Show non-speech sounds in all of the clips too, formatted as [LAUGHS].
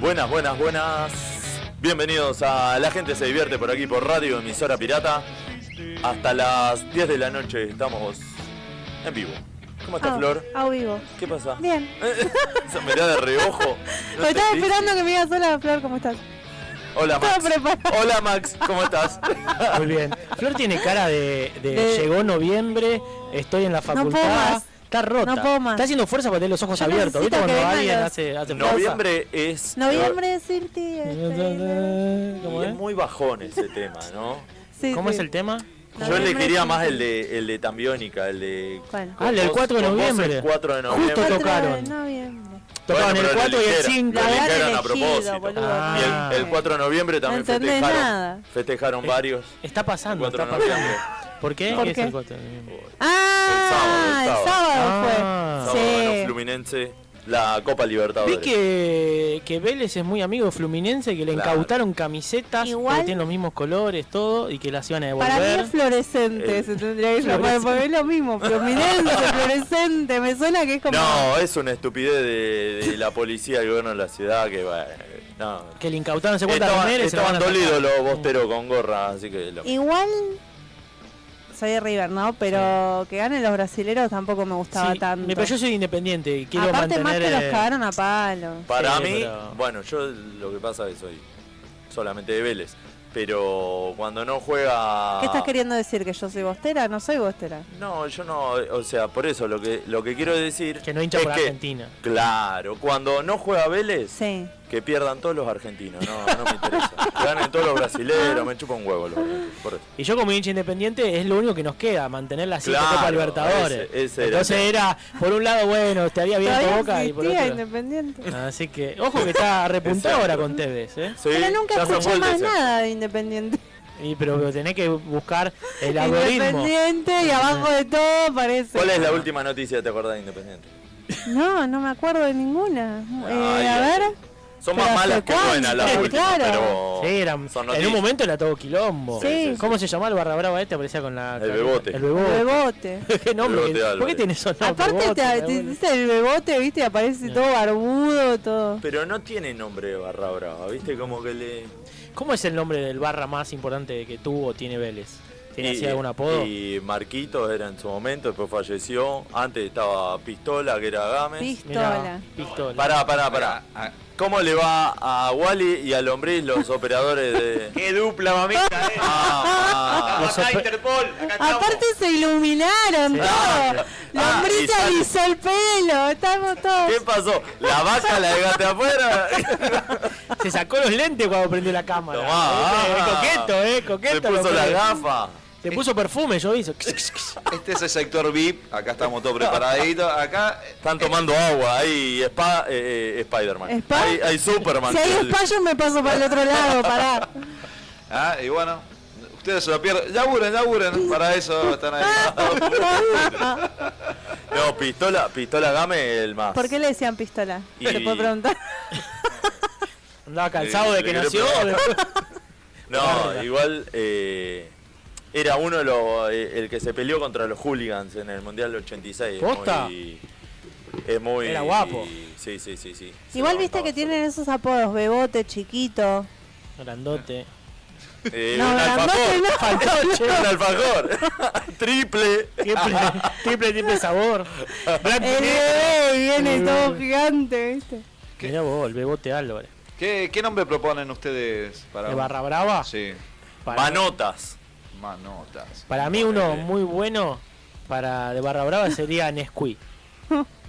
Buenas, buenas, buenas. Bienvenidos a La gente se divierte por aquí por Radio Emisora Pirata. Hasta las 10 de la noche estamos en vivo. ¿Cómo está Ah, Flor? A vivo. ¿Qué pasa? [LAUGHS] Bien. Esa mirada de [LAUGHS] reojo. No Me estaba entendí. esperando que me digas hola, Flor, ¿cómo estás? Hola Estaba Max. preparada. Hola Max, ¿cómo estás? Muy bien. Flor tiene cara de, de De- llegó noviembre, estoy en la puedo facultad. más. Está rota. No puedo más. Está haciendo fuerza para tener los ojos Yo abiertos. ¿Viste necesito cuando que vengan alguien los- hace, hace fuerza? Noviembre es... Noviembre de Sirti. este, ¿Cómo Y es es? muy bajón ese tema, ¿no? sí, ¿Cómo sí. es el tema? Yo Noviembre elegiría es más el de, el de Tambiónica, el de... ¿Cuál? Ah, el del Con 4 de vos- con vos el noviembre. 4 de Justo noviembre. tocó. Cuatro tocaron. de noviembre. Tocaban el Bueno, pero 4 y el eligieron, 5. La lo verdad eligieron a que elegido, propósito. boludo. Ah. Y el, el 4 de noviembre también No entendés festejaron. nada. Festejaron varios. Está pasando, El 4 está de noviembre. pasando. ¿Por qué? ¿Por ¿Qué es qué? el 4 de noviembre? Ah, El sábado, el sábado. el sábado fue. Ah. Sábado ganó Fluminense la Copa Libertadores. Vi que, que Vélez es muy amigo de Fluminense, que le Claro. incautaron camisetas Igual- que tienen los mismos colores, todo, y que las iban a devolver. Para mí es fluorescente, El- se tendría que llamar, porque es lo mismo, prominente, fluorescente, me suena que es como... No, es una estupidez de, de la policía del gobierno de la ciudad que va. No. que le incautaron se cuenta Estaban, remeras y se las estaban van a sacar. dolidos los bosteros con gorra, así que. lo- Igual soy de River, ¿no? Pero que ganen los brasileros tampoco me gustaba Sí, tanto. Pero yo soy independiente y quiero Aparte más que mantener. los eh, cagaron a palos. Para Sí, mí, pero- bueno, yo lo que pasa es que soy solamente de Vélez. Pero cuando no juega. ¿Qué estás queriendo decir? ¿Que yo soy bostera? No soy bostera. No, yo no, o sea, por eso lo que lo que quiero decir Que no hincha es por que, Argentina. Claro, cuando no juega Vélez, Sí. que pierdan todos los argentinos, no, no me [LAUGHS] interesa. Que ganen todos los brasileños, me chupa un huevo los argentinos, por eso. Y yo como hincha independiente es lo único que nos queda, mantener las cinco Claro, Copa Libertadores. ese- ese era Entonces el era, por un lado, bueno, te había abierto Todavía boca y por existía otro. Independiente. Así que, ojo que [LAUGHS] está repuntado ahora con Tevez, ¿eh? Sí, Pero nunca ya son escuché más goles, eh. nada [LAUGHS] de Independiente. Y, pero tenés que buscar [LAUGHS] el algoritmo. Independiente y abajo de todo parece. ¿Cuál es la última noticia, te acordás, de Independiente? [LAUGHS] No, no me acuerdo de ninguna. Ay, Eh, a ay, ver. ay. Son más Pero malas hace que buenas las cuánto, últimas, claro. pero Sí, eran- son en noticias. un momento era todo quilombo. Sí. Sí, sí, sí. ¿Cómo se llamaba el barra brava este? Aparecía con la... El Bebote. El El bebote. Bebote. [LAUGHS] ¿Qué nombre? Bebote ¿Por qué Álvarez. tiene esos nombres? Aparte Bebote, te, la te buena. dice el Bebote, viste, aparece todo barbudo, todo. pero no tiene nombre de barra brava, ¿viste? Como que le ¿Cómo es el nombre del barra más importante que tuvo o tiene Vélez? ¿Tiene así algún apodo? Y Marquitos era en su momento, después falleció. Antes estaba Pistola, que era Gámez. Pistola. pistola. Pará, pará, pará. Ah, ¿Cómo le va a Wally y a Lombriz los operadores de.? [LAUGHS] ¡Qué dupla, mamita! Eh. Ah, Vamos Los acá, ope- Interpol! Acá estamos. Aparte se iluminaron todo. Ah, Lombriz y sale- alisó el pelo. Estamos todos. ¿Qué pasó? ¿La vaca la dejaste afuera? Se sacó los lentes cuando prendió la cámara. Tomá, ah. ¿Viste? coqueto, eh, Se coqueto. puso lo la que- gafa. Se puso perfume, yo hizo. Este es el sector VIP. Acá estamos todos preparaditos. Acá. eh, Están tomando agua. Hay spa, eh, eh, Spider-Man. ¿Spa? Hay, hay Superman. Si hay espacio me paso para el otro lado, pará. Ah, y bueno. Ustedes se lo pierden. Laburen, laburen. Para eso [LAUGHS] están ahí. No, pistola, pistola game el más. [LAUGHS] ¿Por qué le decían pistola? Y- Te puedo preguntar. Andaba cansado Eh, de que le nació. quiero [LAUGHS] No, igual eh, era uno de los, eh, el que se peleó contra los hooligans en el Mundial 86. Es ¿Posta? muy- es muy... Era guapo. Sí, sí, sí, sí. Se levantaba Igual viste que solo. tienen esos apodos, bebote, chiquito. Grandote. Eh, No, un grandote alfajor. no. Un alfajor. [LAUGHS] Triple. Triple, triple, triple sabor. Blanco y Eh. El negro. bebé viene El todo bebé. gigante, viste. Mirá vos, el bebote Álvarez. ¿Qué, qué nombre proponen ustedes para.? ¿De un- Barra Brava? Sí. Para, Manotas. Manotas. para mí, uno muy bueno para de Barra Brava sería [LAUGHS] Nesquik.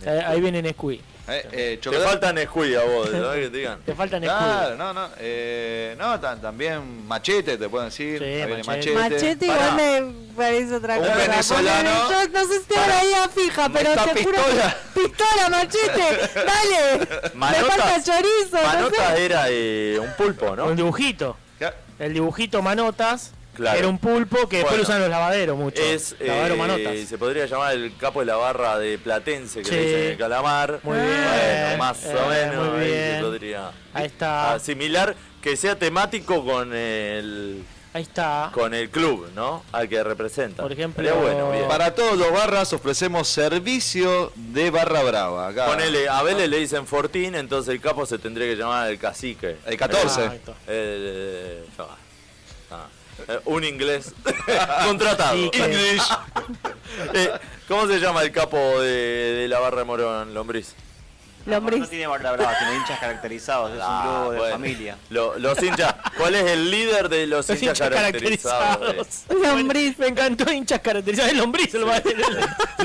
Eh, Ahí viene Nesquik. Eh, eh, Te chocolate. faltan escuida vos, [LAUGHS] ¿sabes que te digan? Te falta Nesquik. Claro, no, no. Eh, no, tan- también machete, te pueden decir. Sí, Ahí viene machete. Machete Pará. igual me parece otra Un cosa. venezolano. Ponele, Yo no sé si tengo la idea fija, pero está te juro. pistola. que- Pistola, machete, dale. Me Manotas- falta chorizo, no sé. Manotas era eh, un pulpo, Un ¿no? dibujito. Ya. El dibujito Manotas. Claro. que Era un pulpo que después Bueno. lo usan los lavaderos mucho. Es, eh, Lavadero Manotas. se podría llamar el capo de la barra de Platense, que Sí. le dicen el calamar. Muy Bueno, bien, más eh, o menos. muy ahí se bien. podría Ahí está. asimilar que sea temático con el Ahí está. con el club, ¿no? Al que representa. Por ejemplo, Estaría bueno, bien. Para todos los barras ofrecemos servicio de barra brava. Acá. Ponele, a Vélez le dicen Fortín, entonces el capo se tendría que llamar el cacique. El 14. Ah, Exacto. El- ya va. Ah. Eh, un inglés [LAUGHS] contratado. Sí, que- English. [LAUGHS] Eh, ¿Cómo se llama el capo de, de la barra de Morón, Lombriz? Lombriz. No tiene barra brava, tiene [LAUGHS] hinchas caracterizados, es Ah, un grupo de bueno. familia. Lo- los hinchas. ¿Cuál es el líder de los, Los hinchas, hinchas caracterizados? caracterizados. Lombriz. Me encantó hinchas caracterizados. El lombriz lo va a tener.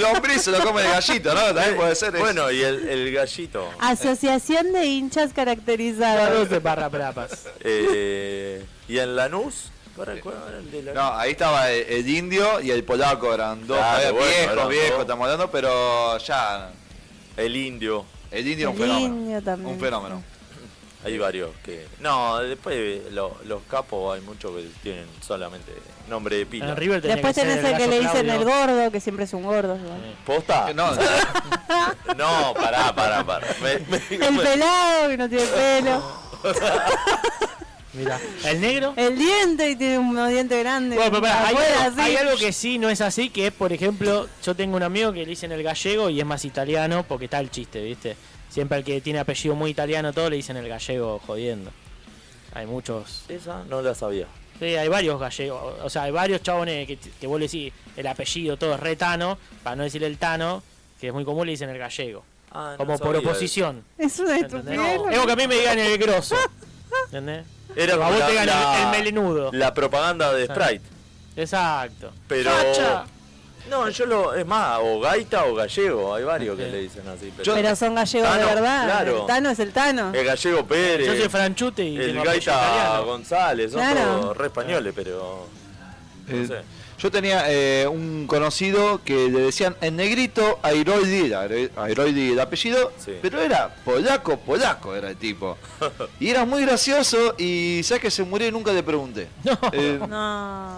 Lombriz se lo come el gallito, ¿no? También puede ser eso. Bueno, y el, el gallito. [LAUGHS] Ah, Asociación de hinchas Para caracterizados. los de barra bravas. Eh, ¿Y en Lanús? ¿Cuál era el de Lanús? No, ahí estaba el, el indio y el polaco, eran dos Claro, todavía bueno, viejos, eran viejos, dos. estamos hablando, pero ya. El indio. El indio es un El fenómeno. indio también. Un fenómeno. Hay varios que. No, después lo- los capos hay muchos que tienen solamente nombre de pila. En River tenía Después que ser tenés el que Gallo le dicen el Claudio. gordo, que siempre es un gordo. igual. ¿Posta? No, [LAUGHS] No, pará, pará, pará. Me- me- El pelado, que no tiene pelo. Mirá. El negro. El diente, y tiene un diente grande. Bueno, pero pará, hay, Afuera, algo, así. hay algo que sí no es así, que es, por ejemplo, yo tengo un amigo que le dicen el gallego y es más italiano porque está el chiste, ¿viste? Siempre al que tiene apellido muy italiano, todo le dicen el gallego jodiendo. Hay muchos. Esa no la sabía. Sí, hay varios gallegos, o sea, hay varios chabones que, que vos le decís el apellido, todo es retano, para no decir el tano, que es muy común, le dicen el gallego. Ah, no como por sabía. oposición. [LAUGHS] Es una ¿entendés? estupidez. Es como que a mí me digan el grosso. ¿Entendés? Era A como vos la- te digan el- la- el melenudo. La propaganda de Sprite. Exacto. Pero. Facha. No, yo lo. Es más, o gaita o gallego. Hay varios que le dicen así. Pero... Pero son gallegos Ah, Tano, de verdad. claro. El Tano es el Tano. Eh, El gallego Pérez. Yo soy franchute y el tengo apellido gaita italiano. González. Son Claro. todos re españoles, pero. Eh, sé. Yo tenía eh, un conocido que le decían en negrito Airoidi, el aire- Airoidi el apellido, Sí. pero era polaco, polaco era [LAUGHS] el tipo. Y era muy gracioso y sabes que se murió y nunca [LAUGHS] le pregunté. No. Eh, [LAUGHS] No.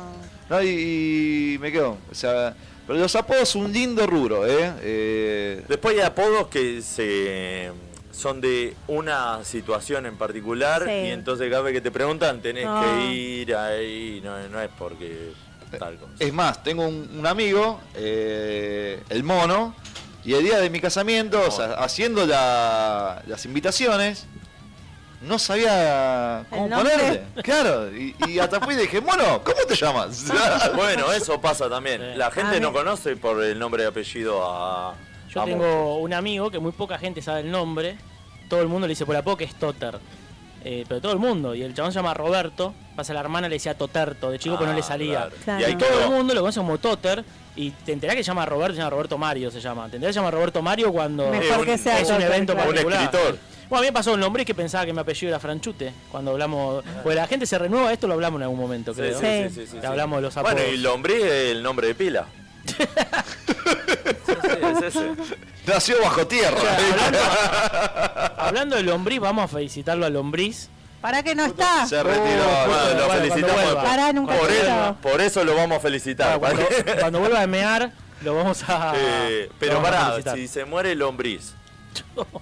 no, y, y me quedo. O sea, pero los apodos un lindo rubro, ¿eh? Eh, Después hay apodos que se son de una situación en particular Sí. Ah. y entonces cada vez que te preguntan tenés No. que ir ahí, no, no es porque tal [LAUGHS] cosa. Es más, tengo un, un amigo, eh, el mono, y el día de mi casamiento, o sea, haciendo la- las invitaciones, no sabía cómo El nombre. ponerle. Claro, y, y hasta fui y dije, mono, ¿cómo te llamas? Bueno, eso pasa también. Sí. La gente Ah. A no mí- conoce por el nombre y apellido a... Yo a tengo un amigo que muy poca gente sabe el nombre. Todo el mundo le dice por apodo que es Totter. Eh, pero todo el mundo. Y el chabón se llama Roberto. Pasa la hermana le decía Toterto. De chico, pues no Ah, le salía. claro. Claro. Y ahí Y Todo quedó. el mundo lo conoce como Totter. Y te enterás que se llama Roberto. Se llama Roberto Mario. Se llama. Te enterás que se llama Roberto Mario cuando Mejor un- que sea es un Totter, evento claro. Un particular. escritor. Bueno, a mí me pasó el nombre que pensaba que mi apellido era Franchute. Cuando hablamos. Porque la gente se renueva. Esto lo hablamos en algún momento, creo. sí. Que hablamos de los apodos. Bueno, y Lombriz es el nombre de pila. Sí, sí, es ese. Nació bajo tierra. Hablando del lombriz, vamos a felicitarlo al lombriz. ¿Para qué no está? Se retiró. Oh, no, bueno, no. lo cuando felicitamos. vuelva. Pará, nunca por, eso, escuchaba. por eso lo vamos a felicitar. Bueno, para cuando, que- cuando vuelva a mear, lo vamos a. Eh, Ah, lo pero vamos a pará, felicitar. si se muere el [LAUGHS] lombriz,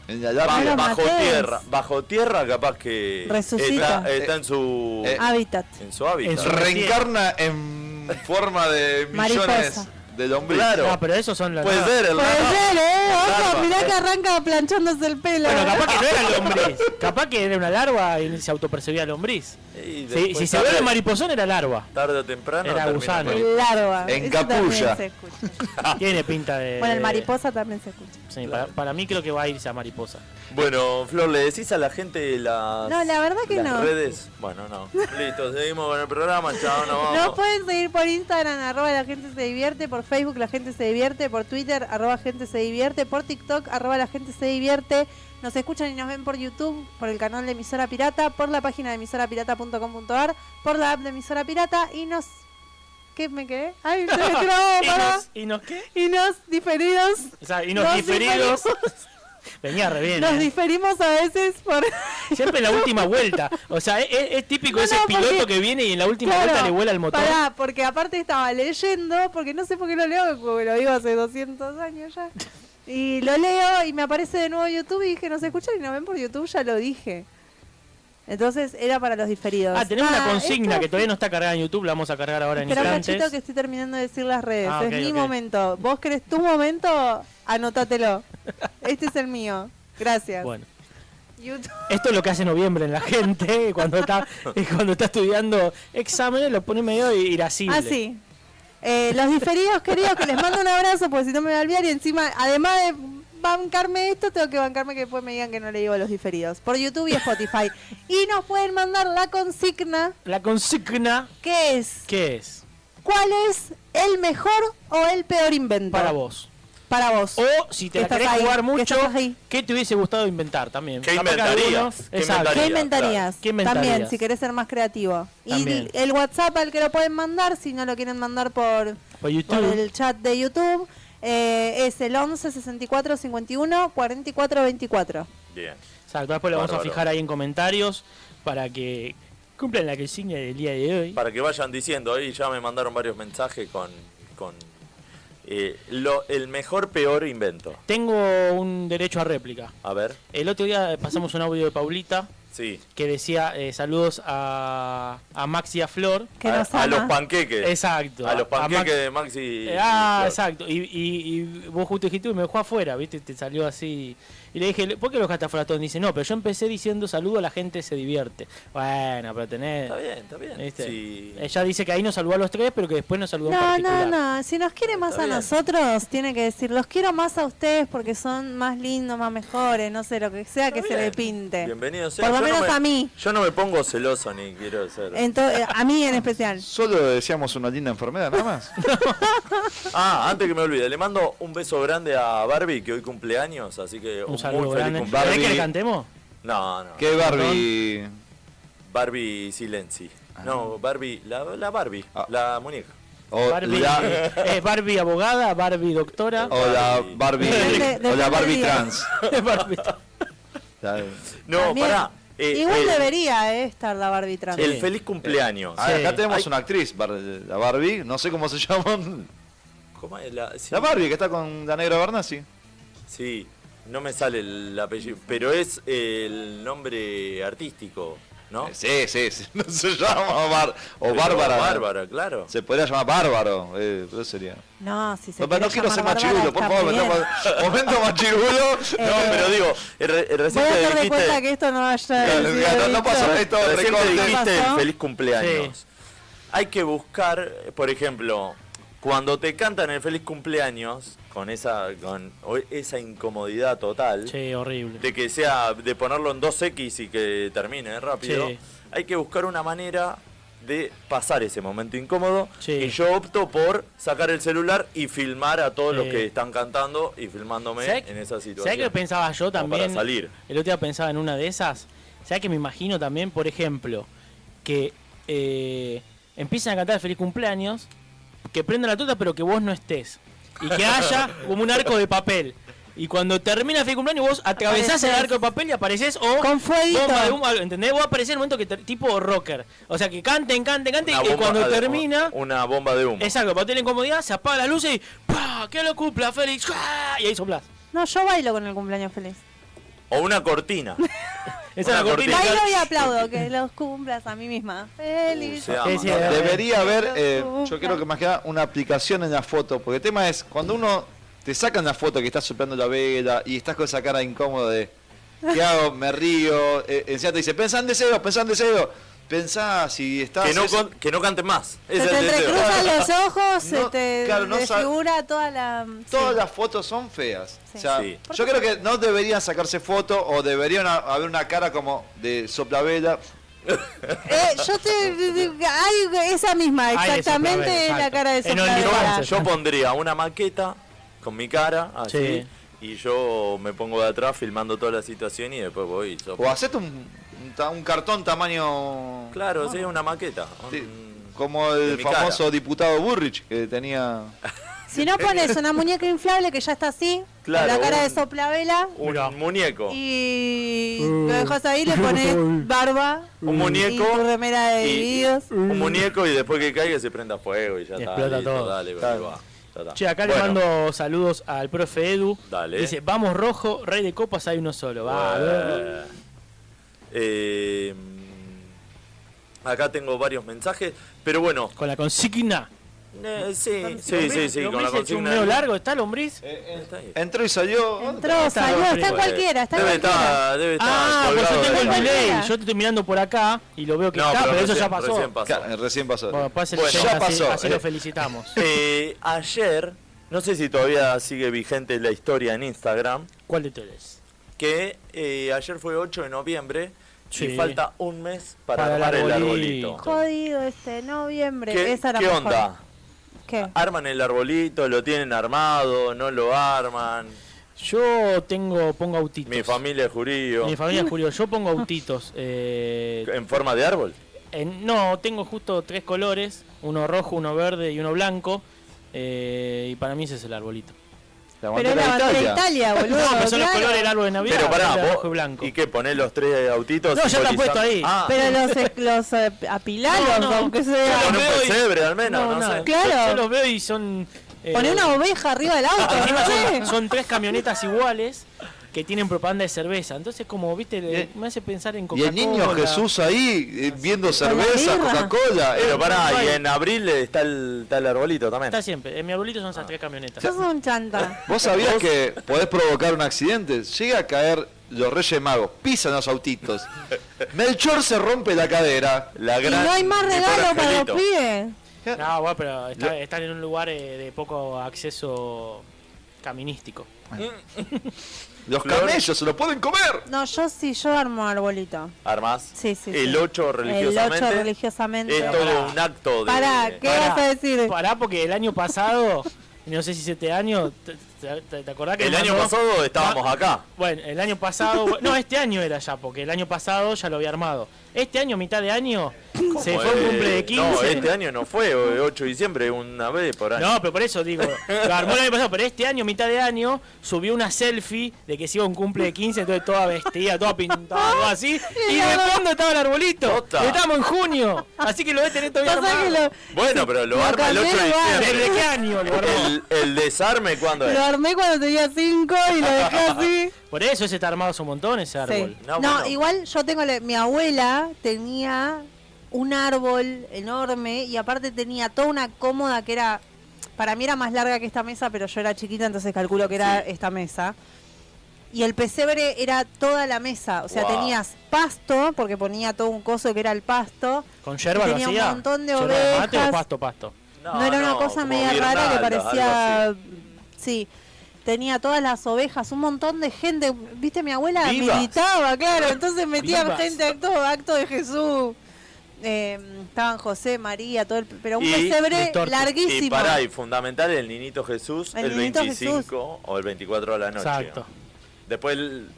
En la larga- ba- lo bajo matés. tierra, bajo tierra capaz que Resucita. está, está en su Eh, Hábitat. en su hábitat. en su- reencarna en forma de millones Mariposa. de lombriz. Claro. No, Ah, pero esos son los. Puede no. ser el Puede raro. ser, ¿eh? Barba, Ojo, mirá eh. que arranca planchándose el pelo. Bueno, ¿eh? capaz que no era el lombriz. capaz que era una larva y se autopercibía lombriz. Y Si- después si se tarde- vuelve mariposón, era [LAUGHS] larva. Tarde o temprano. Era termina gusano. con- El larva. En eso también capulla. se escucha. Tiene pinta de. Bueno, el mariposa también se escucha. Sí, para, para mí creo que va a irse a mariposa. Bueno, Flor, ¿le decís a la gente las, No, la verdad que las no. redes? Bueno, no. Listo, seguimos con el programa. Chao, nos vamos. Nos pueden seguir por Instagram, arroba la gente se divierte, por Facebook la gente se divierte, por Twitter, arroba gente se divierte, por TikTok, arroba la gente se divierte. Nos escuchan y nos ven por YouTube, por el canal de Emisora Pirata, por la página de emisorapirata.com.ar, por la app de Emisora Pirata y nos... ¿Qué me quedé? Ay, se me trabó, [LAUGHS] ¿Y pará. nos, ¿Y nos qué? Y nos diferidos. O sea, y nos, diferidos. Venía re bien. Nos eh. diferimos a veces por... Siempre la [LAUGHS] última vuelta. O sea, es, es- es típico No, ese no, piloto porque- que viene y en la última Claro, vuelta le vuela el motor. Pará, porque aparte estaba leyendo, porque no sé por qué lo leo, porque lo digo hace 200 años ya. Y lo leo y me aparece de nuevo YouTube y dije, nos escuchan y nos ven por YouTube, ya lo dije. Entonces era para los diferidos. Ah, tenemos una Ah, consigna esto- que todavía no está cargada en YouTube, la vamos a cargar ahora en Espera un instantes. cachito que estoy terminando de decir las redes. Ah, ok, es mi ok. momento. ¿Vos querés tu momento? Anótatelo. Este es el mío. Gracias. Bueno, YouTube. esto es lo que hace noviembre en la gente, [LAUGHS] cuando está, eh, cuando está estudiando exámenes, lo pone medio irascible. Ah, sí. Eh, los diferidos, queridos, que les mando un abrazo, porque si no me voy a olvidar. Y encima, además de bancarme esto, tengo que bancarme que después me digan que no le digo a los diferidos. Por YouTube y Spotify. y nos pueden mandar la consigna, La consigna, que es, ¿qué es? ¿cuál es el mejor o el peor invento? Para vos. Para vos. O si te Que la estás querés ahí, jugar que mucho, estás ahí. ¿qué te hubiese gustado inventar también? ¿Qué Capaz que inventarías? alguno- ¿Qué Exacto. ¿Qué Claro. inventarías? ¿Qué inventarías? También, si querés ser más creativo. También. Y el WhatsApp al que lo pueden mandar, si no lo quieren mandar por, Por Pues YouTube. por el chat de YouTube, eh, es el 11 64 51 44 24. Bien. Exacto, después lo vamos a Bárbaro. fijar ahí en comentarios para que cumplan la consigna del día de hoy. Para que vayan diciendo, ahí ya me mandaron varios mensajes con, con eh, lo, el mejor peor invento. Tengo un derecho a réplica. A ver, El otro día eh, pasamos un audio de Paulita sí. que decía eh, saludos a, a Max y a Flor. Que a, nos a ama. los panqueques. Exacto. A los Max- panqueques de Maxi. y- Eh, ah, y- exacto. Y, y- y vos justo dijiste, "Uy, me dejó afuera, ¿viste? Te salió así. Y le dije, ¿por qué lo dejaste afuera todo? Y Dice, no, pero yo empecé diciendo saludo a la gente, se divierte. Bueno, pero tenés. Está bien, está bien. ¿viste? Sí. Ella dice que ahí nos saludó a los tres, pero que después nos saludó en No, no, particular. no. Si nos quiere más Está a bien. nosotros, tiene que decir, los quiero más a ustedes porque son más lindos, más mejores, no sé, lo que sea que Está se bien. le pinte. Bienvenido sea. Por lo Yo no menos me- a mí. Yo no me pongo celoso ni quiero ser. Ento- eh, a mí en especial. Solo deseamos una linda enfermedad, nada más. Ah, antes que me olvide, le mando un beso grande a Barbie que hoy cumpleaños, así que Un un saludo muy feliz grande. cumpleaños. ¿Querés que le Barbie. cantemos? No, no. ¿Qué Barbie? Barbie Silenzi. No, Barbie, la, la Barbie, Ah. la muñeca. O Barbie, [LAUGHS] la, [LAUGHS] eh, Barbie abogada, Barbie doctora. o la Depende- Barbie, o depende la del Barbie día. trans. [LAUGHS] Barbie- La- No, También. pará. [LAUGHS] eh, Igual eh, debería eh, estar la Barbie trans. El Sí. feliz cumpleaños. Ah, Sí. Acá tenemos Ay. una actriz, Bar- la Barbie, no sé cómo se llama. ¿Cómo es la, sí, La Barbie que está con la negra Bernasi. sí, no me sale el apellido, pero es el nombre artístico, ¿no? Sí, sí, sí, [LAUGHS] no se llama Bar o Pero Bárbara. Bárbara, claro. Se podría llamar Bárbaro, eh, pero sería. No, si se No, pero no quiere quiero ser llamar machirulo, Bárbara, por está favor, bien. Eh, momento ma- [LAUGHS] momento machirulo. No, pero digo, eh, re- Voy a recién te hacer de cuenta dijiste, que esto no haya Claro, sido claro, dicho. no pasó esto, recién te recorte. dijiste el Pasó. feliz cumpleaños. Hay que buscar, por ejemplo, cuando te cantan el feliz cumpleaños con esa con o- esa incomodidad total Che, horrible. de que sea de ponerlo en 2x y que termine ¿eh? rápido, Sí. hay que buscar una manera de pasar ese momento incómodo Sí. y yo opto por sacar el celular y filmar a todos los Sí. que están cantando y filmándome ¿Sabés- en esa situación. ¿Sabés qué pensaba yo Como también? para salir. El otro día pensaba en una de esas. ¿Sabés que me imagino también, por ejemplo, que eh, empiezan a cantar feliz cumpleaños, que prendan la tuta pero que vos no estés? Y que haya [LAUGHS] como un arco de papel. Y cuando termina el feliz cumpleaños, vos atravesás el Apareces. arco de papel y apareces o. Con fueguito. bomba de humo, algo, ¿entendés? Vos apareces en el momento que. te- tipo rocker. O sea, que canten, canten, canten. Una y bomba cuando de- termina. Una bomba de humo. Exacto, para tener incomodidad, se apaga la luz y. ¡Pah! ¡Que lo cumpla, Félix! ¡Ah! Y ahí soplás. No, yo bailo con el cumpleaños feliz. O una cortina. [LAUGHS] Esa Una es la cortina. cortina. Bailo y [LAUGHS] aplaudo, que los cumplas a mí misma. Feliz. Se ama. Sí, sí, ¿no? eh. Debería haber, eh, yo creo que más que nada, una aplicación en la foto. Porque el tema es, cuando uno te sacan la foto que estás soplando la vela y estás con esa cara incómoda de, ¿qué hago? Me río. eh, encima te dice, pensá en deseo, pensá en deseo. Pensá si estás... Que no, es- con- que no cante más. Se Ese te es el deseo. [LAUGHS] entrecruzan los ojos, se No, te claro, no sab- desfigura toda la. Todas sí. las fotos son feas. Sí. O sea, Sí. yo creo que no deberían sacarse fotos o deberían ha- haber una cara como de soplavela. Eh, yo te. Ay, esa misma, Ay, de exactamente soplavela, la cara de exacto. En soplavela. OnlyFans. Yo pondría una maqueta con mi cara, así, Sí. y yo me pongo de atrás filmando toda la situación y después voy. y yo- O hacete un, un ta- un cartón tamaño. Claro, sí, una maqueta. Sí, Un- Como De el mi famoso cara. diputado Burrich que tenía. Si no pones una muñeca inflable que ya está así, con Claro, la cara de un- soplavela. Un Mirá. muñeco. Y lo dejas ahí, le pones barba. Un muñeco Y tu remera de y- divididos. Un muñeco y después que caiga se prenda fuego y ya Y está. explota listo, todo. Dale, Claro. ahí va, ya está. Che, acá Bueno, le mando saludos al profe Edu. Dale. Dice, vamos rojo, rey de copas hay uno solo. Va, eh, eh, Acá tengo varios mensajes, pero bueno, Con la consigna. eh, sí, Con- sí, sí, sí, con la Lombriz, el consigna. chumeo largo, ¿está lombriz? Está ahí. Entró y salió. Entró, salió, Eh, está en Eh, cualquiera, está en debe cualquiera. estar, debe estar. Ah, pues yo colgado tengo de el la- delay. delay. Yo te estoy mirando por acá y lo veo que No, está, pero, eso recién- ya pasó. recién pasó. Ca- Recién pasó. Bueno, pase el Bueno, check, ya así- pasó, Así eh. lo felicitamos. Eh, ayer, no sé si todavía sigue vigente la historia en Instagram, ¿Cuál de todos? que eh, ayer fue 8 de noviembre Sí. y falta un mes para, Para el armar el arbolito. arbolito. Jodido este noviembre. ¿Qué, Esa era qué mejor. onda? ¿Qué? ¿Arman el arbolito? ¿Lo tienen armado? ¿No lo arman? Yo tengo, pongo autitos. Mi familia es jurío. Mi familia es Julio. Yo pongo autitos. eh, ¿En forma de árbol? en- Eh, no, tengo justo tres colores: uno rojo, uno verde y uno blanco. eh, y para mí ese es el arbolito. La Pero es la bandera de bandera de Italia, [LAUGHS] boludo. No, pero son los claro. colores del árbol de Navidad. Pero pará, verde, vos- rojo y blanco. ¿y qué? ¿Ponés los tres autitos? No, ya están simbolizan- puestos ahí. Ah, Pero los, eh, los eh, apilalos, No, no. aunque pero sea. en un veo y- pesebre al menos, no, No, no, sé. Claro. Yo, yo los veo y son. eh, Ah, Poner una oveja arriba del [LAUGHS] auto, encima no son, sé. son tres camionetas iguales que tienen propaganda de cerveza. Entonces, como viste, le- Y- me hace pensar en Y Coca-Cola. el niño Jesús ahí eh, viendo cerveza, birra. Coca-Cola. Pero Eh, pará, y en abril está el, está el arbolito también. Está siempre. En mi abuelito son esas tres camionetas. Sos un chanta. Ah. ¿Vos sabías que podés provocar un accidente? Llega a caer los Reyes Magos, pisan los autitos. Melchor se rompe la cadera. La Y gran- no hay más mi pobre regalo para angelito. los pibes. No, bueno, pero está- están en un lugar eh, de poco acceso caminístico. Los Flor. camellos se los pueden comer. No, yo sí, yo armo arbolito. Armas. Sí, sí, El 8 sí. El 8 religiosamente. religiosamente. es todo un acto de. Pará, ¿qué Pará, vas a decir? Pará, porque el año pasado, no sé si siete años, te- te, te- te acordás que El me año mandó- pasado estábamos Ma- acá. Bueno, el año [LAUGHS] pasado, no, este año era ya, porque el año pasado ya lo había armado. Este año, mitad de año, se fue un Eh, cumple de 15. No, este año no fue, eh, 8 de diciembre, una vez por año. No, pero por eso digo, lo armó el año pasado, pero este año, mitad de año, subió una selfie de que se iba a un cumple de 15, entonces toda vestida, toda pintada, todo [LAUGHS] así, y de fondo estaba el arbolito. Tota. Y Estamos en junio, así que lo debe tener todavía Pasa que armado. lo, Bueno, pero lo Lo arma el 8 de cambié, lo diciembre. ¿Desde qué año lo armó? El, el desarme, ¿cuándo [LAUGHS] lo es? armé cuando tenía 5 y lo dejé así. Por eso ese está armado hace un montón, ese árbol. Sí. No, No, bueno. igual yo tengo. la- mi abuela tenía un árbol enorme y aparte tenía toda una cómoda que era. Para mí era más larga que esta mesa, pero yo era chiquita, entonces calculo que era esta mesa. Y el pesebre era toda la mesa. O sea, Wow. tenías pasto, porque ponía todo un coso que era el pasto. Con yerba lo Tenía un hacía. montón de ¿Yerba de mate o ovejas. pasto, pasto? No, era una cosa como media rara guirnaldas, que algo así. parecía. Sí. Tenía todas las ovejas, un montón de gente. Viste, mi abuela Vivas. militaba, claro. Entonces metían Vivas. gente, acto, acto de Jesús. Eh, estaban José, María, todo el. Pero un Y- y pesebre tortas. larguísimo. Y pará, y fundamental el Ninito Jesús el, El Niñito 25 Jesús. o el 24 de la noche. Exacto. Después el-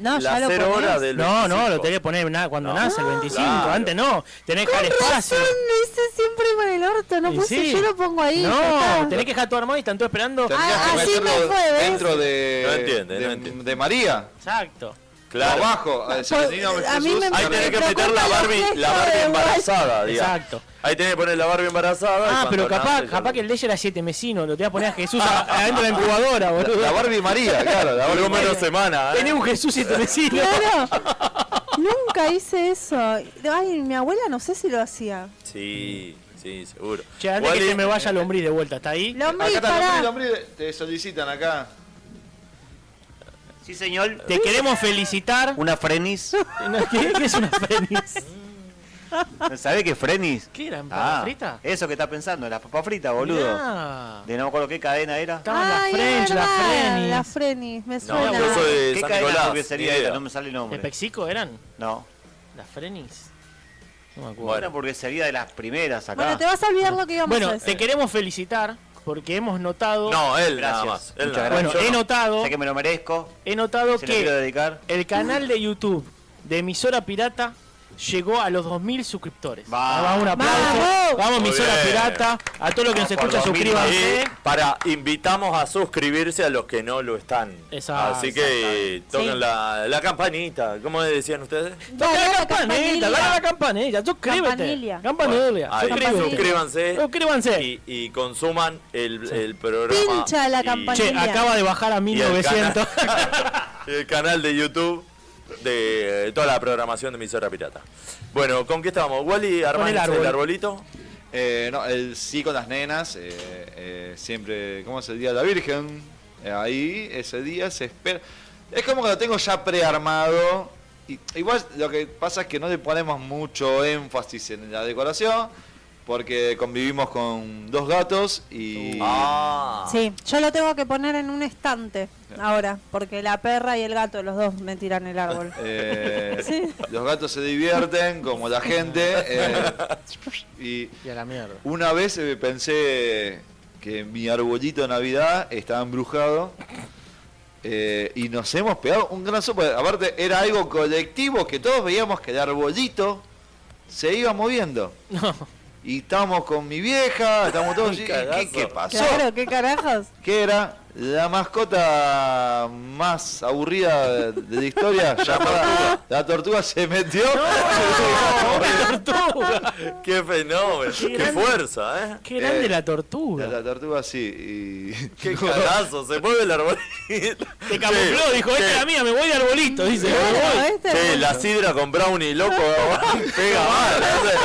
no, la ya lo cero ponés. hora del No, 25. no, lo tenés que poner na- cuando No. nace, el 25. Claro. Antes no, tenés que dejar espacio. Razón, lo hice siempre con el orto, no Y puse, sí. yo lo pongo ahí. ya No, está. tenés que dejar todo armado y están todos esperando. Tendrías Ah, que así meterlo me fue, ¿ves? dentro de, No entiende, de, no entiende. de María. Exacto. Claro. Abajo. eh, si Pues, el niño a mí Jesús, me- Ahí carga- tenés que Me meter la preocupa la Barbie, la fiesta Barbie de Guay. embarazada, digamos. Exacto. Ahí tenés que poner la Barbie embarazada. y Ah, cuando pero capaz, nace ya capaz lo- que el de ella era siete mesino, lo te iba a poner a Jesús [LAUGHS] a- adentro de la incubadora, boludo. La Barbie María, claro. La Barbie Algo menos semana, ¿eh? Tenía un Jesús siete mesino. Claro. Nunca hice eso. Ay, mi abuela no sé si lo hacía. Sí, sí, seguro. Che, antes que Wally, se me vaya el lombriz de vuelta, ¿está ahí? Lombriz, Acá está, pará. lombriz, lombriz, te solicitan acá. Sí, señor. Te queremos felicitar. [LAUGHS] Una frenis. ¿Qué, qué es una frenis? [LAUGHS] ¿Sabe qué es frenis? ¿Qué eran? ¿Papas Ah, fritas? Eso que está pensando, las papas fritas, boludo. Mirá. De no me acuerdo qué cadena era. Estaban las Ay, es French, las verdad, Frenis. las Frenis, me No, suena. yo soy de San ¿Qué cadena de Nicolás. hamburguesería ni idea. era? No me sale el ¿De nombre. Pexico eran? No. ¿Las frenis? No me acuerdo. Bueno. Una hamburguesería de las primeras acá. Bueno, te vas a olvidar lo que íbamos a Bueno, te decir. queremos felicitar porque hemos notado. No, él nada Gracias. más. Él Muchas nada más. bueno, yo he no. notado. Sé que me lo merezco. He notado Se lo quiero que dedicar. el canal de YouTube de Emisora Pirata llegó a los 2.000 suscriptores. Va. Vamos, un aplauso. Vamos. Vamos, Muy Emisora bien. Ah, Pirata. A todos los que nos Vamos por escuchan, 2.000 suscríbanse. Y para invitamos a suscribirse a los que no lo están. Exacto. Así que toquen Sí. la, la campanita. ¿Cómo decían ustedes? Dale a Dale la a la campanita, campanilla. dale a la campanilla, suscríbete. Campanilla. Campanilla, Ahí, suscríbete. suscríbanse. Suscríbanse. Y, y consuman el, el programa. Pincha la y- campanita. Che, acaba de bajar a y el 1900. canal- y el canal de YouTube. de eh, toda la programación de emisora pirata. Bueno, ¿con qué estábamos? Wally, armás el, árbol. arbolito. Eh, no, el sí con las nenas, eh, eh, siempre, ¿cómo es el Día de la Virgen? Eh, ahí, ese día se espera. Es como que lo tengo ya prearmado. Y, igual lo que pasa es que no le ponemos mucho énfasis en la decoración, porque convivimos con dos gatos y... Ah. Sí, yo lo tengo que poner en un estante ahora, porque la perra y el gato, los dos me tiran el árbol. [LAUGHS] Eh, [LAUGHS] Sí. Los gatos se divierten como la gente. eh, y Y a la mierda. una vez eh, pensé que mi arbolito de Navidad estaba embrujado. eh, y nos hemos pegado un gran sopa. Aparte, era algo colectivo que todos veíamos que el arbolito se iba moviendo. Y estábamos con mi vieja, [LAUGHS] estábamos todos. y- ¿Qué, Cagazo. qué pasó? Claro, ¿qué carajos? que era la mascota más aburrida de, de [LAUGHS] la historia, llamada la tortuga se metió. ¡Qué fenómeno! pues. ¡Qué, grande. fuerza, eh! Qué grande Eh, la La, tortuga. la tortuga sí. [LAUGHS] Y... ¡Qué cagazo! Se mueve el arbolito. [LAUGHS] Se camufló, dijo, "Este esta es la mía, me voy de arbolito, dice. Claro, "Me voy". ¿viste? Sí, la sidra con brownie, loco, [LAUGHS] pega mal. Hace,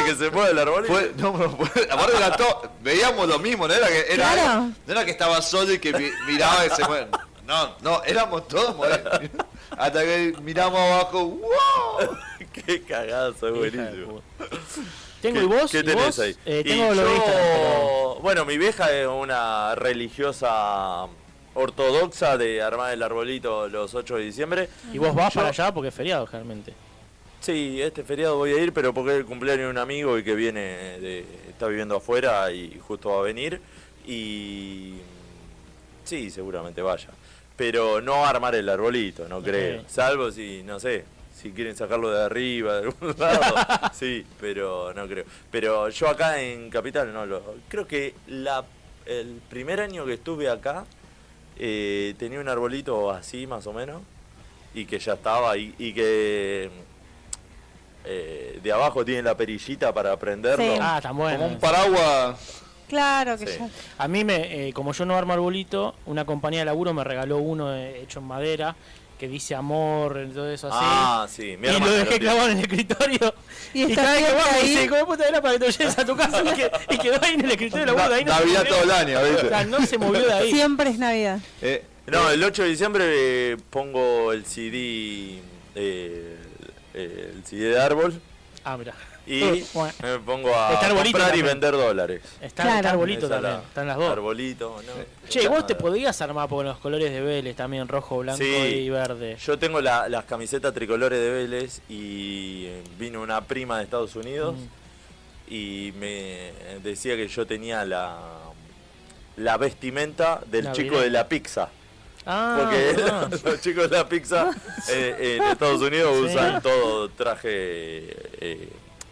hace que se mueva el arbolito. Fue- no, no, fue- aparte era todo, veíamos lo mismo, no era que, era, Claro. no era que estaba solo y que mi- miraba y se mue- No, no, éramos todos modernos. [LAUGHS] Hasta que miramos abajo, [LAUGHS] ¡wow! ¡Qué Hija cagazo! de Buenísimo. [LAUGHS] Tengo ¿Qué- y vos, ¿Qué y tenés vos, ahí? eh, Y tengo lo de Instagram. yo- Bueno, mi vieja es una religiosa ortodoxa de armar el arbolito los 8 de diciembre. Y vos vas para allá porque es feriado, realmente. Sí, este feriado voy a ir, pero porque es el cumpleaños de un amigo y que viene, de, está viviendo afuera y justo va a venir. Y sí, seguramente vaya. Pero no armar el arbolito, no creo. Ok. Salvo si, no sé, si quieren sacarlo de arriba, de algún lado. sí, pero no creo. Pero yo acá en Capital no lo... Creo que la, el primer año que estuve acá eh, tenía un arbolito así más o menos y que ya estaba y, y que eh, de abajo tiene la perillita para prenderlo. Sí. Ah, está Como bueno. un paraguas. Claro que Sí. ya. A mí, me, eh, como yo no armo arbolito, una compañía de laburo me regaló uno eh, hecho en madera que dice amor y todo eso así. Ah, sí, mi y lo hermano dejé lo tiene. clavado en el escritorio. Y Y, está cada vez que siempre vas me ahí. dice, ¿cómo puta era para que te lo lleves a tu casa? Y, que- y quedó ahí en el escritorio de la Na- puta. Ahí no se Navidad movió. todo el año, O sea, ¿viste? no se [LAUGHS] movió de ahí. Siempre es Navidad. Eh, No, el 8 de diciembre eh, pongo el CD, eh, eh, el CD de árbol Ah, mirá. y Uh, bueno. me pongo a Está arbolito comprar y también. vender dólares. Está, Claro. está arbolito Esa también. la- Están las dos. Arbolito, ¿no? Che, vos te podías armar con los colores de Vélez también, rojo, blanco Sí. y verde. Yo tengo la- las camisetas tricolores de Vélez y eh, vino una prima de Estados Unidos Mm. y me decía que yo tenía la, la vestimenta del La chico vida. de la pizza. Ah, Porque verdad. [LAUGHS] los chicos de la pizza eh, en Estados Unidos Sí. usan todo traje eh,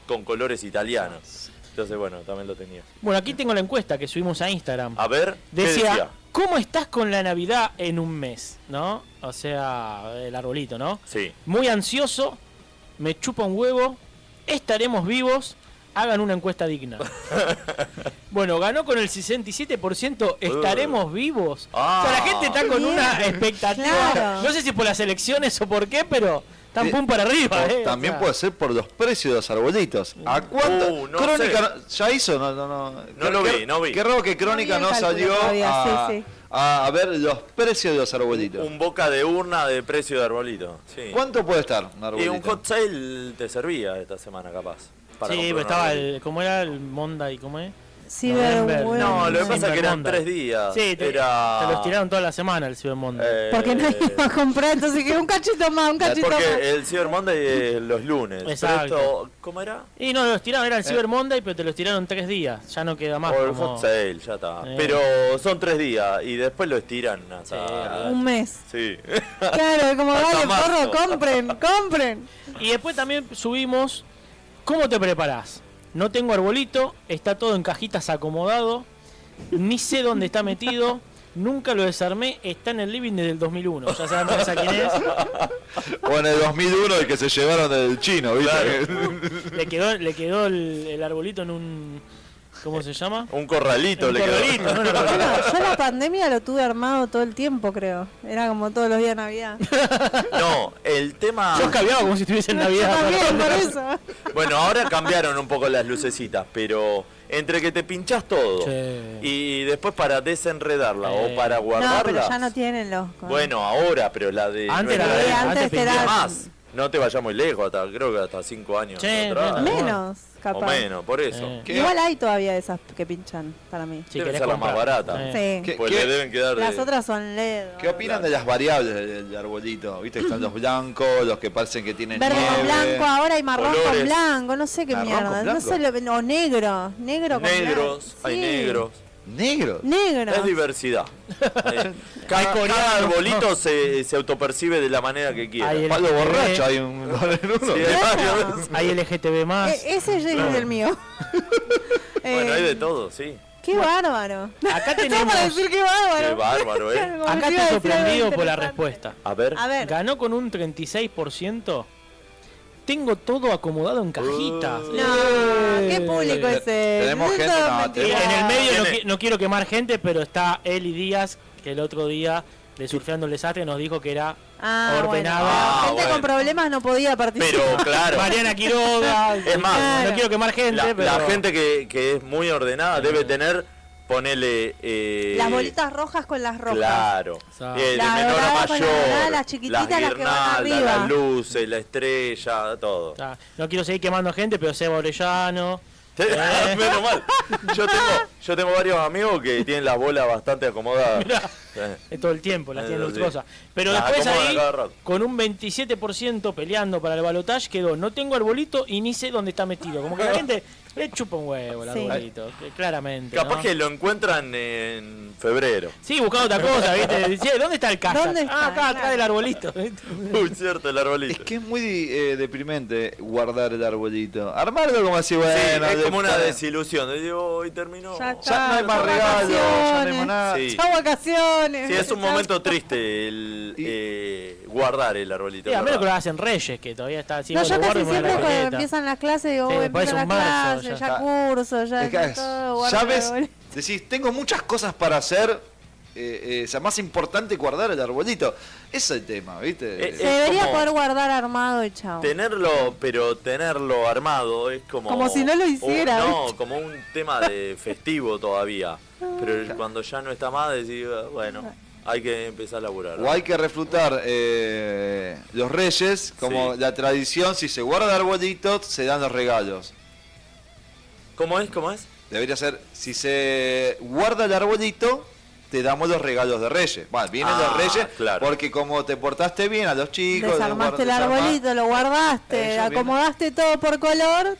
con colores italianos. Entonces, bueno, también lo tenía. Bueno, aquí tengo la encuesta que subimos a Instagram. A ver, ¿qué Decía, decía? ¿cómo estás con la Navidad en un mes? ¿No? O sea, el arbolito, ¿no? Sí. Muy ansioso, me chupa un huevo, estaremos vivos, hagan una encuesta digna. bueno, ganó con el 67%, estaremos vivos. Ah. o sea, la gente está con Bien. una expectativa, Claro. no sé si por las elecciones o por qué, pero están Sí. pum para arriba. O eh, o también sea. Mm. puede ser por los precios de los arbolitos. ¿A cuánto? Uh, no Crónica sé. no- ya hizo, no, no, no. No lo Qué- vi, no vi. Qué raro que Crónica No vi no, el cálculo salió todavía, a, sí, sí. a ver los precios de [LAUGHS] los arbolitos. Un boca de urna de precio de arbolito. Sí. ¿Cuánto puede estar un Y arbolito? un hot sale te servía esta semana, capaz. para Sí, comprar pero un estaba arbolito. el. ¿Cómo era el Monday? ¿Cómo es? Ciber November. Web. No, lo que Sí, pasa es que eran Monday. tres días. Sí, te, Era... te los tiraron toda la semana el Cyber Monday. Eh, Porque nadie iba a comprar, entonces que un cachito más, un cachito más. Porque eh, el Cyber Monday es los lunes. pero Exacto. esto- ¿Cómo era? Y no, los tiraron, era el Cyber Monday, pero te los tiraron tres días. Ya no queda más. o el como- hot sale, ya está. Eh. Pero son tres días y después lo estiran hasta. Un mes. [LAUGHS] Sí. [LAUGHS] Claro, [LAUGHS] como Hasta vale, marzo. porro, [LAUGHS] compren, compren. Y después también subimos, ¿cómo te preparás? No tengo arbolito, está todo en cajitas acomodado, ni sé dónde está metido, nunca lo desarmé, está en el living desde el 2001. Ya sabemos a quién [LAUGHS] es. O en el 2001 el que [LAUGHS] se llevaron del chino, ¿viste? Le quedó, le quedó el, el arbolito en un... ¿Cómo se llama? Un corralito Un le quedó. corralito, no, no, no. [LAUGHS] Bueno, yo la pandemia lo tuve armado todo el tiempo, creo. Era como todos los días [LAUGHS] de Navidad. No, el tema. Yo escabeaba como si estuviese en Navidad. Yo también, por ¿no? eso. [LAUGHS] Bueno, ahora cambiaron un poco las lucecitas, pero entre que te pinchás todo Sí. y después para desenredarla Eh. o para guardarla. No, pero ya no tienen los. Bueno, ahora, pero la de. Antes nuestra la de- Sí, época- antes antes te dan más. No te vayas muy lejos, hasta, creo que hasta 5 años. Sí, atrás. menos. menos, capaz. Ah, O menos, por eso. Eh. ¿Qué? Igual hay todavía esas que pinchan, para mí. Si Debe querés ser la más comprar. barata. Eh. Sí. ¿Qué- Pues le deben quedar de- Las otras son LED. ¿Qué opinan de las variables del del arbolito? ¿Viste? Están los blancos, los que parecen que tienen Verde nieve. con blanco, ahora hay marrón con Eh, colores. blanco, no sé qué Marrón con mierda. No blanco. sé lo- o negro, negro con Negros, blanco. hay Sí. negros. ¿Negro? Negro. Es [LAUGHS] diversidad. Eh, Hay cada, coreanos. cada arbolito se, se autopercibe de la manera que quiera. Hay el- Palo LGTB, borracho hay un en uno. Sí, hay Claro. varios. Hay LGTB más. E- ese es el mío. [LAUGHS] Bueno, hay Eh, de todo, sí. Qué bárbaro. [LAUGHS] Acá Todo para tenemos. decir qué bárbaro. Qué bárbaro, ¿eh? [LAUGHS] Como Acá si iba estoy a decir algo sorprendido por la interesante. respuesta. A ver. A ver, Ganó con un 36%. Tengo todo acomodado en cajitas. no, qué público Eh. ese. Tenemos Eso es gente, no, Y mentira. tenemos- en el medio no, Tiene- qui- no quiero quemar gente, pero está Eli Díaz, que el otro día de Surfeando el Desastre nos dijo que era Ah, bueno. ordenaba. Ah, gente bueno. con problemas no podía participar. Pero [LAUGHS] [LAUGHS] claro, Mariana Quiroga. Es más, no quiero quemar gente, la, pero. Eh. la gente que, que es muy ordenada debe tener, ponele... eh, Las bolitas rojas con las rojas. Claro. Exacto. Eh, de La menor a dorada con la mayor. dorada, las chiquititas, las que van guirnaldas, arriba. las luces, la estrella, todo. Ah, [LAUGHS] No quiero seguir quemando gente, pero Seba Orellano. Eh. Menos mal. Yo tengo, yo tengo varios amigos que tienen las bolas bastante acomodadas. Eh, eh, Todo el tiempo, la Eh, tienen todo el lustrosas. Pero Las después acomodan ahí, a cada rato. con un 27% peleando para el balotaje, quedó. No tengo arbolito y ni sé dónde está metido. Como que la gente le chupa un huevo el Sí. arbolito, que claramente. Capaz ¿no? que lo encuentran en febrero. Sí, buscando otra [LAUGHS] cosa, ¿viste? Dice, ¿dónde está el casa? ¿Dónde está? Ah, acá, atrás Claro. del arbolito. ¿viste? [LAUGHS] Uy, cierto, el Es arbolito. que es muy eh, deprimente guardar el arbolito. Armarlo como así, Sí, bueno. es como una está- desilusión. Yo digo, hoy [LAUGHS] terminó. Ya está. Ya no hay más Son regalos, ya no hay vacaciones. más nada. Sí. Chau, vacaciones. Sí, es un Chau. momento triste el eh, guardar el arbolito. Sí, Eh, a es menos que lo verdad. hacen Reyes, que todavía está así. No, bueno, yo guardo casi y me voy a la siempre cuando pileta. empiezan las clases digo, Sí, voy, después empieza la es un marzo, clase, ya ya, está. curso, ya, Es que ya todo, es- guardo ya el ves, eh, arbolito. decís, tengo muchas cosas para hacer. Eh, eh, o sea, más importante guardar el arbolito. Ese es el tema, ¿viste? Eh, Se eh. es debería como- poder guardar armado y chao. Tenerlo, pero tenerlo armado es como. Como si no lo un- hiciera, no, como un tema de festivo [LAUGHS] todavía. Pero cuando ya no está más, decís, bueno, hay que empezar a laburar. O hay que reflutar eh, los reyes, como Sí. la tradición, si se guarda el arbolito, se dan los regalos. ¿Cómo es? ¿Cómo es? Debería ser, si se guarda el arbolito, te damos los regalos de Reyes. Bueno, vienen Ah, los Reyes, claro. porque como te portaste bien a los chicos... los Desarmaste el guardas- desarmás. arbolito, lo Eh, guardaste, ya viene. acomodaste todo por color,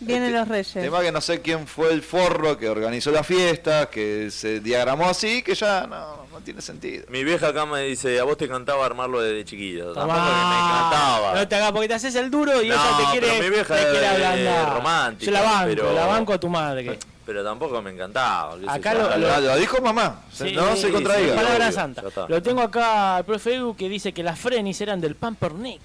vienen Este, los reyes. El tema que no sé quién fue el forro que organizó la fiesta, que se diagramó así, que ya no, no tiene sentido. Mi vieja acá me dice, a vos te encantaba armarlo desde chiquito. Tomá. Tampoco que me Ah. encantaba. No te hagas porque te haces el duro y No, ella te pero quiere, mi vieja te quiere es ablandar. romántica, Yo la banco, pero- la banco a tu madre. Pero tampoco me encantaba. qué sé Acá yo. lo- Lo, lo dijo mamá, se- Sí, no sí, se contraiga. sí, palabra Obvio, santa. ya está. Lo tengo acá al profe Edu que dice que las frenis eran del Pampernick.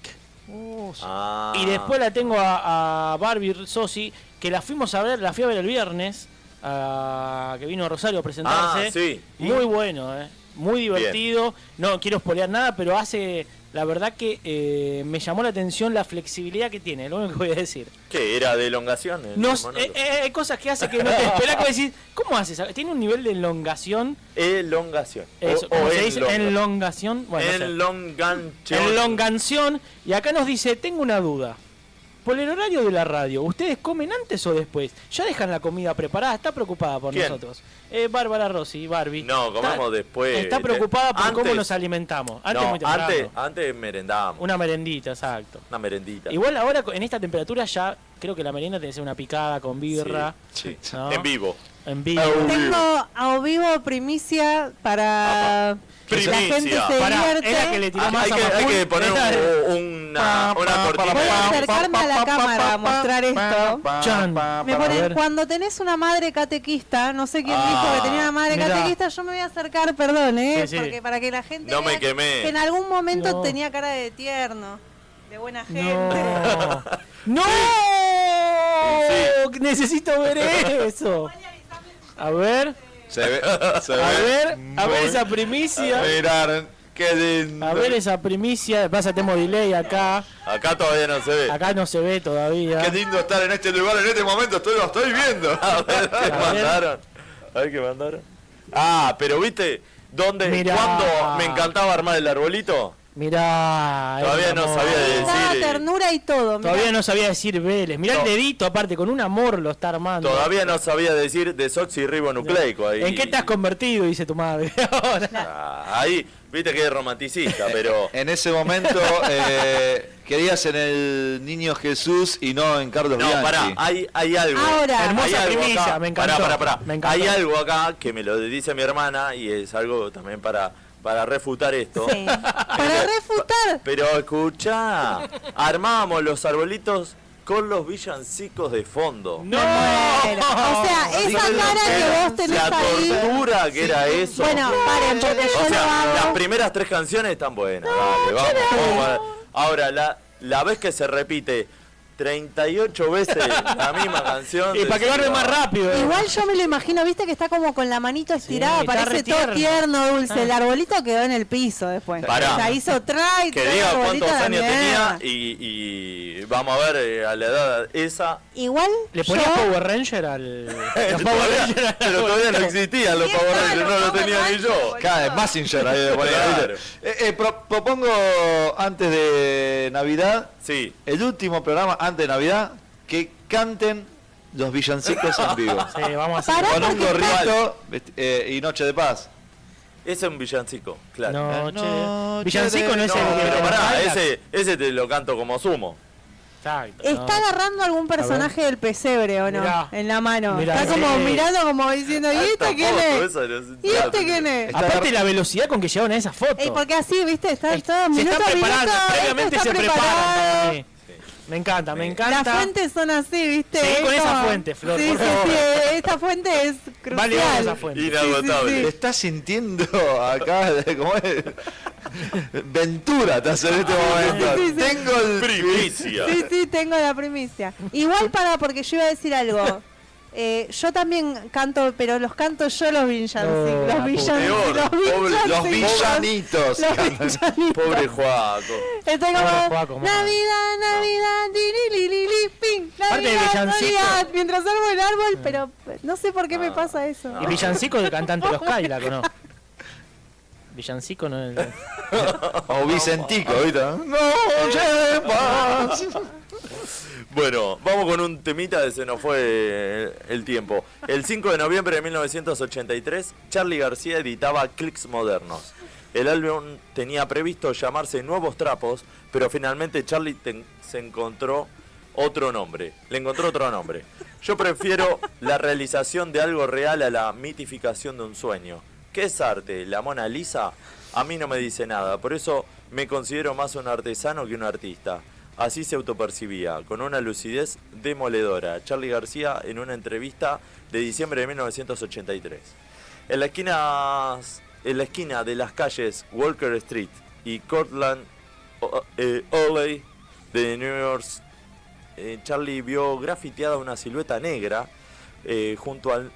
Ah. Y después la tengo a, a Barbie Sosi, que la fuimos a ver, la fui a ver el viernes, a- que vino a Rosario a presentarse. Ah, sí. Muy bueno, eh. muy divertido. No quiero spoilear nada, pero hace, la verdad que eh, me llamó la atención la flexibilidad que tiene, lo único que voy a decir. ¿Qué? ¿Era de elongación? el No, eh, monólogo? eh, hay cosas que hace que no te esperás que decís, ¿cómo haces? Tiene un nivel de elongación, elongación. eso, o, ¿cómo o se dice? elonga- Enlongación. Bueno, no sé. Elonganción. Elonganción. Y acá nos dice, tengo una duda. Por el horario de la radio, ¿ustedes comen antes o después? ¿Ya dejan la comida preparada? Está preocupada por ¿Quién? nosotros. Eh, Bárbara Rossi, Barbie. No, comemos Está- después. Está preocupada por cómo Eh, Antes- nos alimentamos. Antes No, muy temprano. antes, antes merendábamos. Una, Una merendita, exacto. merendita. Igual ahora, co- en esta temperatura, ya creo que la merienda tiene que ser una picada con Sí, birra. sí. ¿no? En vivo. En vivo. Au. Tengo a vivo primicia para la Primicia. gente se Pará, divierte. era que le tiró Ah, más hay, a que, hay Maful. que poner un- Era- [LAUGHS] una, una cortina. Voy a de- hacer- acercarme a la cámara a mostrar esto. Chan. Me Para ponen, ver. cuando tenés una madre catequista, no sé quién Ah, dijo que tenía una madre mirá. catequista, yo me voy a acercar, perdón, ¿eh? Sí, sí. Porque para que la gente No eh. me vea quemé. que en [LAUGHS] algún momento No. tenía cara de tierno, de Ah, buena gente. [LAUGHS] No. ¡No! Necesito ver eso. A ver, Se ve. Se a ver, a ver muy- esa primicia. Mirar, qué lindo. A ver esa primicia. Pasa, tenemos delay acá. Acá todavía no se ve. Acá no se ve todavía. Qué lindo estar en este lugar, en este momento, estoy, lo estoy viendo. [LAUGHS] A ver qué A ver. mandaron. A ver qué mandaron. Ah, pero viste, ¿dónde, Mirá. cuándo me encantaba armar el arbolito? Mirá. Todavía era no amor. sabía de- Daba decir, eh, ternura y todo. mirá. Todavía no sabía decir Vélez. Mirá No. el dedito, aparte, con un amor lo está armando. Todavía no sabía decir desoxirribonucleico ahí. ¿En qué te has convertido? Dice tu madre. [LAUGHS] Ahora. Ah, ahí, viste que es romanticista, [LAUGHS] pero. En ese [LAUGHS] momento eh, querías en el Niño Jesús y no en Carlos No, Bianchi. pará, hay, hay algo. Ahora. Hay Hermosa algo primicia, acá. me encantó, Pará, pará, pará. me encantó. Hay algo acá que me lo dice mi hermana y es algo también para, para refutar esto. [LAUGHS] Sí. Para refutar. Pero escuchá, armábamos los arbolitos con los villancicos de fondo. ¡No! Bueno, o sea, Así esa que cara que vos tenés La ahí. tortura que era eso. Bueno, paren, porque O yo lo sea, las hago. primeras tres canciones están buenas. dale, vamos, vamos a ver. Ahora, la, la vez que se repite 38 veces la misma canción. [LAUGHS] Y para que decís, guarde "Ah, más rápido. Igual yo me lo imagino, viste que está como con la manito estirada, está parece re todo tierno. Ah. tierno, dulce. El arbolito quedó en el piso después. Pará. O sea, hizo try, Que try, diga arbolito cuántos de años tenía mierda. y, y vamos a ver eh, a la edad esa. Igual ¿Le yo, ponía Power Ranger al. los Power Todavía- Ranger al pero todavía no existían los Sí, Power claro, Rangers, no lo Power tenía ni Rangers, yo. boludo. Cada vez Massinger ahí de poner, Claro. ¿viste? Eh, eh, pro- propongo antes de Navidad, Sí. el último programa antes de Navidad, que canten los villancicos [LAUGHS] en vivo. Sí, vamos a hacer. Pará, Con un porque está- gorrito vesti- eh, y Noche de Paz. Ese es un villancico, claro. No, Noche che. de- Villancico no es No, el que pero te pará, baila. ese, ese te lo canto como sumo. Exacto, no. Está agarrando algún personaje del pesebre o no, Mirá. en la mano. Mirá, está como sí. mirando como diciendo, ¿y Alta este quién foto, es? esa no- ¿Y este quién es? Está Aparte agar- la velocidad con que llegaron a esa foto. Ey, porque así, viste, está Es- todo se minuto están a minuto, preparando, esto previamente está se preparado. preparan. sí. Me encanta, me encanta. Las fuentes son así, viste. Seguí Es con esa fuente, Flor, Sí, por sí, favor. sí, eh, esta fuente es [LAUGHS] crucial. Vale, vamos a esa fuente. Inagotable. Sí, sí, Te estás sintiendo acá, [LAUGHS] ¿cómo es? Ventura te hace en este Ah, momento. Sí, sí, sí. Tengo el Primicia. Sí, sí, tengo la primicia. Igual para, porque yo iba a [LAUGHS] decir algo. Eh, yo también canto, pero los canto yo los villancicos. No, la puta. los Peor, villancicos. Los pobre, villancicos. Los villanitos. Los Pobre Juaco. Estoy Ahora como juega como- Navidad, Navidad, li, li, li, li, li, ping, Aparte de Navidad, villancico. Mm. Ah. Navidad, mientras salgo el árbol, pero no sé por qué me pasa eso. Y [LAUGHS] Villancico del cantante Los Cadillac, ¿o no? Villancico no [LAUGHS] es... O Vicentico, ¿viste? Noche de Paz. Bueno, vamos con un temita de se nos fue eh, el tiempo. El 5 de noviembre de 1983, Charlie García editaba Clicks Modernos. El álbum tenía previsto llamarse Nuevos Trapos, pero finalmente Charlie ten- se encontró otro nombre. Le encontró otro nombre. Yo prefiero la realización de algo real a la mitificación de un sueño. ¿Qué es arte? ¿La Mona Lisa? A mí no me dice nada, por eso me considero más un artesano que un artista. Así se autopercibía, con una lucidez demoledora. Charlie García en una entrevista de diciembre de 1983. En la esquina, en la esquina de las calles Walker Street y Cortland o- eh, Alley de New York, eh, Charlie vio grafiteada una silueta negra eh, junto, al,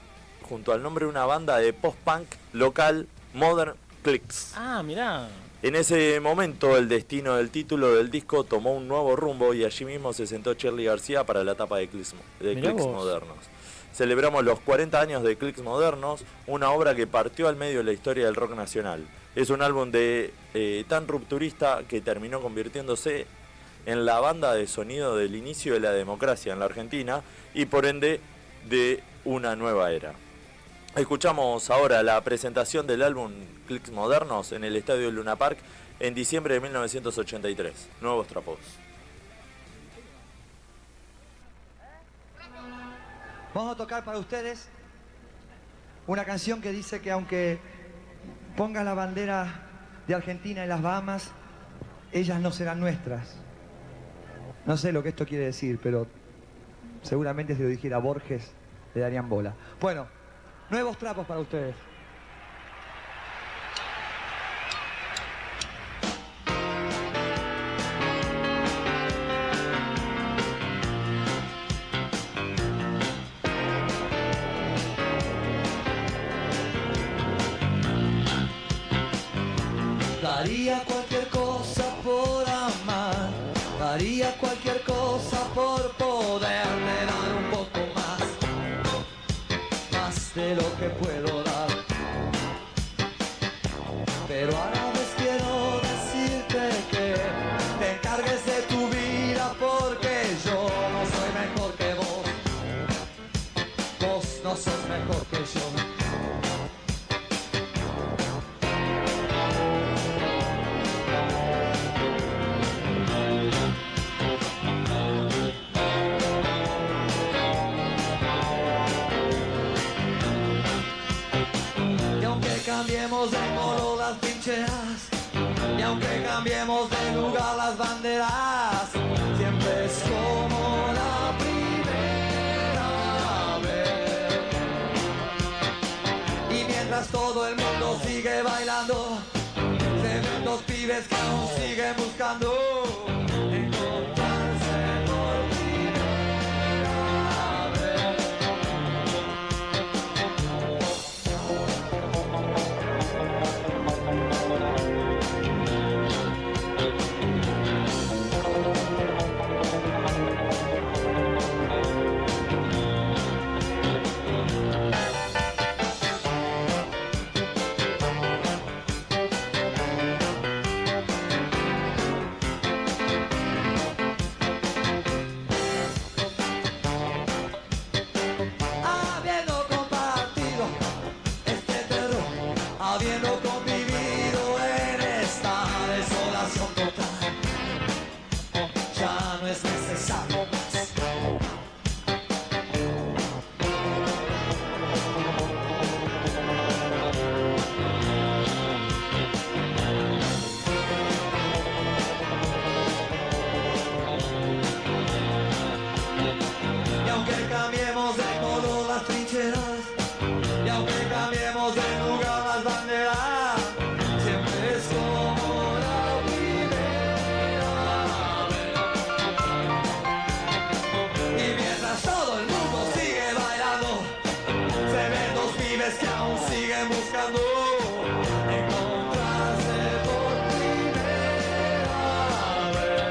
junto al nombre de una banda de post-punk local, Modern Clicks. Ah, mirá. En ese momento el destino del título del disco tomó un nuevo rumbo y allí mismo se sentó Charlie García para la etapa de Clicks, de Mirá Clicks vos. Modernos. Celebramos los 40 años de Clicks Modernos, una obra que partió al medio de la historia del rock nacional. Es un álbum de eh, tan rupturista que terminó convirtiéndose en la banda de sonido del inicio de la democracia en la Argentina y por ende de una nueva era. Escuchamos ahora la presentación del álbum Clicks Modernos en el Estadio Luna Park en diciembre de 1983. Nuevos trapos. Vamos a tocar para ustedes una canción que dice que aunque pongas la bandera de Argentina en las Bahamas, ellas no serán nuestras. No sé lo que esto quiere decir, pero seguramente si lo dijera Borges le darían bola. Bueno, nuevos trapos para ustedes. Haría cualquier cosa por amar, haría cualquier cosa por poderme dar un poco más, más de lo que puedo dar. Pero a la vez quiero decirte que te encargues de tu vida porque yo no soy mejor que vos, vos no sos mejor que yo. Y aunque cambiemos de color las trincheras, y aunque cambiemos de lugar las banderas, siempre es como la primera vez. Y mientras todo el mundo sigue bailando, se ven dos pibes que aún siguen buscando. encontrarse por primera vez. habiendo compartido este terror, habiendo convivido en esta desolación total, ya no es necesario más. Y aunque cambiemos de color las trincheras, y aunque cambiemos de lugar las banderas, siempre es como la primera vez. Y mientras todo el mundo sigue bailando, se ven dos pibes que aún siguen buscando. encontrarse por primera vez.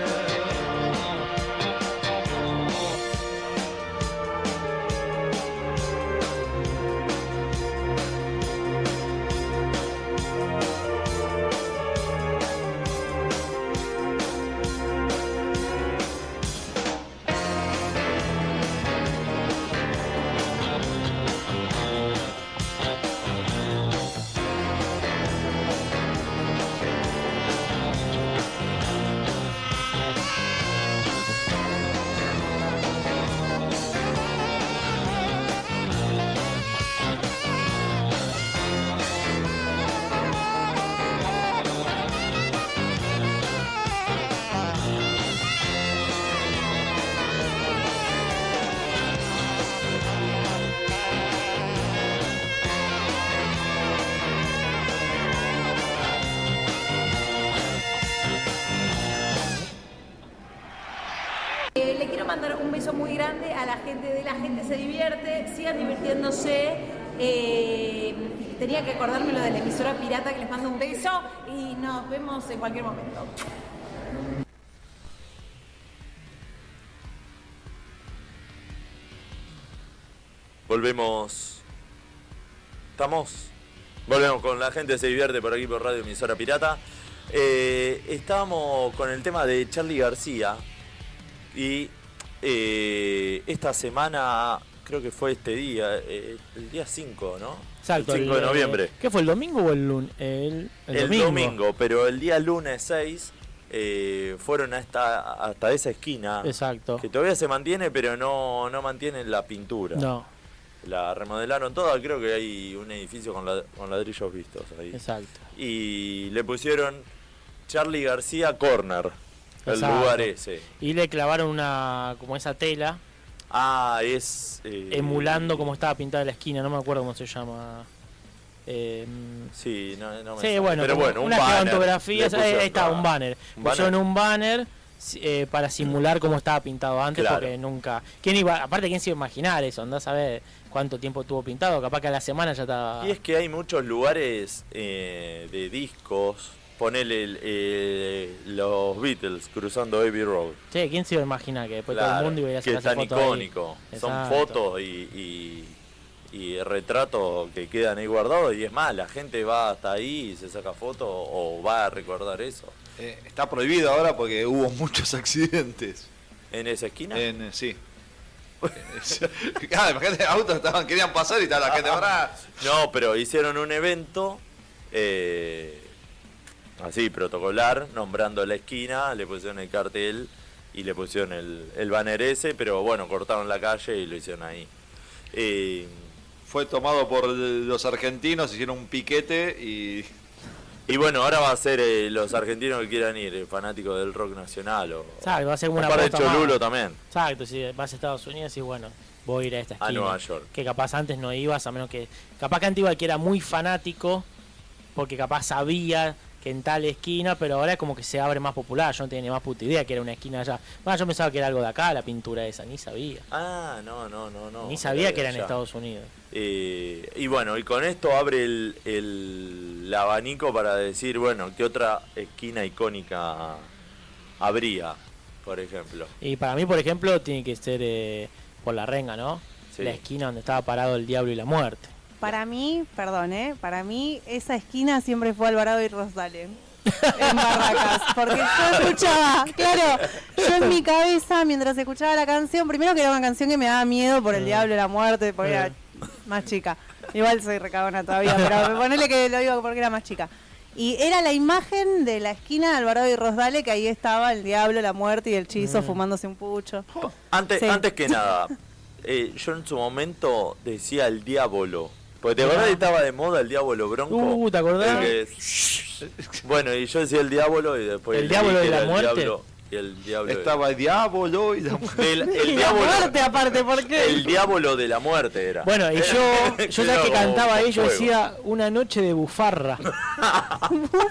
Eh, le quiero mandar un beso muy grande a la gente de la gente se divierte, sigan divirtiéndose. Eh, tenía que acordarme lo de la emisora pirata que les mando un beso y nos vemos en cualquier momento. Volvemos. ¿Estamos? Volvemos con la gente se divierte por aquí por Radio Emisora Pirata. Eh, estábamos con el tema de Charlie García. Y eh, esta semana, creo que fue este día, eh, el día 5, ¿no? Exacto, el 5 de eh, noviembre. ¿Qué fue el domingo o el lunes? El, el El domingo. pero el día lunes 6 eh, fueron hasta, hasta esa esquina. Exacto. Que todavía se mantiene, pero no, no mantienen la pintura. No, La remodelaron toda, creo que hay un edificio con, lad- con ladrillos vistos ahí. exacto. Y le pusieron Charlie García Corner, el Exacto. lugar ese. Y le clavaron una como esa tela, Ah, es... eh, emulando como estaba pintada la esquina, no me acuerdo cómo se llama. Eh, Sí, no, no me sí, sale. bueno, pero como bueno, un una banner. gerontografía, le eh, pusieron, ahí está, claro. un banner. Un Pusieron banner. un banner si- eh, para simular cómo estaba pintado antes, Claro. porque nunca... ¿Quién iba, aparte, ¿quién se iba a imaginar eso? Andá a saber cuánto tiempo tuvo pintado, capaz que a la semana ya estaba... Y es que hay muchos lugares eh, de discos ponele el- eh, los Beatles cruzando Abbey Road. Che, ¿quién se iba a imaginar que después Pues todo el Claro, mundo iba a ir a que es sacarse tan fotos ahí? icónico. Son Exacto. fotos y, y- y retratos que quedan ahí guardados. Y es más, la gente va hasta ahí y se saca fotos o va a recordar eso. Eh, está prohibido ahora porque hubo muchos accidentes. En esa esquina. En, eh, [LAUGHS] sí. claro, Ah, imagínate, autos estaban, querían pasar y estaba la Ah, gente parada. No, pero hicieron un evento eh, así, protocolar, nombrando la esquina, le pusieron el cartel y le pusieron el, el banner ese, pero bueno, cortaron la calle y lo hicieron ahí. Eh, Fue tomado por los argentinos, hicieron un piquete y y bueno, ahora va a ser eh, los argentinos que quieran ir, eh, fanáticos del rock nacional o Exacto, va a ser como un una par de apuesta más. Cholulo también. Exacto, si vas a Estados Unidos y bueno, voy a ir a esta esquina. Nueva York. Que capaz antes no ibas, a menos que. Capaz que antes iba el que era muy fanático, porque capaz sabía que en tal esquina, pero ahora es como que se abre más popular. Yo no tenía ni más puta idea que era una esquina allá. Bueno, yo pensaba que era algo de acá, la pintura esa, ni sabía. Ah, no, no, no, no. ni sabía que era en allá. Estados Unidos. Eh, y bueno, y con esto abre el, el- el abanico para decir, bueno, ¿qué otra esquina icónica habría, por ejemplo? Y para mí, por ejemplo, tiene que ser eh, por la renga, ¿no? Sí. La esquina donde estaba parado el diablo y la muerte. Para mí, perdón, ¿eh? Para mí, esa esquina siempre fue Alvarado y Rosales. En Barracas. Porque [LAUGHS] yo escuchaba, claro, yo en mi cabeza, mientras escuchaba la canción, primero que era una canción que me daba miedo por el diablo, la muerte, porque era Mm. más chica. Igual soy recagona todavía, pero ponele que lo digo porque era más chica. Y era la imagen de la esquina de Alvarado y Rosales, que ahí estaba el diablo, la muerte y el Mm. chizo fumándose un pucho. Antes, Sí. [LAUGHS] antes que nada, eh, yo en su momento decía el diablo. Porque de verdad estaba de moda el diablo bronco. Uh, ¿te acordás? El [LAUGHS] que- Bueno, y yo decía el diablo y después... ¿El leí diablo que de la era el muerte? diablo- y el diablo de- estaba el diablo y la [LAUGHS] del- el y la diablo- muerte aparte, ¿por qué? El diablo de la muerte era. Bueno, y yo, [LAUGHS] yo Era ya que como cantaba un ahí, yo fuego. decía una noche de [LAUGHS] bufarra.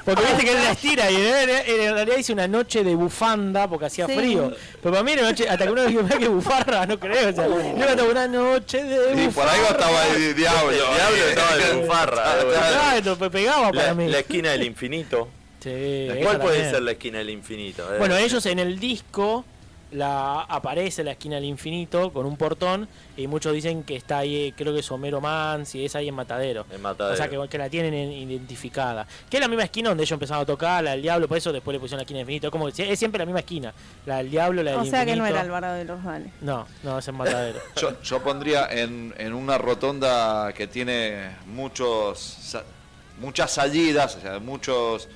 Porque viste que era una estira y en realidad- en realidad hice una noche de bufanda porque hacía Sí. frío. Pero para mí era una noche, hasta que uno dijo "Mirá que bufarra, no creo. O [LAUGHS] sea, yo cantaba una noche de Y por bufarra. algo estaba el diablo. El diablo estaba de bufarra. eh, boludo. Exacto, pe- pegaba para La, mí. la esquina del infinito. Sí, esa ¿Cuál puede también. ser la esquina del infinito? Eh, Bueno, [LAUGHS] ellos en el disco la aparece la esquina del infinito con un portón y muchos dicen que está ahí, eh, creo que es Homero Mans y es ahí en Matadero. En Matadero. O sea, que, que la tienen en- identificada. Que es la misma esquina donde ellos empezaron a tocar, la del diablo, por eso después le pusieron la esquina del infinito. Como que sie- es siempre la misma esquina, la del diablo, la del O sea que no infinito. era Alvarado y Rosales. No, no, es en Matadero. Yo, yo pondría en, en una rotonda que tiene muchos sa- muchas salidas, o sea, muchos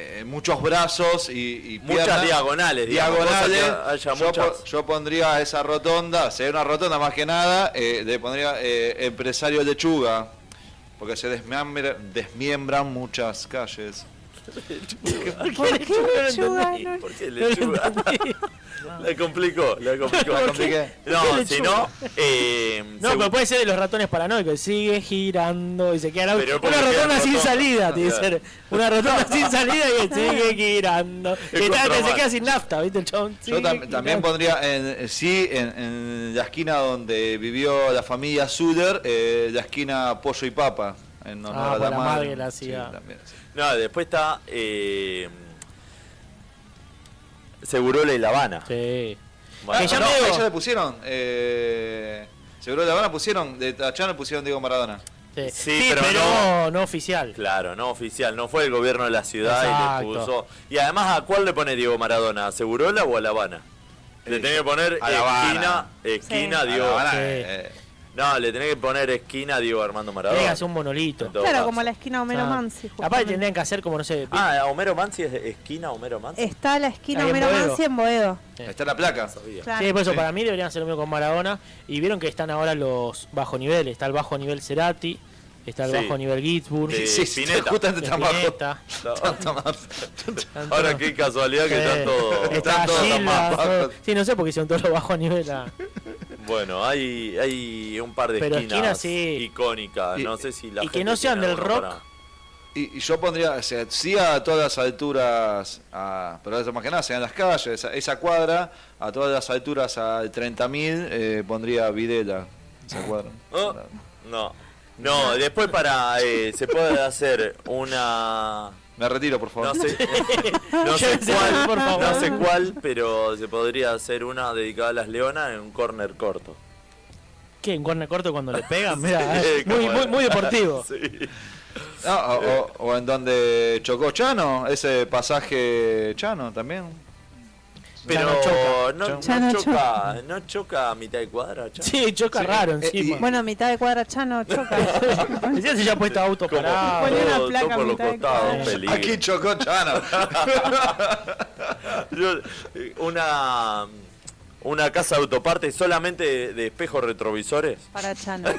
eh, muchos brazos y, y Muchas piernas. diagonales, digamos, diagonales. cosa que haya yo, muchas. po- yo pondría esa rotonda, sería una rotonda más que nada, eh, le pondría eh, empresario lechuga, porque se desmembra- desmiembran muchas calles. ¿Por qué lechuga? No, ¿Por qué lechuga? [LAUGHS] la complicó, la complicó. ¿Por qué? ¿Por qué No, si no, eh, No, segu- pero puede ser de los ratones paranoicos. Sigue girando y se queda la- Pero una porque queda rotonda sin rotonda. salida. Tiene que Claro. ser una rotonda sin salida y [LAUGHS] sigue girando. Y está- contrabando. se queda sin nafta, ¿viste? El chabón Yo sigue tam- girando. también pondría, en, eh, sí, en, en la esquina donde vivió la familia Zuller, eh, la esquina Pollo y Papa, en honor Ah, a por la la madre. madre que la Sí, hacía. también, sí. no, después está eh, Segurola y La Habana. Sí. Bueno, Que ya no, me- a ella le pusieron, eh, seguro de Habana pusieron, de Tachano pusieron Diego Maradona. Sí, Sí, Sí, pero pero, no- no, oficial. Claro, no oficial, no fue el gobierno de la ciudad y le Exacto. puso. Y además, ¿a cuál le pone Diego Maradona? ¿A Segurola o a La Habana? Le Sí. tenés que poner A La Habana. esquina, esquina A Diego. La Habana, Sí. eh, No, le tenés que poner esquina Diego Armando Tiene que Maradona. hacer un monolito. Entonces- Claro, como la esquina Homero Ah. Mansi. Aparte justamente. tendrían que hacer como, no sé, Ah, Homero Mansi es esquina Homero Mansi. Está la esquina Ahí en Homero Boedo. Mansi en Boedo. ahí está la placa. Sabía. Claro. Sí, por eso Sí. para mí deberían hacer lo mismo con Maradona. Y vieron que están ahora los bajo niveles. Está el bajo nivel Cerati, está el Sí. bajo nivel Ginsburg, Sí, Spinetta. justamente está bajo. Spinetta, [LAUGHS] Está más- están Ahora todos. qué casualidad que Sí. están todos. Eh, Está están todos los Gilda, más bajos. todo- Sí, no sé por qué hicieron todos los bajo nivel. ah. Bueno, hay, hay un par de Pero esquinas esquinas sí. icónicas. Y- no sé si la y que gente no sean tiene del alguno rock. Y, y yo pondría, o sea, sí a todas las alturas, a- pero eso más que nada, sean las calles, esa, esa cuadra, a todas las alturas al 30.000, eh, pondría Videla, esa cuadra. Oh, no. No, después para eh, se puede hacer una Me retiro, por favor. No sé, no sé Llévenselo, por cuál, favor. no sé cuál, pero se podría hacer una dedicada a las leonas en un corner corto. ¿Qué? ¿En corner corto cuando le pegan? Mirá, Sí, eh, muy, como- muy, muy [LAUGHS] deportivo. [LAUGHS] Sí. Ah, o, o- o en donde chocó Chano, ese pasaje Chano también. Pero no no choca. choca, no, Ya no choca, no choca a mitad de cuadra. Chano. Sí, choca raro Eh, y- encima. Bueno, mitad de cuadra [LAUGHS] ya no choca. Decía si ya ha puesto [LAUGHS] auto Como parado. Ponía una todo- todo placa a por los mitad de costados, cuadra. un peligro. Aquí chocó Chano. [LAUGHS] Yo, eh, una, una casa de autoparte solamente de, de espejos retrovisores. Para Chano.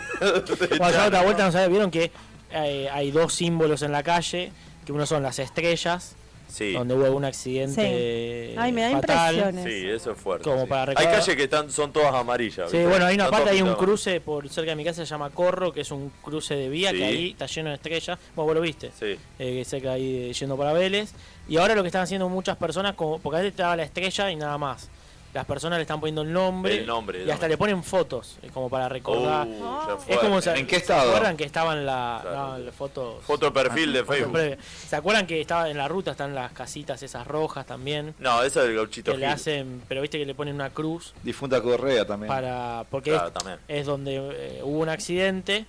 Cuando yo otra vuelta, no sabía, vieron que eh, hay dos símbolos en la calle, que uno son las estrellas, Sí, donde hubo un accidente Sí. Ay, me da fatal. impresiones. sí, eso es fuerte. Como sí. para hay recordar. calles que están, son todas amarillas. Sí, ¿viste? bueno, hay una Son pata todas y un pintadas. cruce por cerca de mi casa, se llama Corro, que es un cruce de vía Sí. que ahí está lleno de estrellas. Bueno, vos lo viste. Sí. eh, cerca ahí de- yendo para Vélez. Y ahora lo que están haciendo muchas personas, como, porque antes estaba la estrella y nada más. Las personas le están poniendo el nombre, El nombre, y hasta dame. le ponen fotos, eh, como para recordar. Uh, ya es fuerte. como, ¿se- ¿En qué se estado? acuerdan que estaban la, Claro. no, las fotos? Ah, Foto de perfil de fotos Facebook. previas? ¿Se acuerdan que estaba en la ruta están las casitas esas rojas también? No, eso es el gauchito Que le Gil. hacen, pero viste que le ponen una cruz Difunta Correa también. para porque Claro, es, también. es donde eh, hubo un accidente,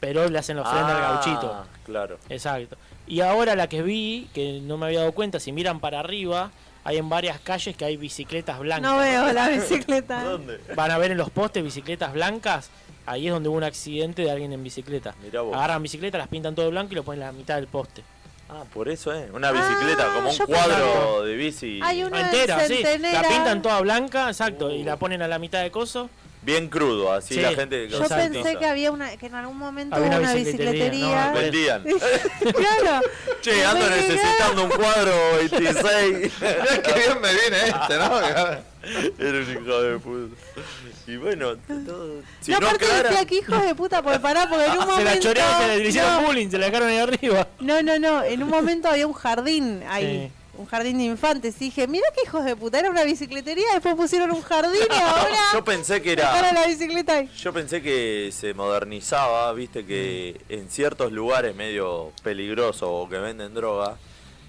pero le hacen la ofrenda al Ah, gauchito. Claro. Exacto. Y ahora la que vi, que no me había dado cuenta, si miran para arriba, hay en varias calles que hay bicicletas blancas. No veo la bicicleta. ¿Dónde? [LAUGHS] Van a ver en los postes bicicletas blancas. Ahí es donde hubo un accidente de alguien en bicicleta. Mirá vos. Agarran bicicletas, las pintan todo de blanco y lo ponen en la mitad del poste. Ah, por eso es. Una bicicleta, Ah, como un yo cuadro pensaba- de bici. Hay una entera, sí. centenera. La pintan toda blanca, exacto, y la ponen a la mitad de coso. Bien crudo, así Sí. la gente. Yo Exacto. pensé que había una, que en algún momento Había hubo una una bicicletería, bicicletería. no, Vendían. claro. Che, ando Me llegué. necesitando un cuadro 26. [LAUGHS] Mirá qué bien me viene este, ¿no? [LAUGHS] Era un hijo de puta. Y bueno, todo. Si no, no, aparte aclaran- decía que hijos de puta, porque pará, porque en un se momento. la chorearon, se la le hicieron no, bullying, se la dejaron ahí arriba. no, no, no, en un momento había un jardín ahí. Un jardín de infantes. Y dije, mira qué hijos de puta, era una bicicletería, después pusieron un jardín y ahora. Yo pensé que Para era. la bicicleta ahí. Yo pensé que se modernizaba, viste que en ciertos lugares medio peligrosos o que venden droga,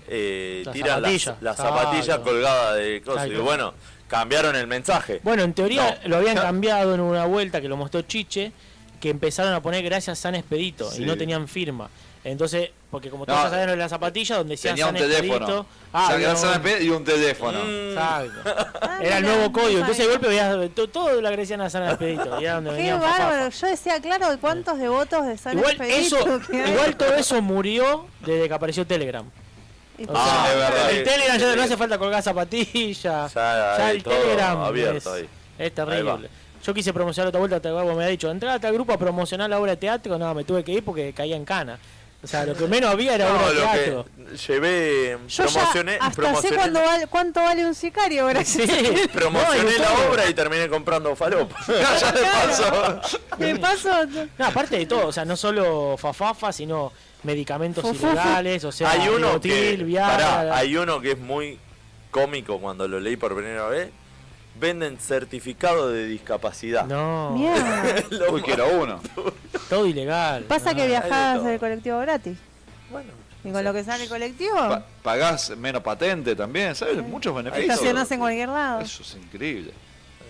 eh, Las tiran las- zapatillas. las, zapatillas Claro. colgadas de cosas. Y Exacto. bueno, cambiaron el mensaje. Bueno, en teoría No. lo habían cambiado en una vuelta que lo mostró Chiche, que empezaron a poner gracias San Expedito Sí. y no tenían firma. Entonces, porque como todos No, ya sabían lo de la zapatilla, donde decía Tenía un San teléfono. Expedito. Ah, San había un- Gran San y un teléfono. Mm. Exacto. Ah, Era el mirá, nuevo no código. Entonces de sabía. golpe veías to- todo lo agresían a San Expedito. y era donde Qué venían fafafa. bárbaro. Yo decía, claro, ¿y ¿cuántos devotos de San Igual, Expedito [LAUGHS] eso, que hay? igual todo eso murió desde que apareció Telegram. Y- Ah, es verdad. El Telegram ya no hace falta colgar zapatillas. Ya hay el todo Telegram es, abierto ahí. es Ahí va. terrible. Yo quise promocionar otra vuelta, te me ha dicho, entrá a tal grupo a promocionar la obra de teatro, no, me tuve que ir porque caía en cana. O sea, lo que menos había era No, obra de lo teatro. que llevé, Yo ya promocioné, hasta sé promocioné, cuándo val- cuánto vale [LAUGHS] un sicario, gracias. [LAUGHS] Sí. No, promocioné y la todo. obra y terminé comprando falopa. ya le pasó. [LAUGHS] Me paso. No, aparte de todo, o sea, no solo fafafa, sino medicamentos Fufufu. ilegales, o sea, hay uno que Rivotril, Viagra. pará, hay uno que es muy cómico cuando lo leí por primera vez. Venden certificado de discapacidad. No, Mierda. [LAUGHS] Lo Uy, más- quiero uno. todo ilegal. Ah. Pasa no. que viajabas Ah, todo. en el colectivo gratis. Bueno, Y con lo que sale el colectivo, Pa- pagás menos patente también, ¿sabes? Muchos beneficios. estacionás en cualquier lado. Eso [LAUGHS] es increíble.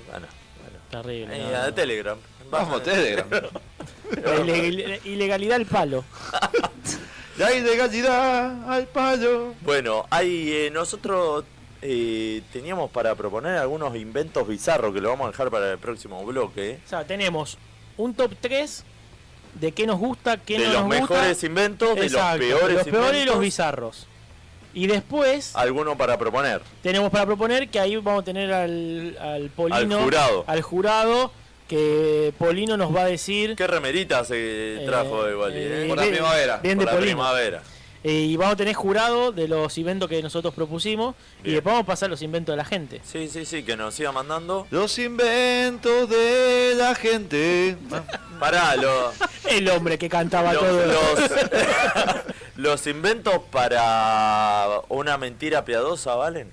bueno, bueno. Terrible. Eh, no, a no. Telegram. [LAUGHS] Vamos, Telegram. La ileg- ilegalidad al palo. [LAUGHS] La ilegalidad al palo. Bueno, hay, eh, nosotros eh, teníamos para proponer algunos inventos bizarros que lo vamos a dejar para el próximo bloque. O sea, tenemos un top 3 de qué nos gusta, qué de no los nos gusta. mejores inventos, de Exacto, los peores los peores y los inventos, bizarros. Y después Pues- Alguno para proponer. tenemos para proponer que ahí vamos a tener al, al Polino. Al jurado. al jurado, que Polino nos va a decir. ¿Qué remerita se eh, trajo igual? eh? eh, Por la bien- primavera, Bien Por de la Polino. primavera. Eh, y vamos a tener jurado de los inventos que nosotros propusimos. Y Bien. después vamos a pasar los inventos de la gente. Sí, sí, sí, que nos siga mandando. Los inventos de la gente. [LAUGHS] [LAUGHS] Pará, lo- El hombre que cantaba lo- todo. los, los [LAUGHS] inventos para una mentira piadosa, ¿valen?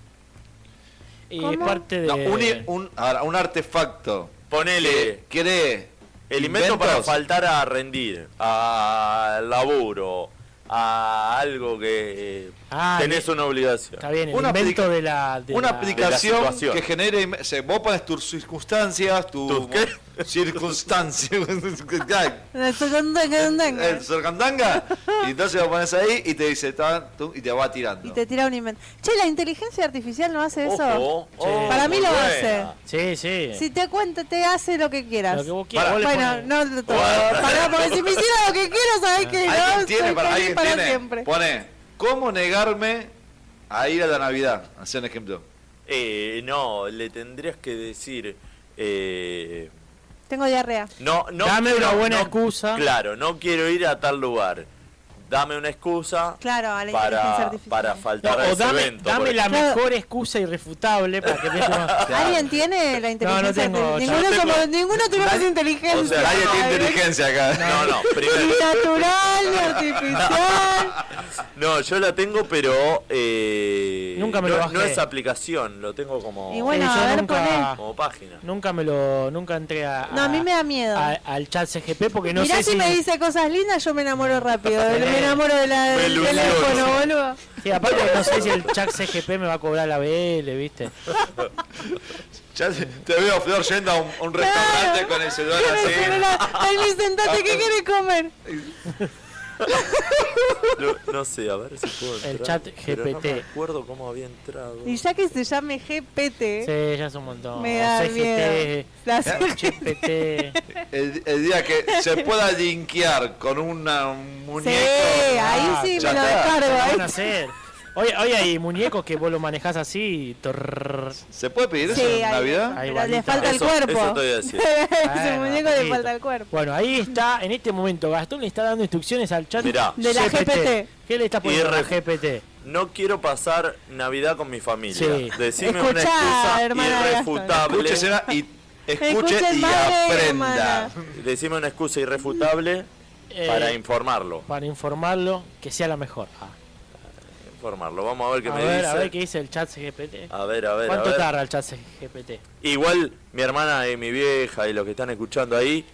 y es ¿Cómo? parte de. No, un, i- un- ahora, un artefacto. Ponele ¿Cree? el invento para inventos. faltar a rendir, al laburo, a algo que... eh, Ah, Tenés una obligación. Está bien, el Una invento aplica- de la. de la- de una la aplicación situación. que genere. im- se- vos pones tus circunstancias, tu. ¿Tus [LAUGHS] qué? Circunstancias. Ya, Socandanga. el sorgandanga. Y entonces lo pones ahí y te dice. tan, tum, y te va tirando. Y te tira un invento. Che, la inteligencia artificial no hace eso. Ojo, Sí. ojo, Para mí lo muy hace. buena. Sí, sí. Si te cuenta, te hace lo que quieras. Lo que vos quieras, vos le bueno, pones- no lo toco. Pará, porque si me hiciera lo que quiero, sabés que no. Alguien tiene soy para, feliz alguien para tiene. siempre. Pone, ¿cómo negarme a ir a la Navidad? Hacer un ejemplo. Eh, no, le tendrías que decir. eh, Tengo diarrea. no, no Dame una quiero- buena no- excusa. Claro, no quiero ir a tal lugar. Dame una excusa Claro, a la inteligencia para, artificial. para faltar No, a o ese dame, evento. dame por la Claro. mejor excusa irrefutable para que [LAUGHS] veas cómo- ¿Alguien tiene la inteligencia tengo, artificial? yo Ninguno, tengo- somos- ninguno tenemos inteligencia. o sea, Nadie tiene Ay, inteligencia acá. No, no, Ni primero. natural, ni artificial. No, yo la tengo, pero. eh, Nunca me no, lo bajé. no es aplicación, lo tengo como, Y bueno, Sí, yo a ver, nunca- poné. como página. Nunca me lo. Nunca entré a. No, a mí me da miedo. a- al chat CGP porque no Mirá sé si, si. me dice cosas lindas, yo me enamoro rápido. Me enamoro de la, Me del ilusiono. teléfono, boludo. Sí, aparte no sé si el chat CGP me va a cobrar la BL, ¿viste? Ya te- te veo, Flor, yendo a un, a un restaurante con el celular [LAUGHS] Con el así. celular. Ahí sentate, ¿qué querés comer? No, no sé, a ver si puedo entrar. El chat pero no me GPT. acuerdo cómo había entrado. Y ya que se llame GPT, Sí, ya es un montón. me da CGT, miedo. La CGT. GPT. El, el día que se pueda linkear con una, un Sí, muñeco. ah, ahí sí ya me lo está. descargo. ¿Qué van a ahí. hacer? Hoy, hoy hay muñecos que vos lo manejás así. y torrrr. ¿Se puede pedir eso Sí, en ahí- Navidad? Ahí pero le balita. falta el Eso- cuerpo. eso te voy a decir. [LAUGHS] Ese Bueno, muñeco le poquito. falta el cuerpo. Bueno, ahí está, en este momento, Gastón le está dando instrucciones al chat Mirá. De la GPT. ¿Qué le está poniendo a la IR. GPT? No quiero pasar Navidad con mi familia. Sí. Decime una Escuchá, excusa hermana de Gastón. irrefutable. Escúchesela y escuche Escuchen, y madre, aprenda. hermana. Decime una excusa irrefutable Eh, para informarlo. Para informarlo que sea la mejor. Ah. Informarlo. Vamos a ver qué A me ver, dice. a ver qué dice el chat GPT. A ver, a ver, a ¿Cuánto ver. tarda el chat GPT? Igual mi hermana y mi vieja y los que están escuchando ahí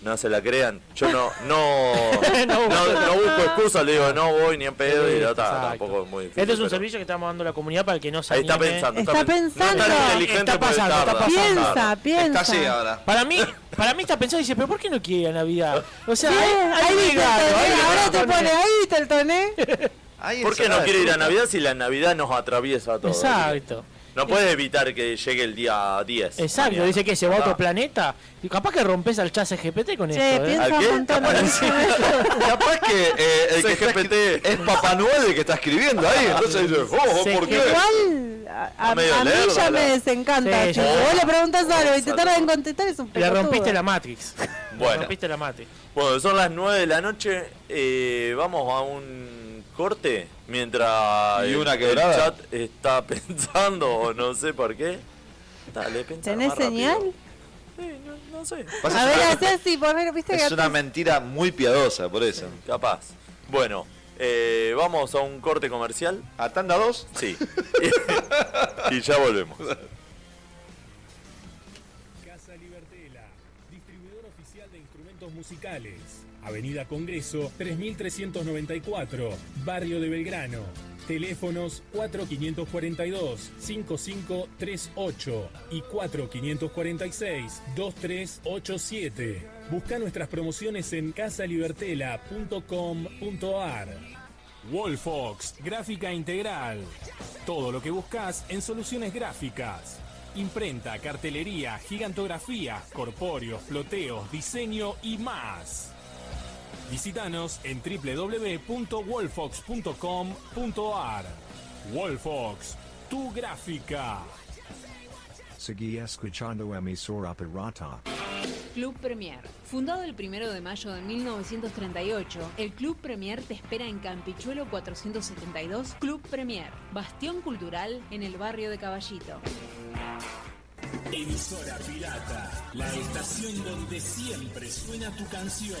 no se la crean. Yo no no [LAUGHS] No no, busco. no busco excusas, le digo, no voy ni en pedo y no, ta- Exacto. tampoco es muy difícil. Este es un pero- servicio que estamos dando a la comunidad para el que no se Ahí está anime. pensando. Está pen- No es pensando. tan inteligente Está porque pasando, está tarda. Piensa, Tarda. Está así piensa. ahora. Para mí, para mí está pensando y dice, pero ¿por qué no quiere la Navidad? O sea, Bien, hay, hay ahí viste el regalo, toné, hay ahora te regalo. pone ahí viste el toné. Ahí ¿Por qué no ensalada quiere de ir a fruta. Navidad si la Navidad nos atraviesa a todos? Exacto. No puedes evitar que llegue el día 10. Exacto, mañana. dice que se va a Ah. otro planeta. Y capaz que rompes al chat GPT con Che, esto. ¿eh? piensa ¿Al un qué? montón. Capaz que eh, el que está CGPT. escri- es Papá Noel el que está escribiendo ahí. Entonces dice, oh, ¿por qué? Igual a, a- Está Ah, medio a mí lerdo, ya me la- desencanta. Sí, chico. ya. Vos le preguntas algo y te Exacto. tarda en contestar, es un Le pelotudo. rompiste la Matrix. Le Bueno, rompiste la Matrix. bueno, son las 9 de la noche. eh, vamos a un corte mientras ¿Y el- una el quebrada? chat está [LAUGHS] pensando o no sé por qué. Dale, pensá ¿Tenés más rápido. señal? Sí, no, no sé. Pasa A ver, que- hacé así, poner, viste que Es una mentira muy piadosa, por eso. Capaz. Bueno, eh, vamos a un corte comercial. ¿A tanda 2? [LAUGHS] Sí. y ya volvemos. Casa Libertela, distribuidor oficial de instrumentos musicales. Avenida Congreso 3394, Barrio de Belgrano. Teléfonos 4542-5538 y 4546-2387. Busca nuestras promociones en casalibertela.com.ar. Wolfox, gráfica integral. Todo lo que buscas en soluciones gráficas. Imprenta, cartelería, gigantografía, corpóreos, floteos, diseño y más. Visítanos en www.wolfox.com.ar. Wolfox, tu gráfica. Seguí escuchando emisora pirata. Club Premier. Fundado el 1 de mayo de 1938, el Club Premier te espera en Campichuelo 472 Club Premier, bastión cultural en el barrio de Caballito. Emisora Pirata, la estación donde siempre suena tu canción.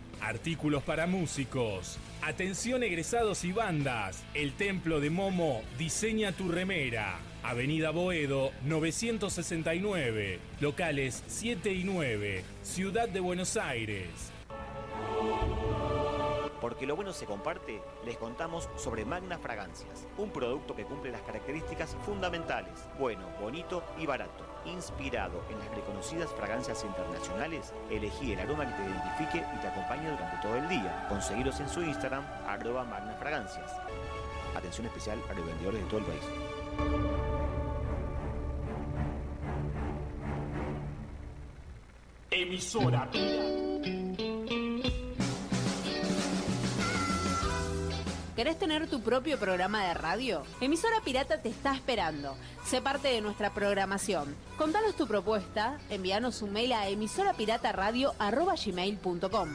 Artículos para músicos. Atención egresados y bandas. El Templo de Momo diseña tu remera. Avenida Boedo 969. Locales 7 y 9. Ciudad de Buenos Aires. Porque lo bueno se comparte, les contamos sobre Magna Fragancias, un producto que cumple las características fundamentales, bueno, bonito y barato. Inspirado en las reconocidas fragancias internacionales, elegí el aroma que te identifique y te acompañe durante todo el día. Conseguiros en su Instagram, arroba Magna Fragancias. Atención especial a los vendedores de todo el país. Emisora ¿Querés tener tu propio programa de radio? Emisora Pirata te está esperando. Sé parte de nuestra programación. Contanos tu propuesta, envíanos un mail a emisorapirataradio.com.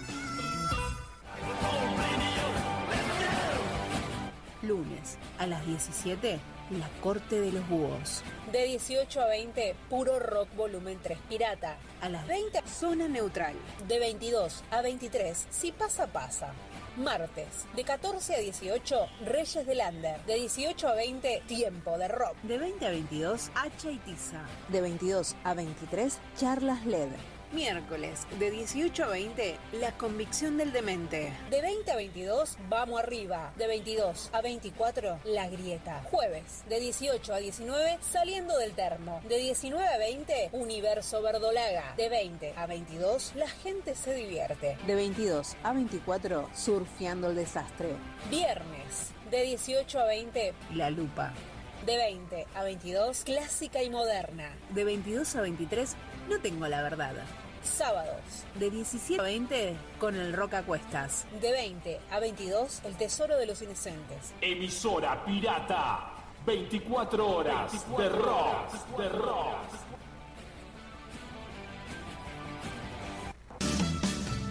Lunes a las 17, La Corte de los Búhos. De 18 a 20, Puro Rock Volumen 3 Pirata. A las 20, Zona Neutral. De 22 a 23, Si pasa, pasa. Martes, de 14 a 18, Reyes del Lander. De 18 a 20, Tiempo de Rock. De 20 a 22, Hacha y Tiza. De 22 a 23, Charlas LED. Miércoles, de 18 a 20, La Convicción del Demente. De 20 a 22, Vamos Arriba. De 22 a 24, La Grieta. Jueves, de 18 a 19, Saliendo del Termo. De 19 a 20, Universo Verdolaga. De 20 a 22, La Gente se Divierte. De 22 a 24, Surfeando el Desastre. Viernes, de 18 a 20, La Lupa. De 20 a 22, clásica y moderna. De 22 a 23, no tengo la verdad. Sábados. De 17 a 20, con el Roca Cuestas. De 20 a 22, el Tesoro de los Inocentes. Emisora pirata. 24 horas de rock, de rock.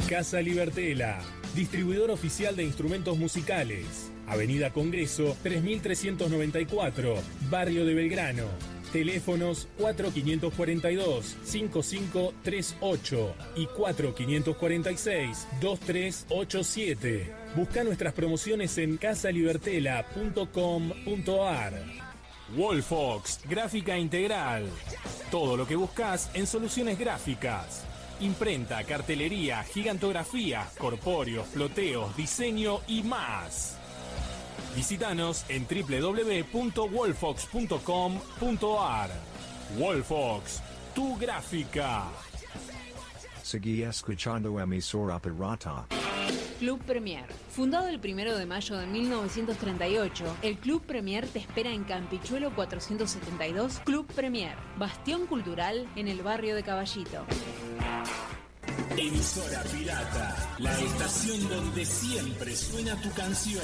Casa Libertela, distribuidor oficial de instrumentos musicales. Avenida Congreso 3394, Barrio de Belgrano. Teléfonos 4542-5538 y 4546-2387. Busca nuestras promociones en casalibertela.com.ar. Wolfox, gráfica integral. Todo lo que buscas en soluciones gráficas. Imprenta, cartelería, gigantografía, corpóreos, floteos, diseño y más. Visítanos en www.wolfox.com.ar. Wolfox, tu gráfica. Seguí escuchando emisora pirata. Club Premier. Fundado el 1 de mayo de 1938, el Club Premier te espera en Campichuelo 472, Club Premier, bastión cultural en el barrio de Caballito. Emisora Pirata, la estación donde siempre suena tu canción.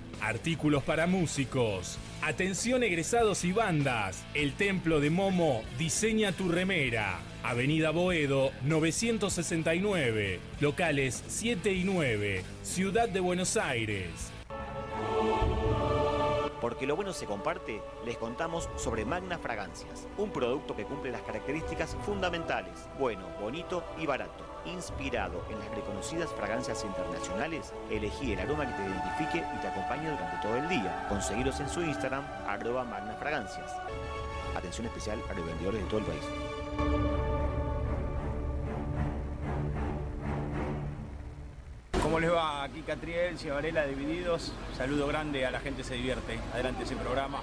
Artículos para músicos. Atención egresados y bandas. El Templo de Momo diseña tu remera. Avenida Boedo 969. Locales 7 y 9. Ciudad de Buenos Aires. Porque lo bueno se comparte, les contamos sobre Magna Fragancias, un producto que cumple las características fundamentales, bueno, bonito y barato. Inspirado en las reconocidas fragancias internacionales, elegí el aroma que te identifique y te acompañe durante todo el día. Conseguiros en su Instagram, arroba Magna Fragancias. Atención especial a los vendedores de todo el país. ¿Cómo les va? Aquí Catriel, Ciavarela, Divididos. Saludo grande a la gente se divierte. Adelante ese programa.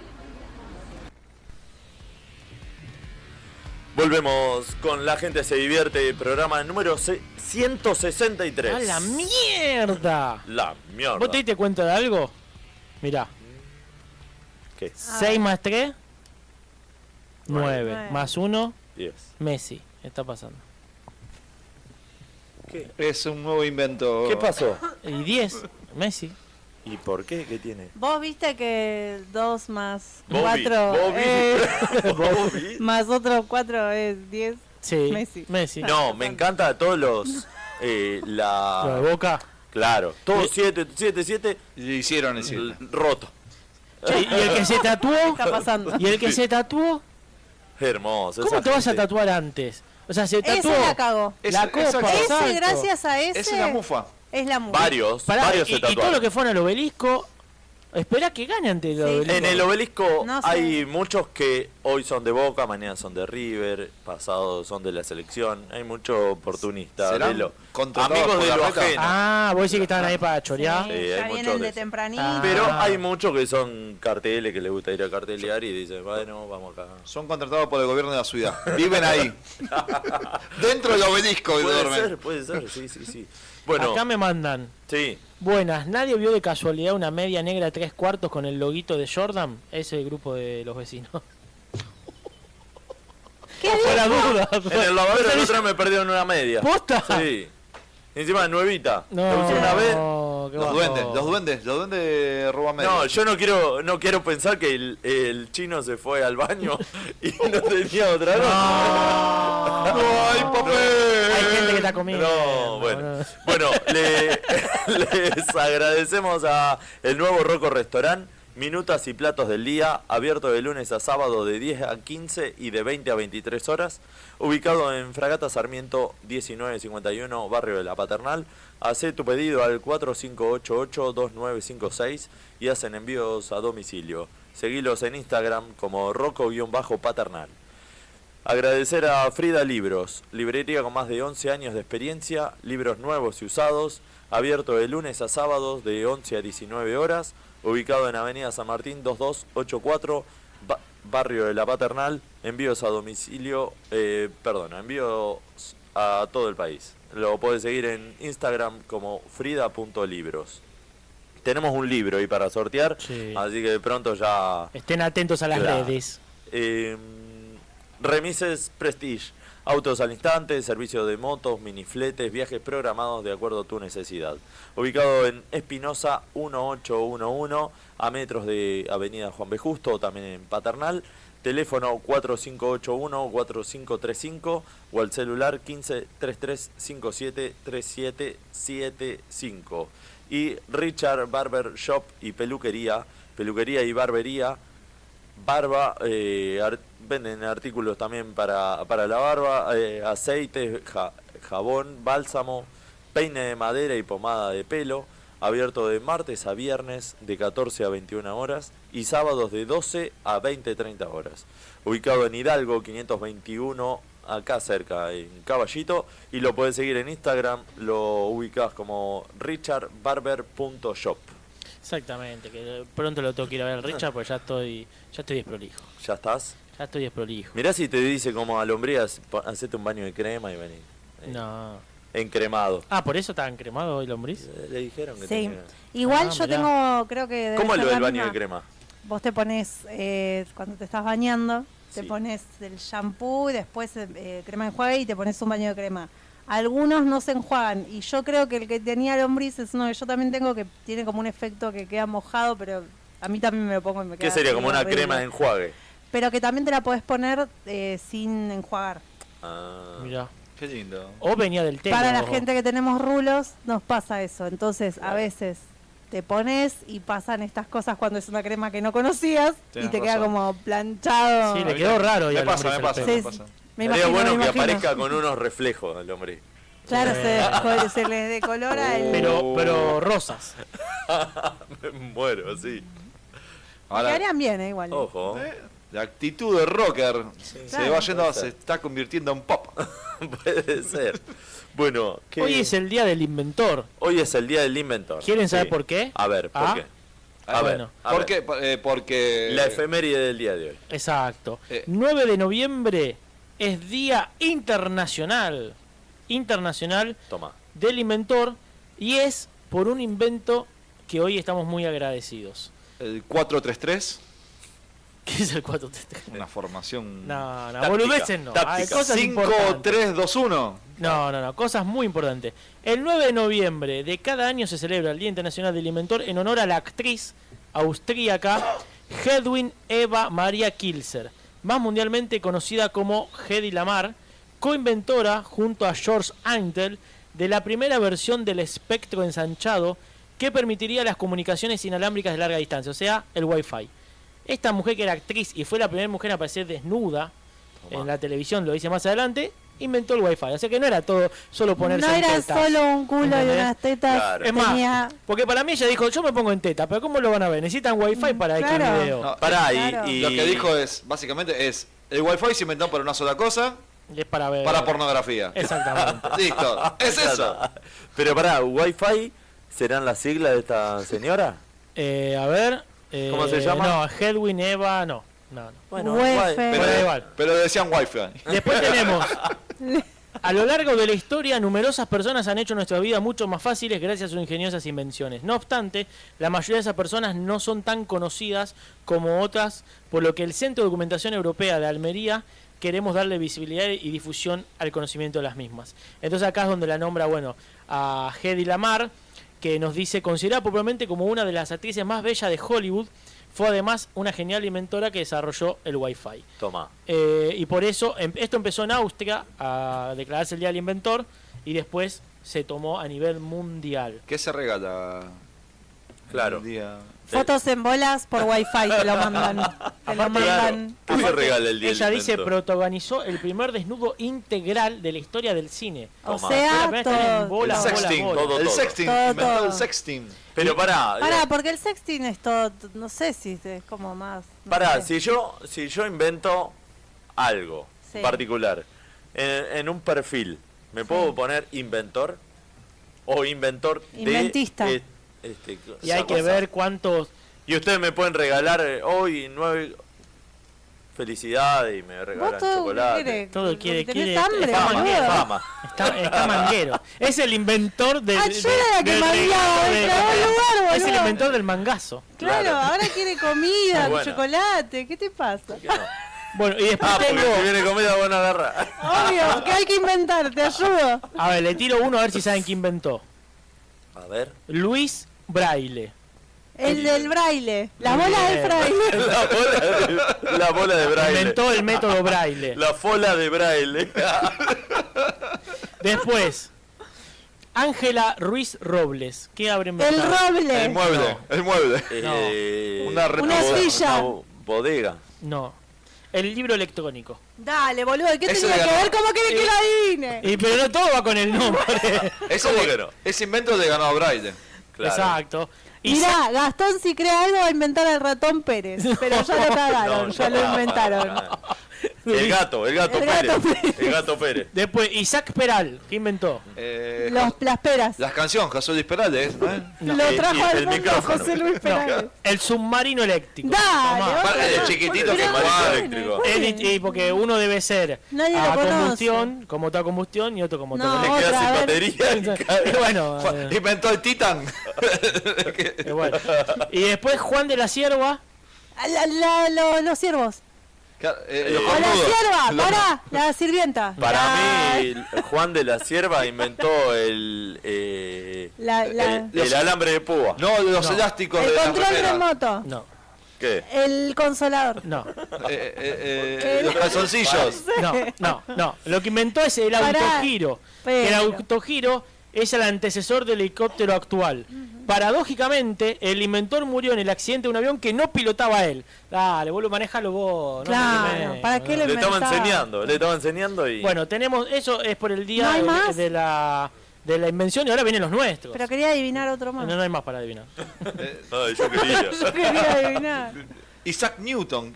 Volvemos con La Gente Se Divierte, programa número se- 163. ¡A la mierda! La mierda. ¿Vos te diste cuenta de algo? Mirá, ¿Qué? 6 más 3, 9. Nueve. Más 1, Diez. Messi. Está pasando. Es un nuevo invento. ¿Qué pasó? Y 10, Messi. ¿Y por qué? ¿Qué tiene? Vos viste que 2 más Bobby, 4 Bobby. [LAUGHS] [LAUGHS] más otro 4 es 10. Messi. No, me encanta a todos los. eh, la... Lo de Boca. Eh. Claro. Todos 7, 7, 7. Hicieron ese. Roto. Che, ¿Y el que se [LAUGHS] tatuó? Está pasando. ¿Y el que Sí. se [LAUGHS] tatuó? Hermoso. ¿Cómo esa te vas a gente. tatuar antes? O sea, se Ese tatuó. la cagó. La copa. Ese, exacto. gracias a ese. Es la mufa. Varios, Pará, varios y, se y tatuaron. todo lo que fueron al obelisco. Espera que gane ante el obelisco. En el obelisco No sé. hay muchos que hoy son de Boca, mañana son de River, pasado son de la selección. Hay muchos oportunistas. ¿Serán de lo- contratados amigos por de la lo reta? ajeno. Ah, vos decís que estaban ahí para chorear. Sí, hay muchos vienen de de esos. tempranito. Ah. Pero hay muchos que son carteles, que les gusta ir a cartelear y dicen, bueno, vamos acá. Son contratados por el gobierno de la ciudad. Viven ahí. Dentro del obelisco y Puede duermen. ser, puede ser, sí, sí, sí. Bueno, Acá me mandan. sí. Buenas, ¿nadie vio de casualidad una media negra tres cuartos con el loguito de Jordan? Ese es el grupo de los vecinos. [LAUGHS] ¿Qué Por la duda. En [LAUGHS] el lavadero el otro día me perdieron una media. ¿Posta? Sí. Encima, nuevita. No, La usé una vez. qué Los duendes, los duendes, los duendes roban medio. No, yo no quiero, no quiero pensar que el, el chino se fue al [LAUGHS] baño y no tenía otra No, hay papel. Hay gente que está comiendo. No, bueno. Bueno, le- [LAUGHS] les agradecemos a el nuevo Roco Restaurant. Minutas y platos del día, abierto de lunes a sábado de 10 a 15 y de 20 a 23 horas, ubicado en Fragata Sarmiento 1951, barrio de la Paternal. Hace tu pedido al 4588-2956 y hacen envíos a domicilio. Seguilos en Instagram como roco-paternal. Agradecer a Frida Libros, librería con más de 11 años de experiencia, libros nuevos y usados, abierto de lunes a sábados de 11 a 19 horas, ubicado en Avenida San Martín 2284, ba- barrio de La Paternal, envíos a domicilio, eh, perdón, envíos a todo el país. Lo puedes seguir en Instagram como frida.libros. Tenemos un libro ahí para sortear, así que de pronto ya... Estén atentos a las Claro. redes. Eh, remises Prestige. Autos al instante, servicio de motos, minifletes, viajes programados de acuerdo a tu necesidad. Ubicado en Espinosa 1811, a metros de Avenida Juan B. Justo, o también en Paternal. Teléfono 4581-4535 o al celular 1533573775. Y Richard Barber Shop y Peluquería, Peluquería y Barbería, barba, eh, ar- venden artículos también para, para la barba, eh, aceite, ja- jabón, bálsamo, peine de madera y pomada de pelo, abierto de martes a viernes de 14 a 21 horas y sábados de 12 a 20-30 horas. Ubicado en Hidalgo 521, acá cerca, en Caballito, y lo podés seguir en Instagram, lo ubicás como richardbarber.shop. Exactamente, que pronto lo tengo que ir a ver Richard, pues ya estoy, ya estoy desprolijo. ¿Ya estás? Ya estoy desprolijo. Mirá si te dice como a Lombrías, po- hacete un baño de crema y vení. No. Encremado. Ah, por eso estaban cremados hoy lombriz. Le dijeron Sí. Igual yo tengo, creo que. debe ¿Cómo es ser lo del la baño de misma. crema? Vos te pones, eh, cuando te estás bañando, te Sí. pones el shampoo y después eh, crema de enjuague y te pones un baño de crema. Algunos no se enjuagan y yo creo que el que tenía lombriz es uno que yo también tengo que tiene como un efecto que queda mojado, pero a mí también me lo pongo y me queda. ¿Qué sería? Como una horrible. crema de enjuague. Pero que también te la podés poner eh, sin enjuagar. Ah. Mirá. Qué lindo. O venía del tema. Para la gente que tenemos rulos, nos pasa eso. Entonces, a veces te pones y pasan estas cosas cuando es una crema que no conocías Tenés y te queda razón. como planchado. Sí, le quedó raro. Me ya pasa, me pasa, me Sí, pasa. Sería me imagino, bueno me que imagino. aparezca con unos reflejos el hombre. Eh. Claro, Eh. se, se les [LAUGHS] decolora el. Pero, pero rosas. Me muero, sí. Quedarían bien, eh, igual. Uh, Ojo. La actitud de rocker se Claro. va yendo, Puede se ser. está convirtiendo en pop. [LAUGHS] Puede ser. Bueno, ¿qué- Hoy es el día del inventor. hoy es el día del inventor. ¿Quieren saber Sí. por qué? A ver, ¿por Ah. qué? A ver, Bueno. a ¿Por ver. qué? Por- eh, porque. La efeméride del día de hoy. Exacto. 9 de noviembre es Día Internacional. Internacional Toma. del inventor. Y es por un invento que hoy estamos muy agradecidos. [LAUGHS] El 433. ¿Qué es el 433? Una formación. No, no, Táctica, boludeces no. táctica. Hay cosas Cinco, importantes. tres, dos, uno. No, no, no, cosas muy importantes. El 9 de noviembre de cada año se celebra el Día Internacional del Inventor en honor a la actriz austríaca Hedwin Eva Maria Kilser, más mundialmente conocida como Hedy Lamar, coinventora junto a George Antel de la primera versión del espectro ensanchado que permitiría las comunicaciones inalámbricas de larga distancia, o sea, el Wi-Fi. Esta mujer que era actriz y fue la primera mujer en aparecer desnuda en la televisión, lo dice más adelante, inventó el wifi. O sea que no era todo solo ponerse No en era tetas. solo un culo y ¿Entendés? unas tetas. Es más, Tenía... porque para mí ella dijo, yo me pongo en teta, pero ¿cómo lo van a ver? Necesitan wifi para X Mm, claro. video. No, Pará, y- Claro. y- Lo que dijo es, básicamente, es. El wifi se inventó para una sola cosa, Y es para ver. para pornografía. Exactamente. [LAUGHS] Listo. [LAUGHS] Es eso. Pero pará, ¿Wi-Fi serán las siglas de esta señora? Eh, a ver. eh, ¿Cómo se llama? No, Hedwin Eva, no. no, no. Bueno, Wi-Fi. Wi- Bueno, Pero, igual. pero decían wifi. Después tenemos. A lo largo de la historia, numerosas personas han hecho nuestra vida mucho más fáciles gracias a sus ingeniosas invenciones. No obstante, la mayoría de esas personas no son tan conocidas como otras, por lo que el Centro de Documentación Europea de Almería queremos darle visibilidad y difusión al conocimiento de las mismas. Entonces acá es donde la nombra, bueno, a Hedy Lamar, que nos dice, considerada popularmente como una de las actrices más bellas de Hollywood, fue además una genial inventora que desarrolló el Wi-Fi. Toma. Eh, y por eso, em- esto empezó en Austria a declararse el Día del Inventor y después se tomó a nivel mundial. ¿Qué se regala? Claro. un día? Fotos en bolas por wifi te lo mandan. [LAUGHS] Te lo mandan. ¿Qué se regala el día Ella del dice, inventor? protagonizó el primer desnudo integral de la historia del cine. O Toma. Fue la sea, primera vez que alguien en todo. bola, el bola, sexting. bola. todo, el todo. sexting. Todo, inventó todo. el sexting. Pero pará, Pará, porque el sexting es todo. No sé si es como más. eh, no Pará, sé. si yo, si yo invento algo Sí. particular en, en un perfil, ¿me puedo poner inventor? O inventor de, Inventista. eh, este, Y hay esa que cosa. ver cuántos... Y ustedes me pueden regalar eh, hoy nueve felicidades y me regalan Vos todo chocolate. quiere- Todo quiere- tenés quiere- hambre, fama, boludo. quiere Fama. Está, está [LAUGHS] manguero. Es el inventor del... Ah, yo era la que del- me había del- clavado el lugar, Es el boludo. inventor del mangazo. Claro, Claro. ahora quiere comida, Ah, bueno. chocolate. ¿Qué te pasa? Que no. Bueno, y después Ah, porque tengo... si viene comida, bueno, agarra. [LAUGHS] Obvio, que hay que inventar, te ayudo. A ver, le tiro uno a ver si saben qué inventó. A ver. Luis Braille. El del braille. Las bolas del Bien. braille. [LAUGHS] La bola de, la bola de Braille. Inventó el método Braille. La fola de [LAUGHS] Braille. Después, Ángela Ruiz Robles. ¿Qué habrá El inventado? El roble. mueble. El mueble. Eh, Una re- Una boda- silla. una bo- bodega. No. El libro electrónico. Dale, boludo, ¿qué Ese tenía le que ganó. ver? ¿Cómo querés que lo adivine? Y, pero no todo va con el nombre. [LAUGHS] Ese, ¿Cómo le- que no? ese invento le ganó a Braille. Claro. Exacto. Y sa- Mirá, Gastón si crea algo va a inventar al [LAUGHS] ratón Pérez, pero ya lo cagaron, No, ya no, lo no, inventaron. no, no. El gato, el gato El Pérez. gato Pérez. El gato Pérez. después, Isaac Peral. ¿Qué inventó? Eh, Los, las peras. Las canciones, Jesús Luis Perales, ¿eh? ¿no es? lo y- Eh, y trajo al el mundo micrófono. José Luis Perales. El submarino eléctrico. Dale, Tomá. otra Para de más. Ah, chiquitito que Pero Marino bueno, eléctrico. [LAUGHS] bueno. Él y- y porque uno debe ser Nadie lo a conoce. combustión, como está combustión, y otro como No. todo. Le queda Otra, sin a ver. batería. [LAUGHS] y cae. Y bueno, eh, Inventó el Titan. eh, bueno. Y después Juan de la Sierva. A Ah, la- la- lo- los siervos. Claro, eh, Eh, los A la cornudos. sierva, Los- pará, la sirvienta. Para La- mí, Juan de la Sierva inventó el, eh, La, la- el, el alambre de púa. No, los No. elásticos el de las control remeras. remoto. No, ¿Qué? El consolador. [LAUGHS] no. Eh, eh, eh, los calzoncillos. [LAUGHS] No, no, no. Lo que inventó es el Pará, autogiro. pero- El autogiro es el antecesor del helicóptero actual. Paradójicamente, el inventor murió en el accidente de un avión que no pilotaba él. Dale, vos lo manejalo vos. no me Claro, quemés, ¿para qué boludo. lo Le estaba inventaba? enseñando, le estaba enseñando y... Bueno, tenemos eso es por el ¿No día hay de- más? de, la de la invención y ahora vienen los nuestros. Pero quería adivinar otro No, más. no hay más para Eh, adivinar. Eh, Ay, yo quería. Yo quería adivinar. Isaac Newton.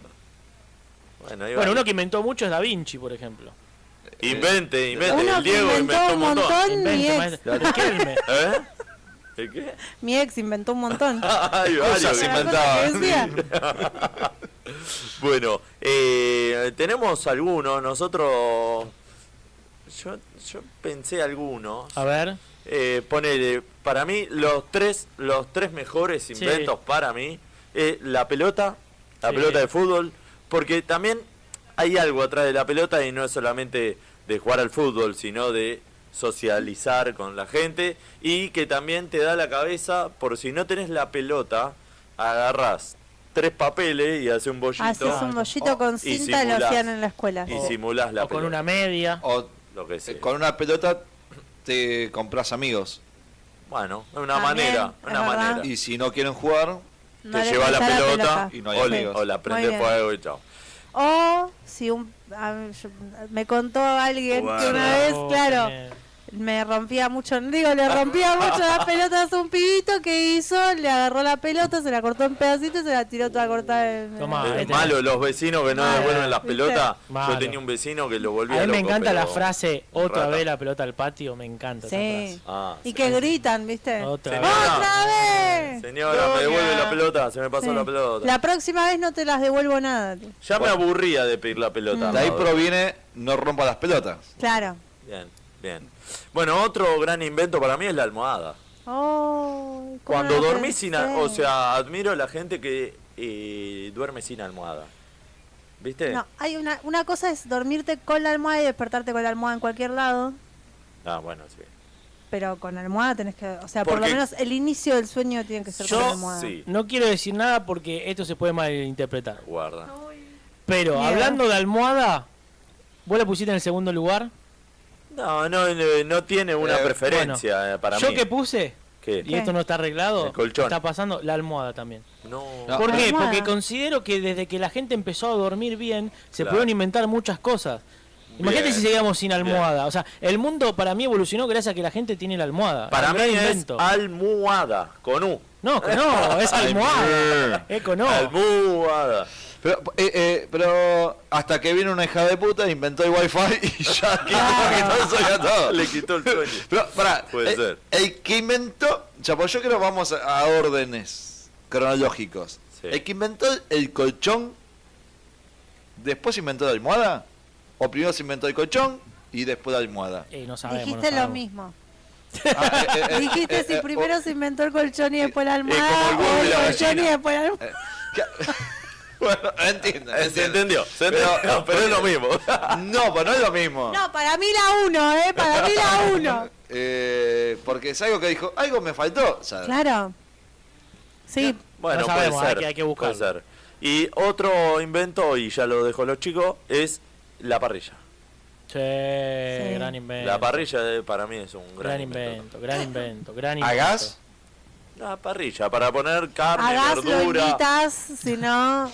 Bueno, ahí va. Bueno, uno que inventó mucho es Da Vinci, por ejemplo. Invente, invente. Uno el que Diego inventó inventó un un montón, montón. mi ex. maestro. [LAUGHS] ¿Eh? ¿El qué? [LAUGHS] Mi ex inventó un montón. Hay varios que Una cosa que decía, inventaban. [LAUGHS] bueno, eh, tenemos algunos. Nosotros. Yo, yo pensé algunos. A ver. Eh, ponele, para mí, los tres, los tres mejores Sí. inventos para mí es la pelota, la Sí. pelota de fútbol, porque también hay algo atrás de la pelota y no es solamente de jugar al fútbol, sino de socializar con la gente y que también te da la cabeza, por si no tenés la pelota, agarrás tres papeles y haces un bollito. Oh, Haces un bollito con y cinta, lo simulás. hacían en la escuela. Y simulás la o con pelota. una media. O Lo que sea. con una pelota te compras amigos. Bueno, es una También, manera, es una verdad. manera. Y si no quieren jugar, No te le lleva la alcanza pelota, y no hay o, amigos. o la prende bien. fuego y chao. O si un a- yo- me contó alguien que Bueno. una vez, Oh, claro, bien. me rompía mucho, digo, le [LAUGHS] rompía mucho las pelotas a un pibito que hizo, le agarró la pelota, se la cortó en pedacitos y se la tiró toda cortada. En, Tomá, Es ahí tenés. malo los vecinos que no Malo, devuelven las ¿viste? pelotas. Malo. Yo tenía un vecino que lo A volvía mí me loco, encanta la pero- frase, otra rata. vez la pelota al patio, me encanta. esa Sí. frase. Ah, Y que gritan, ¿viste? Otra vez. Señora, ¡Otra vez! señora, me devuelve la pelota, se me pasó Sí. la pelota. La próxima vez no te las devuelvo nada. Ya me aburría de pedir la pelota. de ahí Pablo. proviene no rompa las pelotas. Claro. Bien, bien. Bueno, otro gran invento para mí es la almohada. Oh, ¿cómo Cuando no lo dormís sin... al- pensé? O sea, admiro la gente que eh, duerme sin almohada. ¿Viste? No, hay una, una cosa es dormirte con la almohada y despertarte con la almohada en cualquier lado, Ah, bueno, sí. pero con almohada tenés que, o sea, por lo Porque- menos el inicio del sueño tiene que ser con Yo almohada. no quiero decir nada porque esto se puede malinterpretar. Guarda. Pero Miedo. hablando de almohada, vos la pusiste en el segundo lugar. No, no, eh, no tiene una Eh, preferencia eh, para Yo mí. que puse, ¿Qué? y esto no está arreglado, El colchón. está pasando la almohada también. No. ¿Por Ah, qué? almohada. Porque considero que desde que la gente empezó a dormir bien, se Claro. pudieron inventar muchas cosas. Imagínate Bien. si seguíamos sin almohada. O sea, el mundo para mí evolucionó gracias a que la gente tiene la almohada. Para El mí gran es invento. almohada, con U. No, que no, [LAUGHS] es Ay, almohada. Eco, no. Almohada. Ah. Pero, eh, eh, pero hasta que vino una hija de puta, inventó el wifi y [LAUGHS] ya quitó, quitó el sueño a todo. Le quitó el sueño. Pero, pará, Puede eh, ser. el que inventó, ya, pues yo creo que vamos a, a órdenes cronológicos. Sí. El que inventó el colchón, después inventó la almohada, o primero se inventó el colchón y después la almohada. Eh, no sabemos. no Dijiste lo [LAUGHS] sabemos. mismo. Ah, eh, eh, eh, [LAUGHS] Dijiste eh, si eh, primero se inventó el colchón y después la como el almohada, huevo o y el la colchón y gallina. después la almohada. [LAUGHS] Bueno, entiendo, Eh, Se entiendo. entendió, se entendió, pero, es lo mismo. [LAUGHS] No, pero no es lo mismo. No, para mí la uno, ¿eh? Para mí la uno. Eh, porque es algo que dijo, algo me faltó. o sea, Claro. Sí, Bueno, No puede sabemos, hay ser. que- hay que buscarlo. puede ser. Y otro invento, y ya lo dejo los chicos, es la parrilla. Che, Sí. Eh, gran invento. La parrilla eh, para mí es un gran, Gran invento. invento, gran invento, gran invento. ¿A gas? La parrilla, para poner carne, hagas lo verdura. invitas, si no.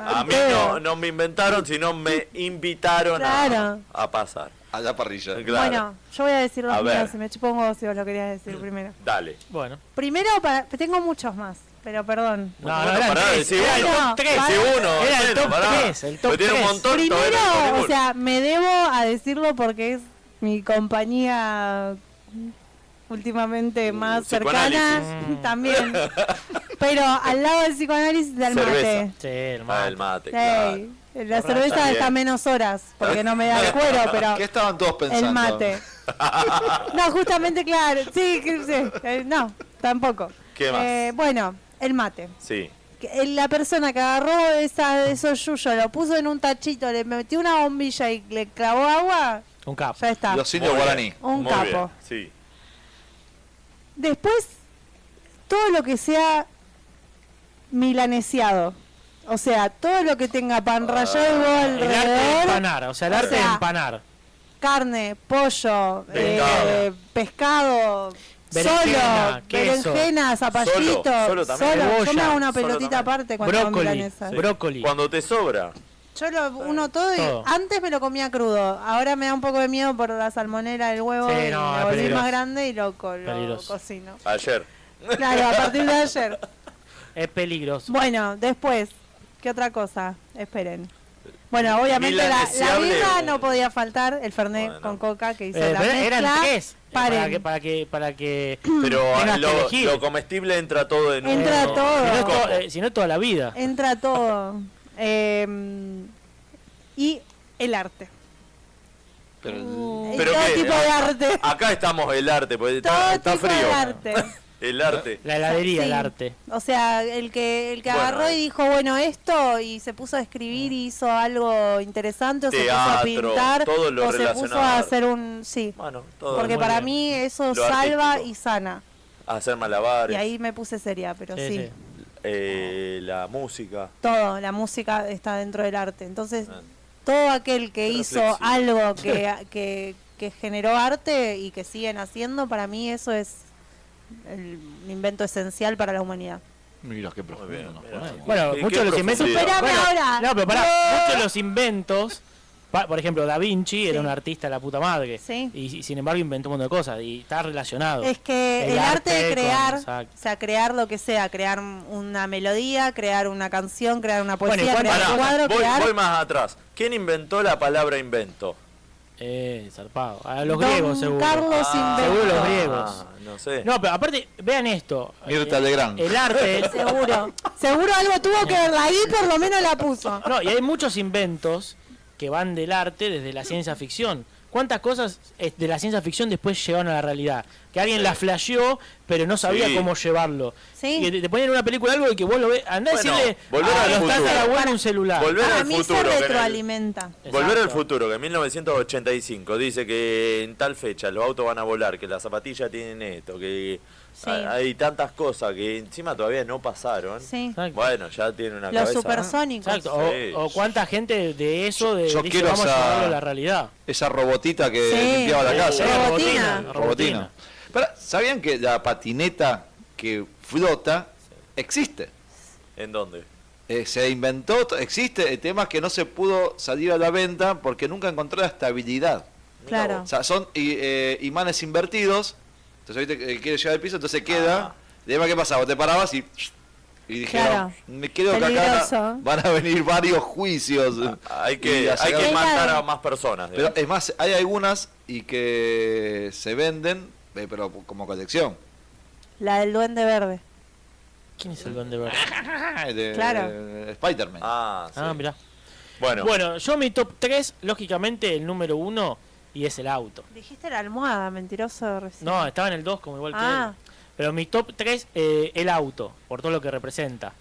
A mí no, no me inventaron, sino me invitaron a- Claro. a, pasar. A la parrilla. Claro. Bueno, yo voy a decir A los ver. míos, si me chupongo si vos lo querías decir primero. Dale. Bueno. Primero, para, tengo muchos más, pero perdón. No, no, Bueno, eran pará, tres, decí era el uno. top tres. Decí uno, Era el bueno, top pará. 3, el top Pero tiene un 3. montón. Tonto, Primero, era el o Hollywood. sea, me debo a decirlo porque es mi compañía últimamente más cercana Mm. psicoanálisis. [LAUGHS] también. Pero al lado del psicoanálisis del Cerveza. mate. Sí, el Ah, el mate. mate, claro. Ey, La cerveza bien. está menos horas, porque no me da el [LAUGHS] cuero, pero ¿Qué estaban todos pensando? el mate. No, justamente, claro. Sí, que- sí, eh, no, tampoco. ¿Qué más? Eh, bueno, el mate. Sí. Que el- La persona que agarró esa, esos yuyos, lo puso en un tachito, le metió una bombilla y le clavó agua, Un capo. ya está. Los indios Muy guaraní. bien, Un muy capo. bien, Sí. Después, todo lo que sea milanesiado. O sea, todo lo que tenga pan rallado y huevo Ah, El arte de alrededor, empanar, o sea, el O arte de sea, empanar. carne, pollo, Pescado. eh, pescado, Berenjena, solo, queso. berenjena, zapallito, Solo, solo. solo también. Yo me Cebolla, hago una solo pelotita también. aparte cuando hago Brócoli, milanesas. Sí. brócoli. Cuando te sobra. Yo lo uno todo y Todo. antes me lo comía crudo. Ahora me da un poco de miedo por la salmonera del huevo. Sí, y no, me es volví peligroso. más grande y lo, co- lo Peligroso. cocino. Ayer. Claro, a partir [LAUGHS] [LAUGHS] de ayer. Es peligroso. Bueno, después, ¿qué otra cosa? Esperen. Bueno, obviamente la, la Milaneseable birra o- no podía faltar, el Fernet con coca que hizo Eh, la pero mezcla. eran tres. Para que, para que, para que [CLEARS THROAT] Pero tengas ah, que lo, elegir. lo comestible entra todo en Entra uno. todo. Si no, to- eh, si no, toda la vida. Entra todo. Eh, y el arte. Pero, Pero todo qué, tipo de a- arte. Acá estamos el arte, porque Todo está, está tipo frío. de arte. El arte. La heladería, Sí. el arte. O sea, el que, el que Bueno, eh. Mm. agarró y dijo, bueno, esto, y se puso a escribir y hizo algo interesante, o Teatro, se puso a pintar, todo lo o se puso relacionado al a arte. hacer un... Sí, todo porque muy para bien. mí Lo eso salva artístico. y sana. Hacer malabares. Y ahí me puse seria, pero sí. Eh, la música. Todo, la música está dentro del arte. Entonces, todo aquel Qué que hizo reflexivo. [LAUGHS] algo que, que, que generó arte y que siguen haciendo, para mí eso es el invento esencial para la humanidad. Mira qué profundo nos ponemos. Bueno, muchos de los inventos. Superame Bueno, ahora. No, pero pará, muchos de los inventos. pa- Por ejemplo, Da Vinci era un artista de la puta madre. Y, y sin embargo inventó un montón de cosas. Y está relacionado. Es que el, arte, de con- crear, exacto. o sea, crear lo que sea, crear una melodía, crear una canción, crear una Bueno, poesía, ¿y cuántas crear un cosas? cuadro, voy, crear... voy más atrás. ¿Quién inventó la palabra invento? Eh, zarpado. A los Don griegos, seguro. Carlos inventó. Seguro los griegos. Ah, no sé. No, pero aparte, vean esto. Mirta Legrand. El arte. [LAUGHS] Seguro. Seguro algo tuvo que verla ahí, por lo menos la puso. No, y hay muchos inventos que van del arte desde la ciencia ficción. ¿Cuántas cosas eh, de la ciencia ficción después llegaron a la realidad? Que alguien la flasheó, pero no sabía Sí. cómo llevarlo. Sí. Y te, te ponen en una película algo y que vos lo ves. Andá Bueno, a decirle "Ah, volver a al los futuro. tatarabuelos un celular. Volver Para al Ah, mí futuro. que se en el- retroalimenta. [LAUGHS] Volver al futuro, que en 1985 dice que en tal fecha los autos van a volar, que las zapatillas tienen esto, que Sí. ha- hay tantas cosas que encima todavía no pasaron. Sí. Exacto. Bueno, ya tiene una Los cabeza. supersónicos. Exacto. O, Sí. o cuánta gente de eso de, yo dice, quiero vamos esa- a llevarlo a la realidad. Esa robotita que Sí. limpiaba la Sí, casa. robotina. Robotina. Pará, ¿Sabían que la patineta que flota existe? ¿En dónde? Eh, se inventó, t- existe, el tema es que no se pudo salir a la venta porque nunca encontró la estabilidad. Claro. O sea, son i- eh, imanes invertidos, entonces ¿viste? que quiere llegar al piso, entonces queda. El tema, ¿qué pasa? Vos te parabas y... Y dijeron, Ah. Claro. me quedo que acá Peligroso. van a venir varios juicios. Ah, Hay que, Y a hay sacar- que matar a más personas. Pero es más, hay algunas y que se venden, eh, pero como colección. La del duende verde. ¿Quién es el duende verde? [LAUGHS] De Claro. Spider-Man. Ah, Ah, mirá. Bueno. Bueno, yo mi top 3, lógicamente, el número 1 y es el auto. Dijiste la almohada, mentiroso. recién. No, estaba en el 2 como igual que Ah. él. Pero mi top 3, el auto, por todo lo que representa.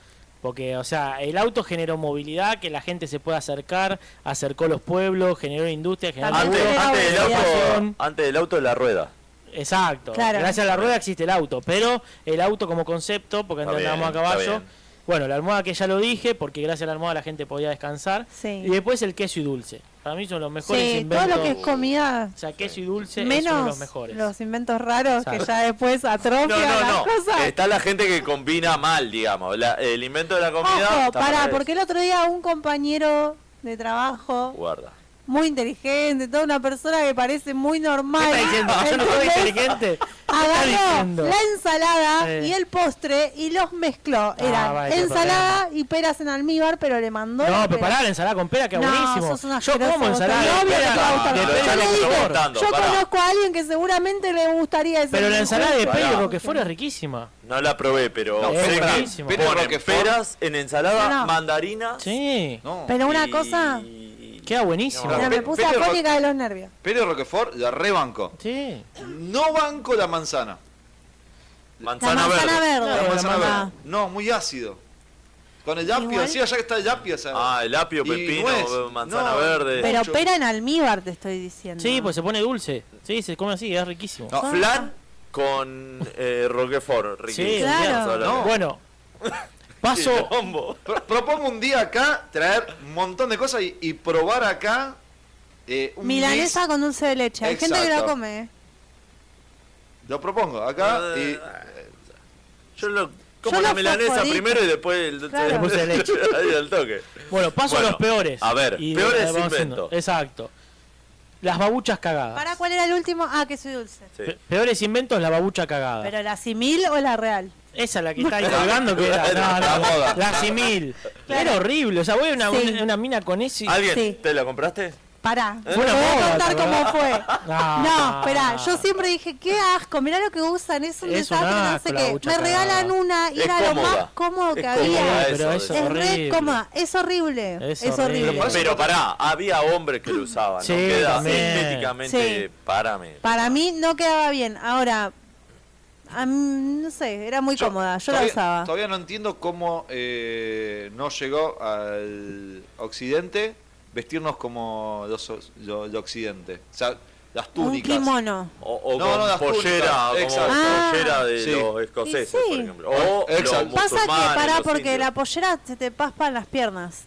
Porque, o sea, el auto generó movilidad, que la gente se pueda acercar, acercó los pueblos, generó industria, generó... Antes, laburo. antes del auto, antes del auto, la rueda. Exacto. Claro. Gracias a la rueda existe el auto, pero el auto como concepto, porque Está antes andábamos a bien, está caballo. bien. Bueno, la almohada que ya lo dije, porque gracias a la almohada la gente podía descansar. Y después el queso y dulce. Para mí son los mejores Sí, todo inventos. [LAUGHS] lo que es comida, O sea, queso y dulce es uno de menos los mejores. los inventos raros que Exacto. ya después atrofian No, no, las no. cosas. Está la gente que combina mal, digamos. La- el invento de la Eh, comida. Ojo, está pará, eso. porque el otro día un compañero de trabajo, Guarda. muy inteligente, toda una persona que parece muy normal. Ah, Yo no soy [LAUGHS] ¿entendés? inteligente. estás Agarró diciendo? la ensalada Eh. y el postre y los mezcló. Eran Ah, vaya, qué ensalada y peras en almíbar, pero le mandó. No, las pero peras. pará, la ensalada con pera, que No, buenísimo. sos un Yo asqueroso, como vos ensalada tenés de obvio que pera, te va a gustar. de Yo pera le con dije, sabor. Yo conozco a alguien que seguramente le gustaría ese Pero la ensalada de producto. pera y Roquefort es riquísima. No la probé, pero. No, sé es que buenísimo. ponen Pero Roquefort. peras en ensalada, No, no. mandarinas. Sí. Pero una cosa, Queda buenísimo. Mira, me Pe- puse Pedro- afónica de los nervios. Pero Roquefort la rebanco. Sí. No banco la manzana. Manzana, manzana verde. La verde. No, manzana la manzana. verde. No, muy ácido. Con el apio, Igual. sí, allá que está el apio. ¿sabes? Ah, el apio, Y pepino, nuez. manzana No, verde. Pero mucho. pera en almíbar, te estoy diciendo. Sí, pues se pone dulce. Sí, se come así, es riquísimo. No, Ah. flan con eh, Roquefort. Sí, riquísimo. claro. Estamos hablando. No. Bueno, paso. Pro- propongo un día acá traer un montón de cosas y, y probar acá. eh, un Milanesa con dulce de leche. Hay gente que la Exacto. come. ¿eh? mix. Lo propongo acá. y- Eh, Yo lo. Como Yo la lo milanesa fosforito. primero y después el Claro. Le puse leche. [LAUGHS] Ahí al toque. Bueno, paso Bueno, a los peores. a ver, Y peores vamos haciendo. inventos. Exacto. Las babuchas cagadas. ¿Para cuál era el último? Ah, que soy dulce. Pe- Peores inventos, la babucha cagada. ¿Pero la simil o la real? Esa la que [LAUGHS] [LAUGHS] está ahí colgando que era. No, no, La moda. La simil. Era horrible. O sea, voy a una, Sí. una, una mina con ese. ¿Alguien te la compraste? Pará, Fue te voy una a moda, contar ¿verdad? cómo [LAUGHS] fue. No. No, esperá, yo siempre dije, qué asco, mirá lo que usan, es un Es un desastre, no asco sé la qué. bucha Me cagada. regalan una y Es era lo cómoda. más cómodo que Es había. cómoda, Pero eso, eso eso. es horrible. re cómoda, es horrible. Es Es, horrible. horrible. Pero pará, había hombres que lo usaban. Sí, no queda también. estéticamente, Sí. párame. Para mí no quedaba bien. Ahora, a mí, no sé, era muy cómoda, yo la todavía, usaba. Todavía no entiendo cómo eh, no llegó al occidente vestirnos como los, o- lo- lo occidente. O sea, las túnicas. kimono. O, o No, con no, las pollera, turcas, como exacto. Ah. pollera de Sí. los escoceses, Sí, sí. por ejemplo. O Exacto. los Pasa que musulmanes, pará los porque indios. la pollera se te paspan las piernas.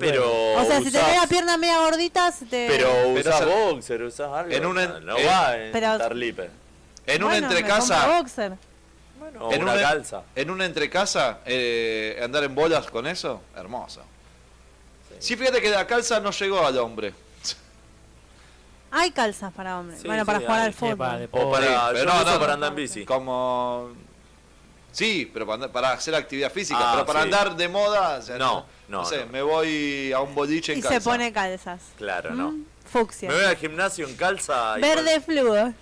Pero o sea, si te eh, usás- ve la pierna media gordita, se te... Pero usás se- boxer, usás algo. En una- no en- va eh, en Pero- tarlipe. En Bueno, una me entrecasa. compro boxer. O en una calza. En una entrecasa, eh, andar en bolas con eso, hermoso. Sí, fíjate que la calza no llegó al hombre. Hay calzas para hombres. Sí, bueno, para sí, jugar hay. al fútbol. O para, Sí, pero yo no, lo uso no, para no. andar en bici. Como. Sí, pero para, andar- para hacer actividad física. Ah, pero para sí. andar de moda. o sea, No, no, sé, no. me voy a un boliche en y calza. se pone calzas. Claro, no. Fucsia. Me voy al gimnasio en calza. y- Verde fluo.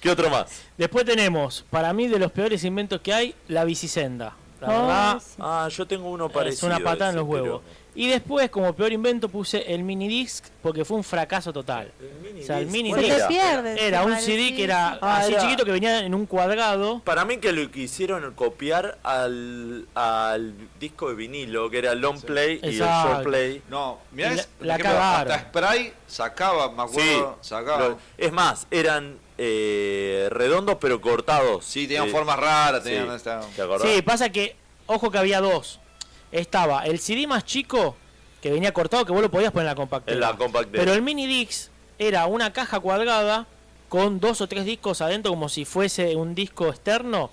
¿Qué otro más? Después tenemos, para mí, de los peores inventos que hay, la bicisenda. La Oh, verdad, sí. Ah, yo tengo uno es parecido. una patada en ese, los huevos. pero- Y después, como peor invento, puse el minidisc porque fue un fracaso total. O sea, el mini ¿cuál Se te era? pierde. se Era un maldita. CD que era Ah, así era- chiquito que venía en un cuadrado. Para mí que lo quisieron copiar al, al disco de vinilo, que era el long play y el short Exacto. play. No, mirá, Y la- es- por la ejemplo, cagaron. hasta spray sacaba, me Sí, acuerdo, sacaba. lo- es más, eran eh, redondos pero cortados. Sí, tenían Eh, formas raras, tenían sí. esta- ¿Te acordás? Sí, pasa que, ojo que había dos. Estaba el CD más chico que venía cortado que vos lo podías poner en la compactera. En la compact disc. Pero el mini disc era una caja cuadrada con dos o tres discos adentro como si fuese un disco externo.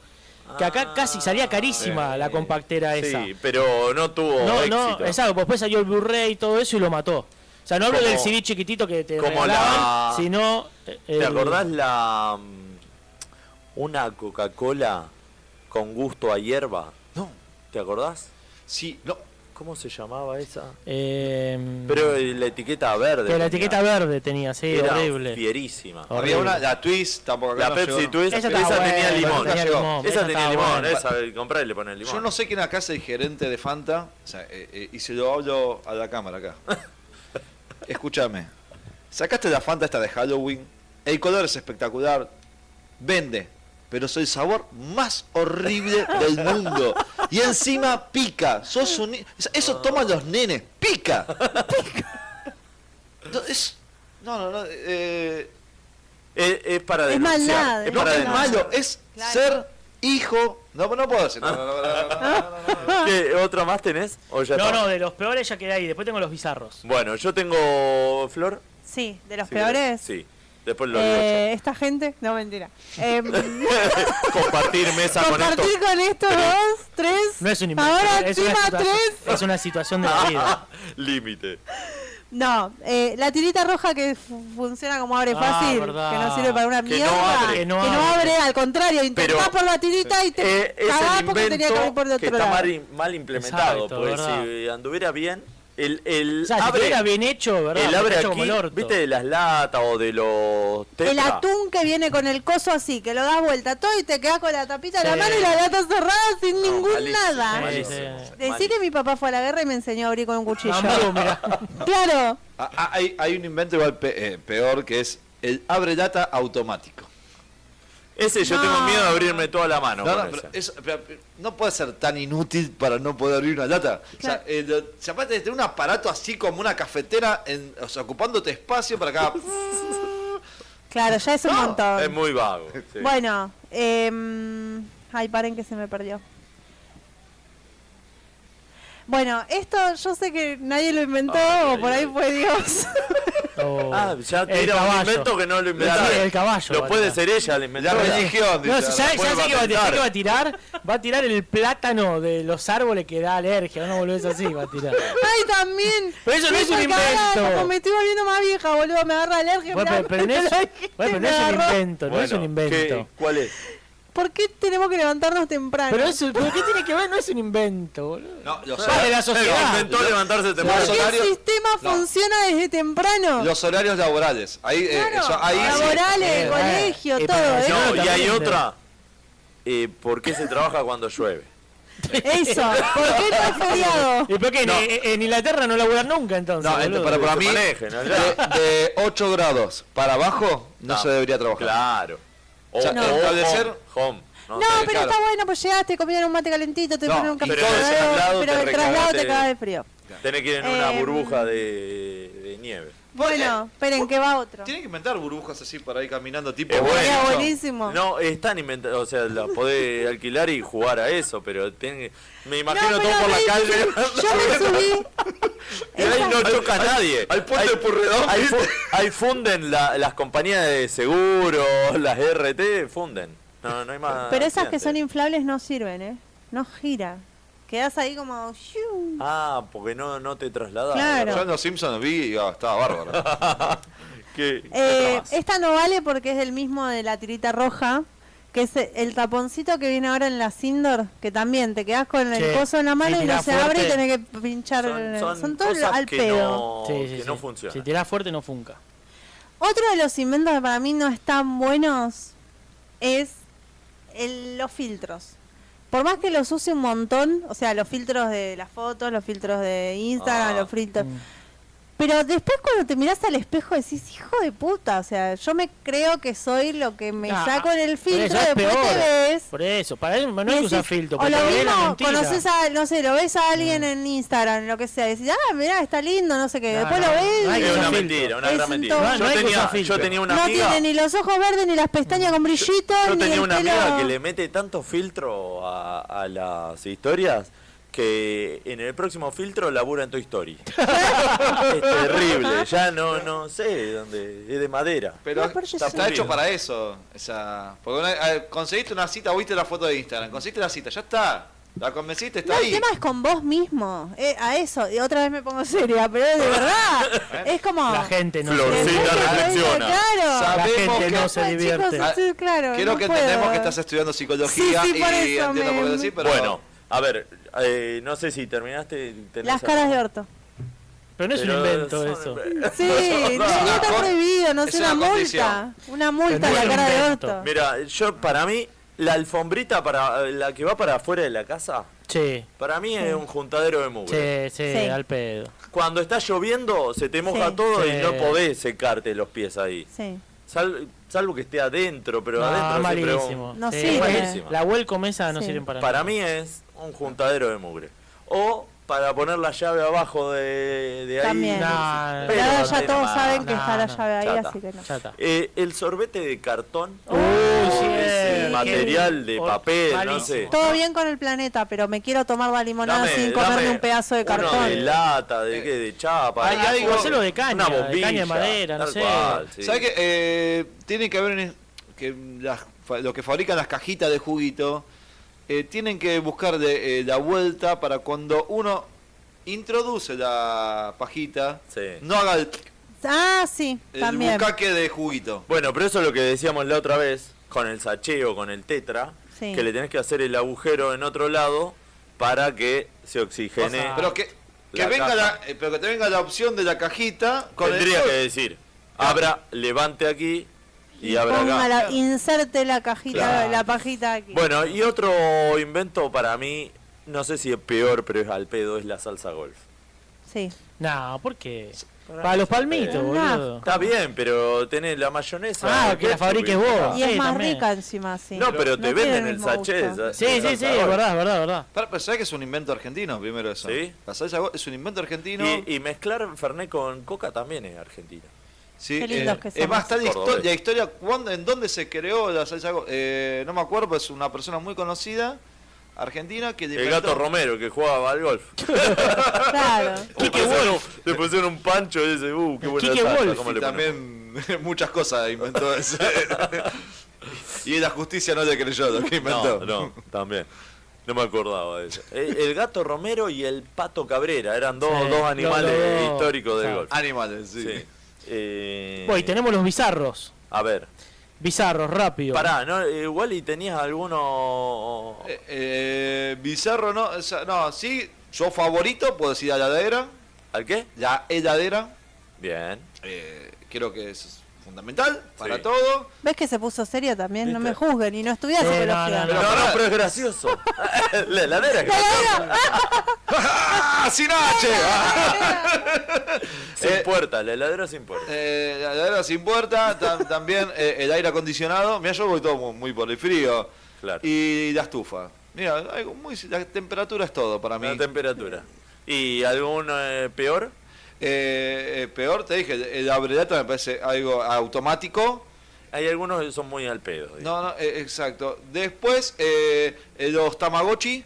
Que acá Ah, casi salía carísima la compactera esa. Sí, pero no tuvo No, éxito. no, exacto, pues después salió el Blu-ray y todo eso y lo mató. O sea, no hablo Como- del CD chiquitito que te como regalaban, la- sino... ¿Te acordás la mm, una Coca-Cola con gusto a hierba? No, ¿Te acordás? sí, no. ¿Cómo se llamaba esa? Pero Pero eh, la etiqueta verde. Em, la tenía. etiqueta verde tenía, sí, Era horrible. [LAUGHS] fierísima. Horrible. Había una, la Twist, tampoco acá La no Pepsi llegó. Twist, Esa esa, estaba buena, tenía limón. esa tenía llegó. limón, Esa tenía estaba limón, buena. esa, el comprar y le pones limón. Yo no sé quién acá es el gerente de Fanta, o sea, eh, eh, y se lo hablo a la [LAUGHS] cámara acá. Escúchame, sacaste la Fanta esta de Halloween, el color es espectacular, vende, pero es el sabor más horrible del mundo. Y encima pica, sos un... ni- o sea, Eso toman los nenes, [LAUGHS] pica. No, es- No, no, no, eh, Es, Eh, es para Es denunciar. maldad, es para no es denunciar. malo, es Claro. ser hijo... No, no puedo decir... no, no, no, no, no, no, [LAUGHS] no. ¿Qué, ¿Otra más tenés? ¿O ya No, está? no, de los peores ya quedé ahí, después tengo los bizarros. Bueno, yo tengo Flor. Sí, de los si querés. peores. Sí. Después lo digo Eh, esta gente, no mentira. Eh, yo. [LAUGHS] Compartir mesa con esto. compartir con estos dos, tres. No es un invento, es, Ahora una encima situación, tres. es una situación de la vida. [LAUGHS] Límite. No, eh, la tirita roja que fu- funciona como abre Ah, fácil, verdad. que no sirve para Que una no mierda, abre. Que no abre, al contrario, intentás Pero, por la tirita y te Eh, es cagás el porque tenía que abrir por el invento que otro está lado. mal, im- mal implementado. Exacto, porque ¿verdad? si anduviera bien, el, el O sea, si abre, estuviera bien hecho, ¿verdad? el Bien abre hecho como el aquí, orto. viste, de las latas o de los tetra. El atún que viene con el coso así, que lo das vuelta todo y te quedás con la tapita en Sí. la mano y la lata cerrada sin No, ningún malísimo, nada. malísimo, Sí, sí. Decí malísimo. que mi papá fue a la guerra y me enseñó a abrir con un cuchillo. Mamá, mirá. [LAUGHS] Claro, Ah, ah, hay, hay un invento igual pe- eh, peor que es el abre lata automático. Ese yo tengo No. miedo de abrirme toda la mano. No, no, con pero ese. eso- pero, eh, no puede ser tan inútil para no poder abrir una lata. O sea, eh, lo- si aparte de tener un aparato así como una cafetera, en- o sea, ocupándote espacio para cada. claro, ya [LAUGHS] es un montón. Es muy vago. sí. Bueno, eh, ay, paren que se me perdió. Bueno, esto yo sé que nadie lo inventó, Ah, o por ahí, ahí ahí. fue [LAUGHS] Dios. O- Ah, ya el era un caballo. invento que no lo inventó. Sí, el caballo, Lo va a puede tirar. ser ella, la La inventora. religión, No, dice, ya, la ya puede sé que va, a- patentar. sé que va a tirar, va a tirar el plátano de los árboles que da alergia, no volvés así, va a tirar. ay, también. Pero eso no Me es un hizo cagada, invento. Como me estoy volviendo más vieja, boludo, me agarra alergia. Bueno, mirá, [LAUGHS] pero, pero no es, la bueno, pero no es me un agarró. invento, no es un Bueno, ¿qué- invento. ¿Cuál es? ¿Por qué tenemos que levantarnos temprano? Pero eso, ¿pero qué tiene que ver? No es un invento, boludo. No, los Vale, horarios- la sociedad. Se inventó levantarse temprano. Los ¿Por qué ¿Qué horarios, sistema No. funciona desde temprano? los horarios laborales. Ahí, eh, Claro, eso- ahí sí. laborales, Eh, colegio, eh, todo, ¿eh? No, y hay También, otra. Eh, ¿Por qué se trabaja cuando llueve? [LAUGHS] Eso, ¿por [LAUGHS] qué no es feriado? ¿Y por qué? En- No. En, en Inglaterra no laburan nunca, entonces. No, este, ente- boludo. para, para Que mí, se de, manejen, [LAUGHS] allá. de 8 grados para abajo no, No. se debería trabajar. Claro. O, Ya, o establecer- home. home, No, sé. pero claro. está bueno, pues llegaste, comieron un mate calentito, te No, ponen un y café, todo ese traslado pero te el traslado te recagaste. cagas de frío. [LAUGHS] Tenés que ir en una Em, burbuja de, de nieve. Bueno, esperen, que va otro. Tienen que inventar burbujas así para ir caminando tipo. Es bueno. Estaría eso. buenísimo. No, están inventando, o sea, la podés alquilar y jugar a eso, pero tienen que- me imagino No, todo pero por la Ricky, [LAUGHS] calle. [LAUGHS] Yo me subí. y ahí no choca a nadie. Hay puente por redondo. Ahí, fu- ahí funden la- las compañías de seguro, [LAUGHS] las RT, funden. No, no hay más. Pero esas que accidentes. son inflables no sirven, ¿eh? No gira. Eh, Quedas ahí como. ¡shiu! Ah, porque no, no te trasladas. Claro. Yo en los Simpsons vi y ah, estaba bárbaro. [LAUGHS] [LAUGHS] ¿Qué- qué Eh, trabas? esta no vale porque es del mismo de la tirita roja, que es el taponcito que viene ahora en las indoor, que también te quedas con el Sí. coso en la mano Sí, y no tirás se abre y fuerte. tenés que pinchar. son, eh, son Son, todos cosas al que pedo. no, Sí, sí, que sí. no funcionan. Si tirás fuerte, no funca. Otro de los inventos que para mí no están buenos es el- los filtros. Por más que los use un montón, o sea, los filtros de las fotos, los filtros de Instagram, Ah. los filtros. Mm. Pero después cuando te mirás al espejo decís, hijo de puta, o sea, yo me creo que soy lo que me Ah, saco en el por eso filtro, es después peor. te ves. Por eso, para él no hay y que usar decís- filtro. o porque lo te ve la mismo, mentira. conoces a, no sé, lo ves a alguien en Instagram, lo que sea, y decís, ah, mirá, está lindo, no sé qué, No, después no, lo ves no y hay que Es usar una filtro. mentira, una Es gran un mentira. todo. No, no yo, hay que tenía, usar filtro. yo tenía una no amiga. tiene ni los ojos verdes, ni las pestañas con brillitos, Yo ni tenía el una pelo- amiga que le mete tanto filtro a, a las historias que en el próximo filtro labura en tu [LAUGHS] historia. es terrible, ya no no sé dónde, es de madera. Pero No, pero yo está, sé. está hecho para eso. O sea, porque una- ah, conseguiste una cita, viste la foto de Instagram, conseguiste la cita, ya está. La convenciste, está No, el ahí. tema es con vos mismo, eh, a eso, y otra vez me pongo seria, pero es de verdad, es como... La gente no Florcita se Después que lo divierte. reflexiva. reflexiona. hice, Sabe Claro. La Sabemos gente que- no se Ay, divierte. chicos, sí, claro, Quiero no que puedo. entendemos que estás estudiando psicología Sí, sí, por y eso entiendo por qué me- decís, pero Bueno, a ver, eh, no sé si terminaste. tenés Las caras algo. de orto. Pero no es un Pero invento son- eso. Sí, no, una está con- prohibido, no es sé, una una multa. condición. Una multa a Tendría la que cara de invento. orto. Mira, yo para mí la alfombrita para la que va para afuera de la casa, Sí, para mí es un juntadero de mugre. sí, sí, Sí. al pedo. Cuando está lloviendo se te moja Sí. todo Sí. y no podés secarte los pies ahí. Sí. Sal- salvo que esté adentro, pero No, adentro siempre es malísimo. un- No Sí, sirve. malísimo. La welcome esa no Sí. sirven para, Para nada. mí es un juntadero de mugre. O para poner la llave abajo de, de ahí. También. No, Pero Ahora no ya tiene todos más. saben que No, está la no, llave ahí, ya así está. que no. Ya está. Eh, el sorbete de cartón. Uy, sí, ese eh, material qué- de oh, papel, no malísimo. sé. Todo bien con el planeta, pero me quiero tomar la limonada Dame- Ah, sin comerme dame un pedazo de uno cartón. de lata, de, qué, de chapa. Hay algo- una Hacelo de caña, de caña de madera, no tal sé. cual, sí. ¿Sabes qué? Eh, tiene que haber en es- que las, fa- los que fabrican las cajitas de juguito eh, tienen que buscar de, eh, la vuelta para cuando uno introduce la pajita, Sí. no haga el, Ah, sí, el también. bucaque de juguito. Bueno, pero eso es lo que decíamos la otra vez, con el sacheo, con el tetra, Sí. que le tenés que hacer el agujero en otro lado para que se oxigene. Pero que, que La venga caja. la, eh, pero que te venga la opción de la cajita con el Tendría sol. que decir, abra, levante aquí y abra Ponga acá. la, inserte la cajita, Claro. la pajita aquí. Bueno, y otro invento para mí, no sé si es peor, pero es al pedo, es la salsa golf. Sí. No, ¿por qué? Para los palmitos, Un boludo. Está bien, pero tenés la mayonesa. Ah, el que la ketchup fabriques y- vos. Y es Sí, más también. rica encima, sí. No, pero te No tiene venden el el mismo sachet. gusto. de- de Sí, sí, sí, salsa es golf. verdad, es verdad, es verdad. Pero, pero ¿sabés que es un invento argentino primero eso? Sí. La salsa go- es un invento argentino. Y, y mezclar Fernet con Coca también es Argentina. Sí, eh, Qué lindos que es somos. más, está la, histo- Cordobés. la historia, cuándo- en dónde se creó la salsa go- eh, no me acuerdo, pero es una persona muy conocida, argentina, que El gato [LAUGHS] Romero que jugaba al golf. Claro. Le pusieron, le pusieron un pancho y dice, uh, qué buena Quique salsa, Wolf, ¿cómo y le ponemos? también [LAUGHS] muchas cosas [LAUGHS] inventó ese. y la justicia no le creyó lo que inventó. No, no, también. No me acordaba de eso. El, el gato Romero y el pato Cabrera eran dos, Sí, dos animales los dos. históricos del Sí. golf. Animales, sí. Sí. Eh, Bueno, y tenemos los bizarros. A ver, [LAUGHS] Bizarros, rápido. Pará, ¿no? Eh, igual y tenías alguno. Eh, Bizarro no, o sea, no, sí, yo favorito, puedo decir la heladera. ¿Al qué? La heladera, Bien. eh, creo que es fundamental para Sí. todo. ¿Ves que se puso serio también? No me juzguen y no estudias psicología. No, no, pero es gracioso. La heladera es [LAUGHS] ¡Ah, sin H! Sin puerta, la heladera sin puerta. Eh, la heladera sin puerta, tam- también eh, el aire acondicionado. Mira, yo voy todo muy, muy por el frío. Claro. Y la estufa. Mira, algo muy, la temperatura es todo para mí. La temperatura. ¿Y alguno eh, peor? Eh, eh, peor, te dije, el- el abreviato me parece algo automático. Hay algunos que son muy al pedo. digo. No, no, eh, exacto. Después, eh, eh, los Tamagotchi.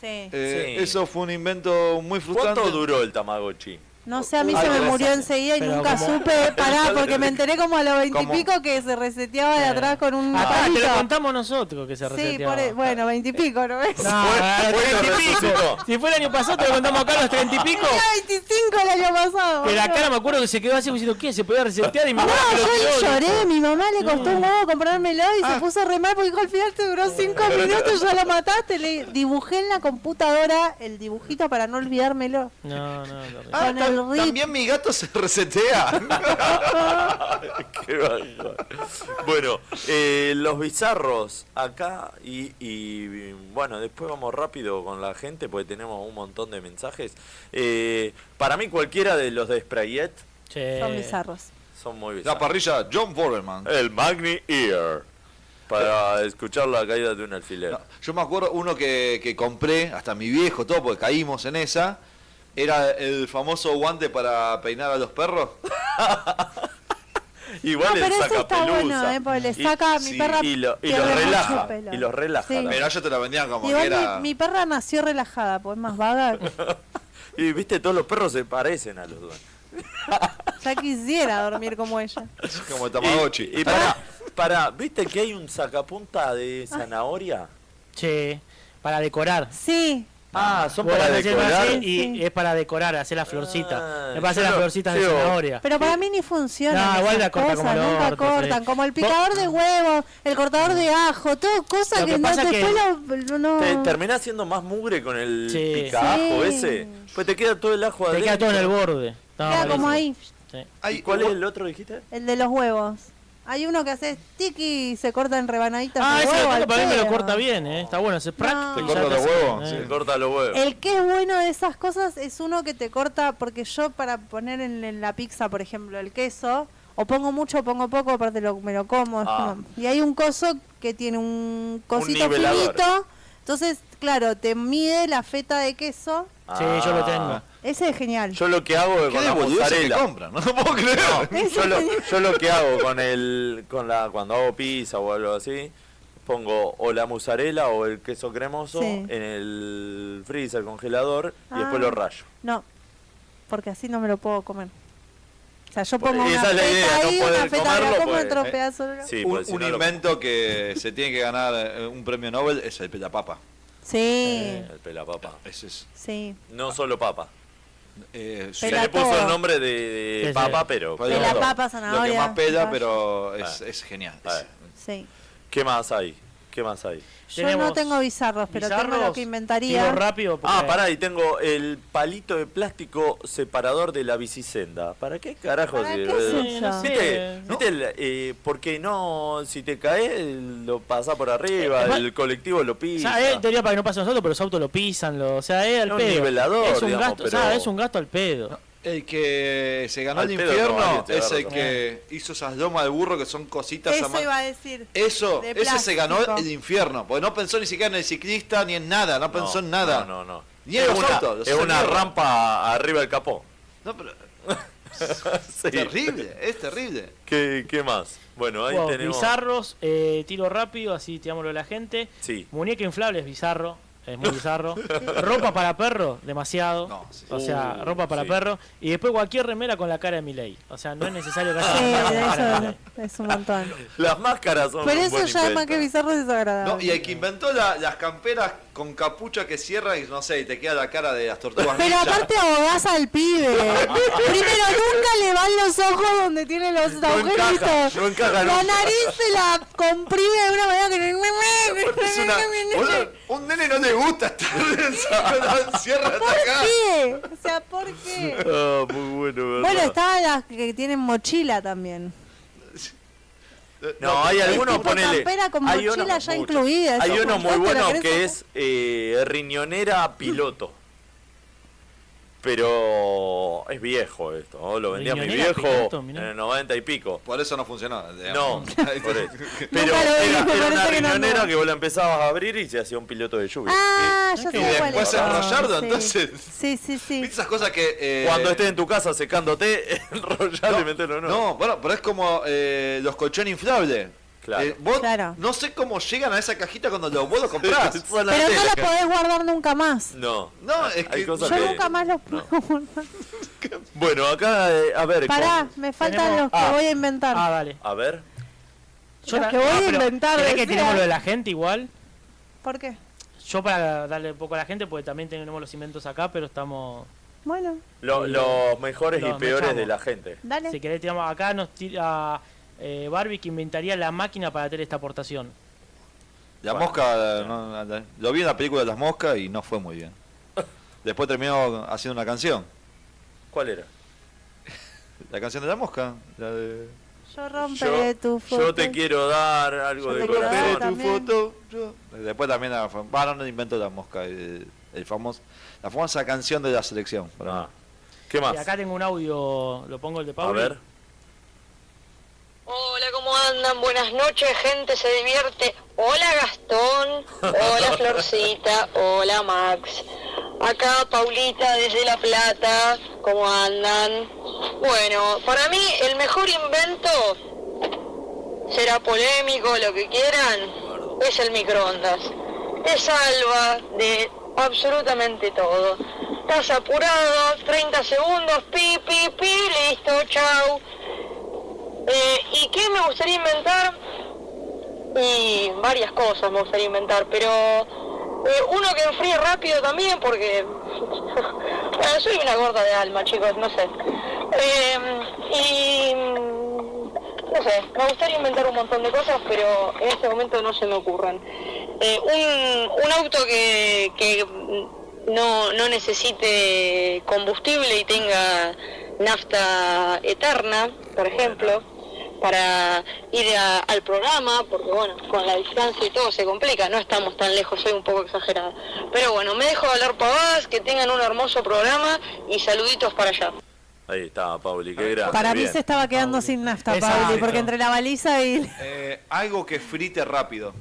Sí. Eh, Sí. Eso fue un invento muy frustrante. ¿Cuánto duró el Tamagotchi? No sé, a mí Ay, se me gracias. murió enseguida y Pero nunca [LAUGHS] como- supe pará, porque me enteré como a los Como- veintipico que se reseteaba de atrás con un Ah, te lo palito. contamos nosotros que se Sí, reseteaba. por- e, bueno, veintipico, ¿no ves? [LAUGHS] No, eh, treinta y resucitó. pico. Si fue el año pasado, te lo contamos acá a los treinta y pico. Tenía 25 el año pasado. Que la boludo. cara me acuerdo que se quedó así como diciendo, ¿qué? ¿Se podía resetear? Y mi No, mamá que lo yo tiró, Ah. le lloré, dijo. mi mamá le costó un huevo comprármelo y se puso re mal porque dijo, al final te duró cinco minutos, ya lo mataste, le dibujé en la computadora el dibujito para no olvidármelo. No, no, no. Ah, Con ta- el rip. también mi gato se resetea. [LAUGHS] Qué bárbaro. bueno, eh, los bizarros acá y, y, bueno, después vamos rápido con la gente porque tenemos un montón de mensajes. Eh, para mí cualquiera de los de Sprayet [LAUGHS] Che. Son bizarros. son muy la bizarros. parrilla, John Foreman. El Magni Ear. Para escuchar la caída de un alfiler. No, yo me acuerdo uno que, que compré, hasta mi viejo, todo, porque caímos en esa. Era el famoso guante para peinar a los perros. [LAUGHS] Igual No, el pero ese saca está bueno, ¿eh? Porque le saca a mi perra Y, lo- y pierde los mucho relaja. pelo. Y los relaja. Sí. también. Pero yo te la vendían como que Igual era. mi, mi perra nació relajada, pues es [LAUGHS] más vaga. [LAUGHS] Y viste, todos los perros se parecen a los dos. Ya quisiera dormir como ella. Como el Tamagotchi. Y, y pará, pará, ¿viste que hay un sacapunta de zanahoria? Che, para decorar. Sí, Ah, son Vos para la hacés decorar. así y Sí. es para decorar, hacer la florcita. Ah, Me parece yo las lo- florcitas de yo- zanahoria. pero para mí ni funciona. No, igual la corta como el nunca orto, cortan. sí. Como el picador de huevos, el cortador de ajo, todo cosas Lo que, que no, pasa es que- después lo- no- Te terminás siendo más mugre con el Sí. picajo Ah. Sí. ese. Pues te queda todo el ajo Te adentro. queda todo en el borde. No, Queda como malísimo. ahí, Sí. Ay, ¿Y cuál es el otro, dijiste? el de los huevos. Hay uno que hace tiki y se corta en rebanaditas. Ah, de ese huevo, lo al tengo, para mí me lo pedo. corta bien, ¿eh? Está bueno, se No. práctico. ¿Te corta los huevos? eh. Se corta los huevos. El que es bueno de esas cosas es uno que te corta, porque yo para poner en, en la pizza, por ejemplo, el queso, o pongo mucho o pongo poco, aparte lo, me lo como. es Ah. como- Y hay un coso que tiene un cosito nivelador. finito, entonces, claro, te mide la feta de queso. Sí, yo lo tengo. Ese es genial. Yo lo que hago es ¿Qué con de la boludeces que mozzarella. compran? No lo puedo creer. [LAUGHS] Ese yo, es lo, genial. yo lo que hago con el con la cuando hago pizza o algo así pongo o la mozzarella o el queso cremoso Sí. en el freezer congelador y después Ah. lo rayo No, porque así no me lo puedo comer. O sea, yo Por- pongo una esa es la feta idea, no ahí, una poder feta de comerlo, como pues, otro eh. pedazo. de- Sí. sí, un porque si un no lo- invento que se tiene que ganar eh, un premio Nobel es el pelapapa. Sí. Eh, el pelapapa Ese es. no solo papa eh, su- se Pela le puso el todo. nombre de, de Sí, sí. papa pero Pela pero no. papa. Pues lo que zanahoria, más pela, zapallo. pero es, Ah. es genial. Ah. Es- sí. qué más hay qué más hay Yo no tengo bizarros, pero tengo lo que inventaría. Digo rápido. porque- Ah, pará, y tengo el palito de plástico separador de la bicisenda. ¿Para qué carajo? ¿Para sirve? qué es eso? ¿Viste? Sí. ¿Viste el, eh, porque no, si te caes, lo pasás por arriba, Eh, igual- el colectivo lo O pisa. sea, es eh, teoría para que no pase a nosotros, pero los autos lo pisan, lo, o sea, es al Es un pedo. nivelador, es un digamos, gasto, pero- o sea, es un gasto al pedo. El que se ganó Al el pedo infierno no, vale, te es el agarro. que hizo esas lomas de burro que son cositas a Eso mano. iba a decir. Eso, Eh. de ese se ganó plástico. el infierno, porque no pensó ni siquiera en el ciclista ni en nada, no pensó en nada. No, no, no. Ni en los una, autos, los es una sonidos. rampa arriba del capó. No, pero [LAUGHS] Sí. es terrible, es terrible. ¿Qué, qué más? Bueno, ahí Wow, tenemos. Bizarros, eh, tiro rápido, así tirámoslo a la gente. Sí. Muñeca inflable es bizarro. es muy bizarro. ropa para perro, demasiado. O sea, Uh, ropa para sí. perro. Y después cualquier remera con la cara de Miley. O sea, no es necesario que haya Sí, una cara con la cara de eso Milei. [LAUGHS] es un montón. Las máscaras son Pero un eso buen ya es invento. más que bizarro es desagradable. No, y el que inventó la- las camperas con capucha que cierran y no sé, y te queda la cara de las tortugas. Pero ninja. aparte abogás al pibe. Primero, nunca le van los ojos donde tiene los agujeritos. encaja, no encaja la nunca. nariz se la comprime de una manera que Es [LAUGHS] una- boludo, un nene no le gusta estar encerrado, [LAUGHS] cierra hasta ¿Por acá. qué? O sea, ¿por qué? Ah, muy bueno, ¿verdad? Bueno, estaban las que tienen mochila también. No, hay algunos, tipo ponele. campera con hay mochila unos- ya incluida, Hay eso, uno como muy yo te la bueno querés que es eh, riñonera piloto. Pero [LAUGHS] es viejo esto, ¿no? lo vendía mi Riñonera viejo piloto, en mirá. el 90 y pico. Por eso no funcionaba. No, digamos. por eso. Pero Nunca lo vi, era, era una me parece que no riñonera andaba. que vos la empezabas a abrir y se hacía un piloto de lluvia. Ah, ya Y sé cuál después es. en Rollardo, Sí. entonces. Sí, sí, sí. Esas cosas que. eh, Cuando estés en tu casa secándote, [LAUGHS] enrollale y metelo no. No, bueno, pero es como eh, los colchones inflables. Claro. Eh, vos No sé cómo llegan a esa cajita cuando los, vos los Sí, [LAUGHS] comprás. sí, fue Pero no la podés guardar nunca más. No. No, es Hay que- cosas Yo que- nunca más los puedo guardar. Bueno, acá, eh, a ver. Pará, con- me faltan Tenemos- los que Ah, voy a inventar. Ah, dale. A ver. Los que voy a Ah, pero inventar, ¿querés decía. que tenemos lo de la gente igual? ¿Por qué? Yo para darle un poco a la gente, porque también tenemos los inventos acá, pero estamos... Bueno, Lo- los mejores Los y peores mechamos. de la gente. Dale. Si querés, tiramos acá, nos tira eh, Barbie que inventaría la máquina para hacer esta aportación. La mosca, no, no, lo vi en la película de las moscas y no fue muy [LAUGHS] bien. Después terminó haciendo una canción. ¿Cuál era? La canción de la mosca. La de... yo romperé tu foto. Yo te quiero dar algo Yo de te quiero dar corazón. también. Después también la fam- bah, no, no inventó la mosca. El, el famoso, la famosa canción de la selección. para mí. Ah. ¿Qué Y Eh, acá tengo un audio, lo pongo el de A Pablo. ver. Hola, ¿cómo andan? Buenas noches, gente, se divierte. Hola, Gastón. Hola, Florcita. Hola, Max. Acá, Paulita, desde La Plata. ¿Cómo andan? Bueno, para mí el mejor invento será polémico, lo que quieran, es el microondas. Te salva de absolutamente todo. Estás apurado, 30 segundos, pi, pi, pi, listo, chau. Eh, ¿Y qué me gustaría inventar? Y varias cosas me gustaría inventar, pero eh, uno que enfríe rápido también, porque [LAUGHS] bueno, soy una gorda de alma, chicos, no sé. Eh, y mm, no sé, me gustaría inventar un montón de cosas, pero en este momento no se me ocurren. Eh, un, un auto que, que mm, no, no necesite combustible y tenga nafta eterna, por ejemplo, para ir a- al programa, porque bueno, con la distancia y todo se complica, no estamos tan lejos, soy un poco exagerada. Pero bueno, me dejo hablar pavadas, que tengan un hermoso programa y saluditos para allá. Ahí está, Pauli, qué grande. Para mí bien. se estaba quedando sin nafta, Pablo, porque entre la baliza y... Eh, algo que frite rápido.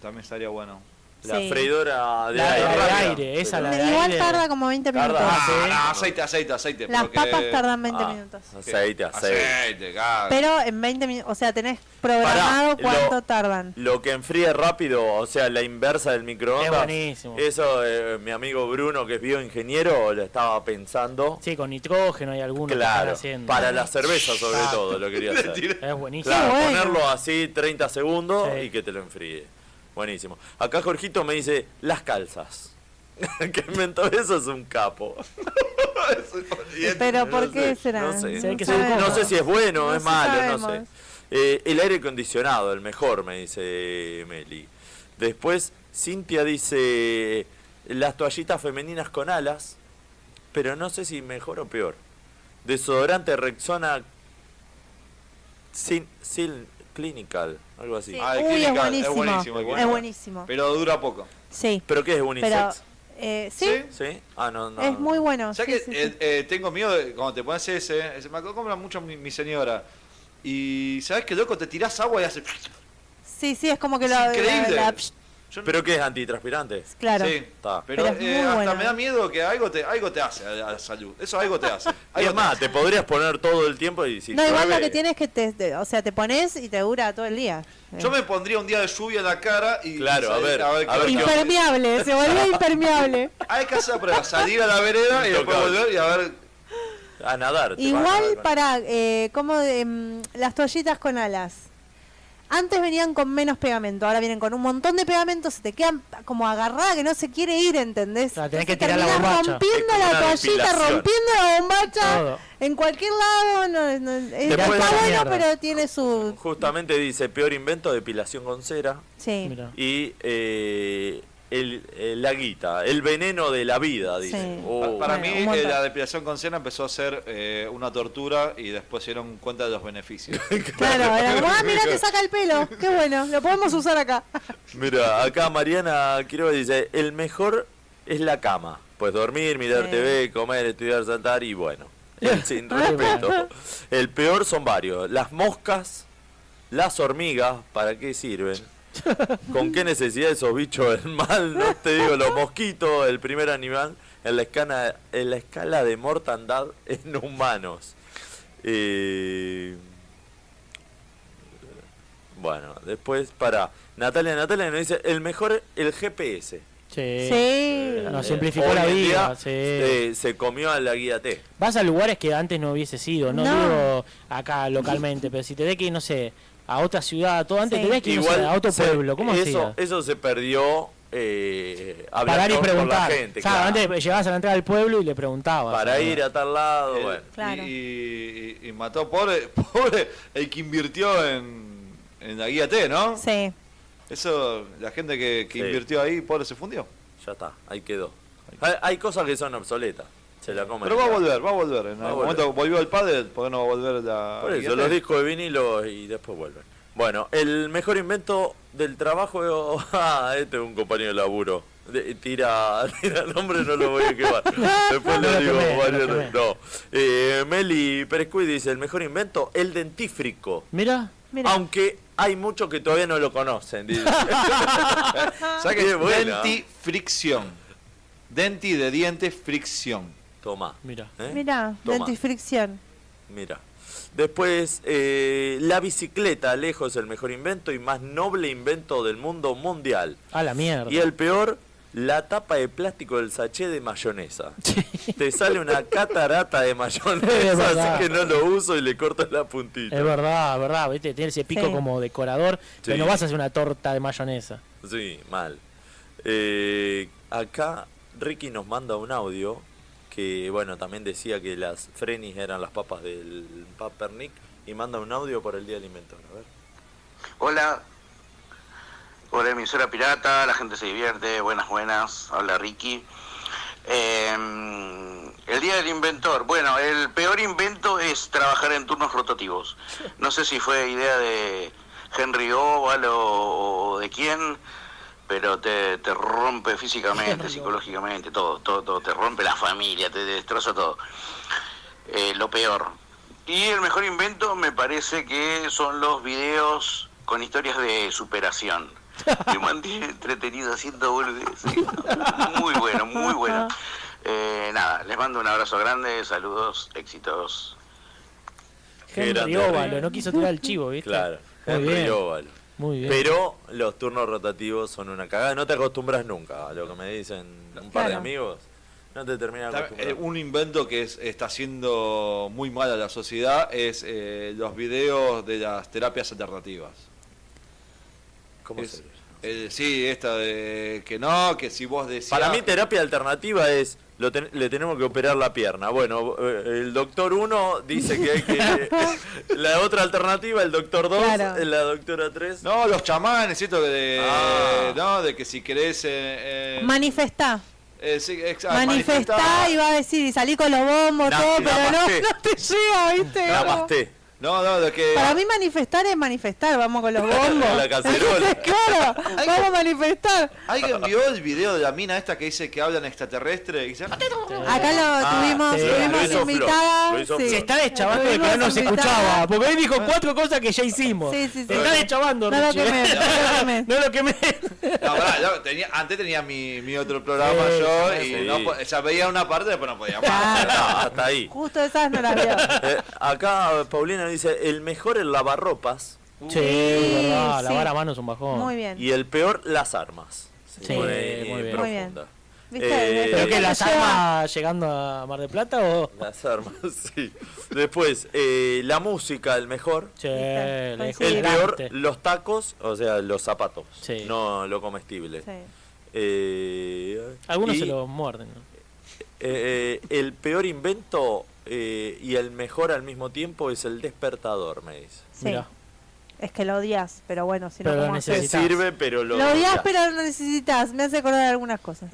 También estaría bueno. La Sí. freidora de La- aire la de rápida. aire, esa, la de Igual tarda como 20 Tarda- minutos. Ah, no, aceite, aceite, aceite. Las porque- papas tardan 20 minutos. Aceite, aceite. Aceite, gas. Pero en 20 minutos, o sea, tenés programado Ah. Pará, cuánto lo- [LAUGHS] tardan. Lo que enfríe rápido, o sea, la inversa del microondas. Es buenísimo. Eso, eh, mi amigo Bruno, que es bioingeniero, lo estaba pensando. Sí, con nitrógeno hay algunos que están Claro, haciendo. para la cerveza sobre Exacto. todo [LAUGHS] lo quería hacer. Es buenísimo. Claro, ponerlo así 30 segundos y que te lo enfríe. Buenísimo. Acá Jorgito me dice, las calzas. [LAUGHS] El que inventó eso es un capo. Pero ¿por No qué sé, será? No sé, Se ve que No son sé cómodos. si es bueno o No es sé, malo, no sé. sabemos. Eh, el aire acondicionado, el mejor, me dice Meli. Después, Cintia dice las toallitas femeninas con alas, pero no sé si mejor o peor. Desodorante Rexona sin, sin Clinical, algo así. Sí. Ah, el Uy, es Clinical, es buenísimo, buenísimo, es bueno. es buenísimo. Pero dura poco. Sí. ¿Pero qué es Pero, unisex? eh, ¿sí? ¿Sí? Ah, no, no. es muy bueno. ¿Sabes sí, que sí, eh, sí. eh, tengo miedo de- cuando te pones ese? ese me acuerdo compra mucho mi, mi señora. Y sabes que loco, te tirás agua y hace. Sí, sí, es como que lo... increíble. la- la- psh, ¿Pero qué es antitranspirante? Claro. Sí. Está. Pero, eh, hasta me da miedo que algo te, algo te hace a la a la salud. Eso algo te hace. [LAUGHS] Y es más, te podrías poner todo el tiempo y decir. no, igual lo "Llueve". que tienes es que te, te- o sea, te pones y te dura todo el día. Yo me pondría un día de lluvia en la cara y. Claro, a ver, a ver qué onda. Impermeable, se volvió impermeable. Hay que hacer pruebas. Salir a la vereda y después Intocable. volver y a ver. A nadar. te vas a Igual nadar. para eh, como de, mm, las toallitas con alas. Antes venían con menos pegamento, ahora vienen con un montón de pegamento, se te quedan como agarrada que no se quiere ir, ¿entendés? tenés que Entonces tirar la terminás bombacha. Es rompiendo como la una toallita, depilación. rompiendo la bombacha Todo. en cualquier lado. No, no, es- está Después- bueno, Mierda. pero tiene su... Justamente dice: peor invento, depilación con cera. Sí. Y eh, el, eh, la guita, el veneno de la vida, dice. Sí. Oh. Para Bueno, un mí, eh, montón. la depilación con cera empezó a ser eh, una tortura y después se dieron cuenta de los beneficios. Claro, era como, ah, mirá, te saca el pelo, qué bueno, lo podemos usar acá. Mira, acá Mariana Quiroga dice, el mejor es la cama. Pues dormir, mirar Sí. TV, comer, estudiar, saltar y bueno. El sin [LAUGHS] respeto. El peor son varios. Las moscas, las hormigas, ¿para qué sirven? ¿Con qué necesidad esos bichos del mal? No te digo, los mosquitos, el primer animal en la escala, en la escala de mortandad en humanos. Eh, bueno, después para Natalia, Natalia nos dice, el mejor, el GPS. Sí. Sí. Nos Eh, simplificó hoy la en vida. día, sí. eh, se comió a la guía T. Vas a lugares que antes no hubiese sido, no, No. digo acá localmente, pero si te que ir, no sé, a otra ciudad, todo antes Sí. tenés que ir no sé, a otro se- pueblo, ¿cómo eso, hacías? eso se perdió eh, Parar hablar y con, con la preguntar. gente. Claro, claro. antes llegabas a la entrada del pueblo y le preguntabas. Para ir a tal lado, bueno. Claro. Y, y- y mató pobre, [LAUGHS] pobre el que invirtió en, en la guía T, ¿no? Sí. Eso, la gente que, que Sí. invirtió ahí, pobre, se fundió. Ya está, ahí quedó. Hay, hay cosas que son obsoletas. Se la comen. Pero va a volver, va a volver. En Va a algún volver. momento volvió el padre, ¿por qué no va a volver la Por guía eso, T? los discos de vinilo y después vuelven. Bueno, el mejor invento del trabajo. [LAUGHS] Ah, este es un compañero de laburo. De- tira, [LAUGHS] tira el nombre, no lo voy [LAUGHS] a quemar. No Después lo lo digo. quemé, no lo varias- quemé. no. Eh, Meli Perezcuy dice: el mejor invento, el dentífrico. Mira, Mira. Aunque hay muchos que todavía no lo [LAUGHS] conocen. dice. ¿Sabes qué? Qué buena. Denti fricción. Denti de dientes fricción. Toma. mira. ¿eh? Mirá, Toma. dentifricción. Mira. Después, eh, la bicicleta, lejos el mejor invento y más noble invento del mundo mundial. A la mierda. Y el peor, la tapa de plástico del sachet [LAUGHS] de mayonesa. Te sale una catarata de Es mayonesa, verdad. así que no lo uso y le corto la puntita. Es verdad, es verdad, viste, tiene ese pico Sí. como decorador, Sí. pero no vas a hacer una torta de mayonesa. Sí, mal. Eh, acá Ricky nos manda un audio que, bueno, también decía que las frenis eran las papas del Papernick y manda un audio por el Día del Inventor. A ver. Hola. Hola, emisora pirata, la gente se divierte, buenas, buenas, habla Ricky. Eh, el día del inventor, bueno, el peor invento es trabajar en turnos rotativos. No sé si fue idea de Henry Oval o, o de quién, pero te, te rompe físicamente, psicológicamente, todo, todo, todo, te rompe la familia, te destroza todo. Eh, lo peor. Y el mejor invento me parece que son los videos con historias de superación. [LAUGHS] Me mantiene entretenido haciendo boludeces. Muy bueno, muy bueno. Eh, nada, les mando un abrazo grande, saludos, éxitos. Qué Henry grande, Óvalo, Ricky. no quiso tirar el chivo, viste. Claro, Muy Henry bien. Oval. Muy bien. Pero los turnos rotativos son una cagada, no te acostumbras nunca, a lo que me dicen un par de Claro. amigos. No te terminas de Está- eh, acostumbrar. un invento que es- está haciendo muy mal a la sociedad es eh, los videos de las terapias alternativas. ¿Cómo es- se lee? Eh, sí, esta de que no, que si vos decías... Para mí terapia alternativa es, lo ten- le tenemos que operar la pierna. Bueno, eh, el doctor 1 dice que hay [LAUGHS] que... la otra alternativa, el doctor 2, Claro. la doctora 3... No, los chamanes, esto de, Ah. no, de que si querés... eh, eh, Manifestá. eh, sí, ex- ah, Manifestá y va a decir, y salí con los bombos, Na- todo, pero [LAUGHS] no, namaste. no te llega, ¿viste? Como- Namaste. No, no, lo que. Para mí manifestar es manifestar, vamos con los bombos. La cacerola. [LAUGHS] claro, vamos a manifestar. [LAUGHS] ¿Alguien vio el video de la mina esta que dice que hablan extraterrestre? Y dice, Acá lo Ah, Ah, Ah, tuvimos, tuvimos [LAUGHS] invitada. sí. Se está deschavando de que Tuvimos no nos invitada. escuchaba. Porque hoy dijo cuatro cosas que ya hicimos. Sí, sí, sí. Se está deschavando, No lo Richie. quemé, no Ah, lo quemé. No lo quemé. No, pará, yo tenía- antes tenía mi, mi otro programa Sí, yo sí. y no po- ya veía una parte, después no podía más. [LAUGHS] Ah, hasta ahí. [LAUGHS] Justo esas no [LAUGHS] las veo. Eh, acá Paulina dice, el mejor el lavarropas. Uh, Sí, es verdad, sí. lavar a mano es un bajón. Muy bien. Y el peor, las armas. Se Sí, pone, eh, muy bien. Muy bien. profunda. ¿Viste? Eh, ¿Pero qué, las las armas llegando a Mar del Plata o...? armas, [LAUGHS] sí. Después, eh, la música, el mejor. Che, la dejó el peor, delante. los tacos, o sea, los zapatos. No lo comestible. Eh, Algunos y, se los muerden. ¿no? eh, eh, el peor invento eh, y el mejor al mismo tiempo es el despertador, me dice. Sí. Es que lo odias, pero bueno, si Pero no lo ¿cómo haces? necesitas. Te sirve, pero lo odias, odias. pero lo necesitas. Me hace acordar de algunas [LAUGHS] cosas.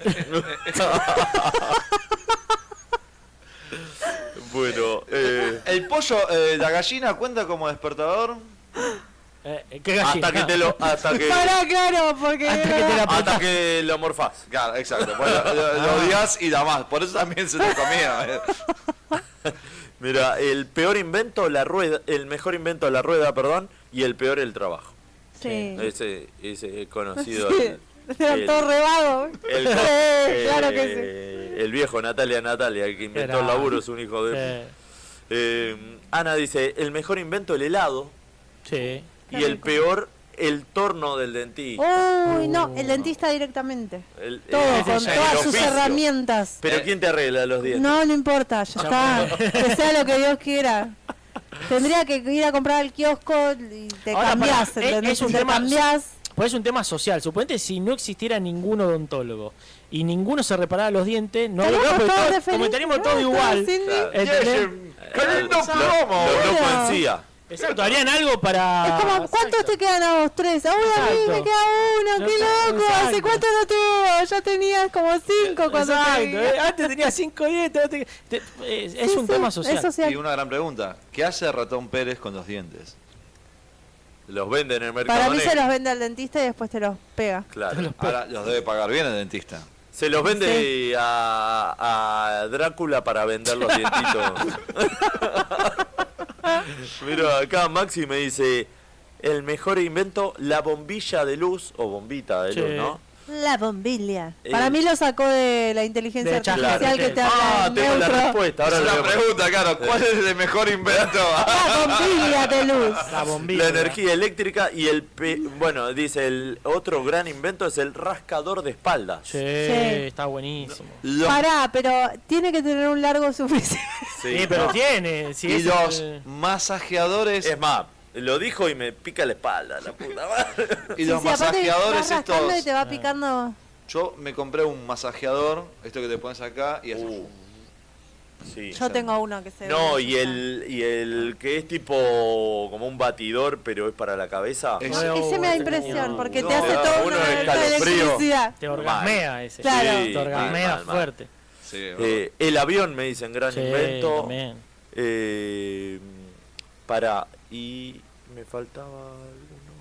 bueno, eh, el pollo, eh, la gallina cuenta como despertador. ¿Qué gallina? Hasta que te lo- hasta [LAUGHS] que- Pará, claro, porque. hasta que lo morfás. Ah. Claro, exacto. Bueno, lo, lo odias y la más. Por eso también se te [LAUGHS] comía. eh. Mira, el peor invento, la rueda, el mejor invento, la rueda, perdón, y el peor, el trabajo. Sí. Ese, ese es conocido. Sí. [LAUGHS] El, Era el- todo rebado. [LAUGHS] [LAUGHS] el- Sí, claro que sí. eh, el viejo Natalia Natalia, el que inventó el Era- laburo, es un hijo de. Eh, Ana dice: el mejor invento, el helado, Sí. y el peor, el torno del dentista. Uy, no, el dentista directamente. El- Oh. Todo, el- con el todas sus oficio. herramientas. Pero ¿quién te arregla los dientes? No, no importa, ya está. Que sea lo que [LAUGHS] Dios quiera. Tendría que ir a comprar al kiosco y te Ahora, cambiás, pará, es- ¿entendés? es un Te tema- cambiás. Pues es un tema social. Suponete si no existiera ningún odontólogo y ninguno se reparara los dientes, no habría Estaríamos problema, todos porque de todo- feliz, como estaríamos claro, todos igual. sin- Claro. ¿entendés? Lo- lo- lo coincida. Exacto, harían algo para. Es como, ¿cuántos te quedan a vos? Tres. Uy, a mí Ah, Exacto. me queda uno, qué Exacto. loco. ¿Hace cuánto no te veo? Ya tenías como cinco cuando te Exacto, vi. eh, antes tenía cinco este, dientes. ahora te- te- es es un tema social. Y una gran pregunta: ¿qué hace Ratón Pérez con los dientes? Los vende en el mercado. Para mí negro. se los vende al dentista y después te los pega. Claro. Ahora los debe pagar bien el dentista. Se los vende a, a Drácula para vender los [LAUGHS] dientitos. Mira, acá Maxi me dice, el mejor invento, la bombilla de luz, o bombita de Sí. luz, ¿no? La bombilla. Eh, Para mí lo sacó de la inteligencia de chat. artificial Claro. que te habla Ah, en tengo la neutro. respuesta. Ahora Esa lo es la vemos. pregunta, claro. ¿Cuál es el mejor invento? La bombilla de luz. La La energía eléctrica y el... pe- Bueno, dice, el otro gran invento es el rascador de espaldas. Sí, está buenísimo. Pará, pero tiene que tener un largo suficiente. [LAUGHS] Sí, Eh, pero tiene, sí, y es los el- masajeadores. Es más, lo dijo y me pica la espalda, la puta madre. [LAUGHS] Y los Sí, aparte masajeadores vas rascando estos. y te va picando. Ah. Yo me compré un masajeador, esto que te pones acá y haces. Uh. Sí. Yo tengo uno que se No, y el, y el que es tipo como un batidor, pero es para la cabeza. Ese me da impresión, porque te No, hace da todo uno una de alta escalofrío. electricidad. Te orgasmea ese. Claro. Te orgasmea fuerte. Eh, el avión, me dicen, gran Sí, invento. también. Eh, para, y me faltaba alguno.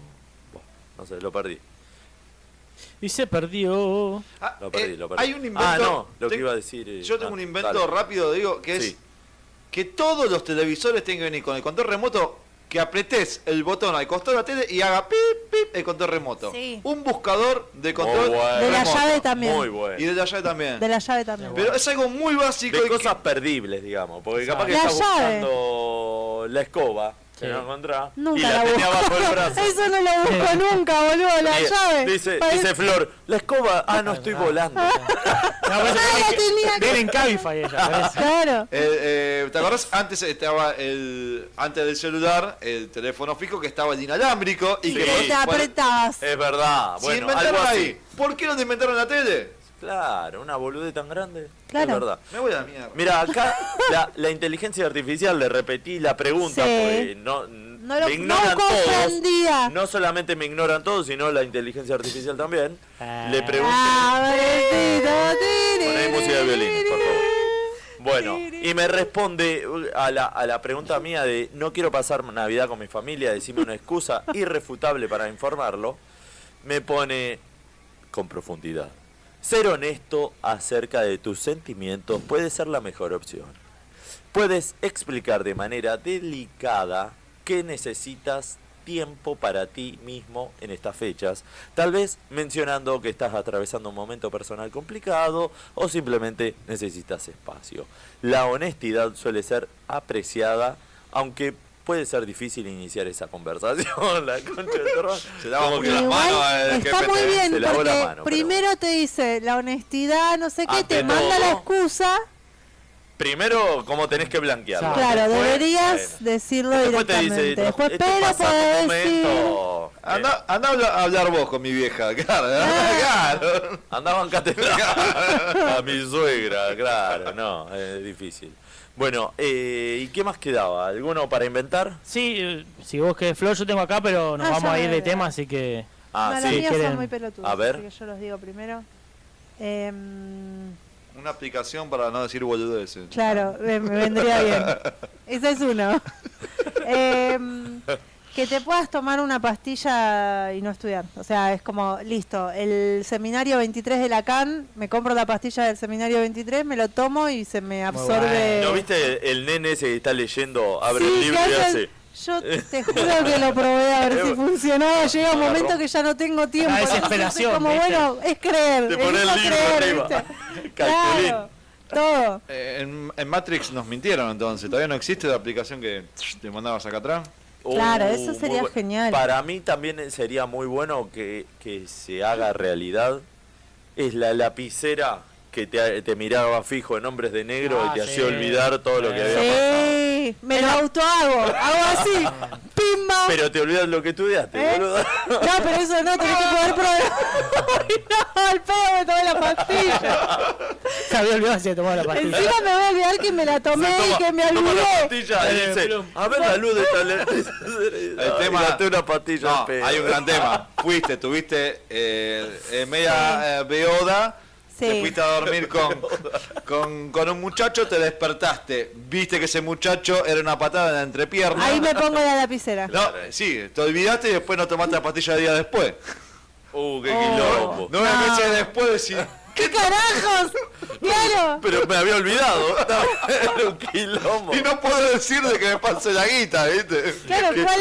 Bueno, no sé, lo perdí. Y se perdió. Lo perdí, lo perdí. hay un Ah, invento- no, lo que te- iba a decir. eh, Yo tengo ah, un invento dale. rápido, digo, que es que todos los televisores tienen que venir con el control remoto, que apretes el botón al costado de la tele y haga pip, pip el control remoto. Sí. Un buscador de control Muy bueno. De la remoto. llave también. Muy bueno. Y de la llave también. De la [LAUGHS] llave también. Pero es algo muy básico. De y cosas perdibles, digamos. Porque capaz que La estás llave. buscando la escoba, que Sí. no encontrás, y Nunca la la tenés abajo [LAUGHS] del busco. brazo. Eso no lo busco nunca, boludo. La Eh, llave. Dice, Parece- dice Flor, la escoba, ah, no estoy volando. Ah, tenía que- Viene en Cabify ella, [LAUGHS] parece. Claro. Eh, eh, ¿Te acordás? Antes estaba el. Antes del celular, el teléfono fijo que estaba el inalámbrico y Sí. que Que te apretabas. Es verdad, Si bueno, algo inventaron así. ahí, ¿por qué no te inventaron la tele? Claro, una boludez tan grande. Claro. Es verdad. Me voy a la mierda. Mira, acá la, la inteligencia artificial, le repetí la pregunta, Sí. porque no, No lo me ignoran no comprendía. todos. No solamente me ignoran todos, sino la inteligencia artificial también. Le pregunto. Abrecito, Ah, tiri. Poné música de violín, por favor. Bueno, y me responde uh, a la, a la pregunta mía de no quiero pasar Navidad con mi familia, decime una excusa irrefutable para informarlo. Me pone con profundidad. Ser honesto acerca de tus sentimientos puede ser la mejor opción. Puedes explicar de manera delicada que necesitas tiempo para ti mismo en estas fechas, tal vez mencionando que estás atravesando un momento personal complicado o simplemente necesitas espacio. La honestidad suele ser apreciada, aunque puede ser difícil iniciar esa conversación. [LAUGHS] La concha de terror. Se lava Como mucho que- las manos al Está jefe, muy te- bien, se lavó porque la mano, pero- primero te dice la honestidad, no sé qué, Ante te manda la todo. excusa. Primero, ¿cómo tenés que blanquearlo? Claro, Después, deberías decirlo Después te directamente. dice, no, Después, este esto pero pasa en un podés decir. momento. Anda, anda a habla- a hablar vos con mi vieja, [LAUGHS] claro. claro. Anda a bancate [LAUGHS] a mi suegra, claro, no, es difícil. Bueno, eh, ¿y qué más quedaba? ¿Alguno para inventar? Sí, eh, si vos querés, Flor, yo tengo acá, pero nos Ah, vamos ya a ir me de veo. tema, así que... no, los si míos quieren- son muy pelotudos. Ah, A ver. así que yo los digo primero. Em, Una aplicación para no decir boludeces. claro, me, me vendría bien. Ese es uno. Em, que te puedas tomar una pastilla y no estudiar. O sea, es como, listo, el seminario 23 de Lacan, me compro la pastilla del seminario 23, me lo tomo y se me absorbe. ¿No viste el, el nene ese que está leyendo, abre Sí, el libro que y hace- hace? [LAUGHS] Yo te juro que lo probé a ver si funcionaba. Llega un momento que ya no tengo tiempo. La entonces desesperación, es como ¿viste? bueno, es [LAUGHS] creer. Te pone elijo el libro creer, arriba. ¿viste? Claro, todo. Eh, en, en Matrix nos mintieron entonces. Todavía no existe la aplicación que te mandabas acá atrás. Claro, Uh, eso muy sería bu- genial. Para mí también sería muy bueno que, que se haga realidad. Es la lapicera que te, te miraba fijo en hombres de negro Ah, y te sí. hacía olvidar todo lo que había pasado. Sí, me lo autohago. Hago [LAUGHS] así. Pimba. Pero te olvidas lo que estudiaste, ¿Eh? boludo. [LAUGHS] No, pero eso no, tenés [LAUGHS] que poder probar. [LAUGHS] no, al pedo me tomé la pastilla. [LAUGHS] Se había olvidado si se tomaba la pastilla. Encima me voy a olvidar que me la tomé y que me Toma la olvidé. pastilla, y dice, a ver la luz de esta El tema- Date una pastilla No, al pedo. hay un [LAUGHS] gran tema. Fuiste, tuviste eh, eh, media eh, beoda. Sí. Te fuiste a dormir con, con, con un muchacho, te despertaste. Viste que ese muchacho era una patada en la entrepierna. Ahí me pongo la lapicera. No, sí, te olvidaste y después no tomaste la pastilla día después. Uh, qué Oh. quilombo. Nueve meses después decís, ¿Qué carajos? Claro. Pero me había [LAUGHS] olvidado. No, era un quilombo. Y no puedo decir de que me pasé la guita, ¿viste? [LAUGHS] Claro, ¿cuál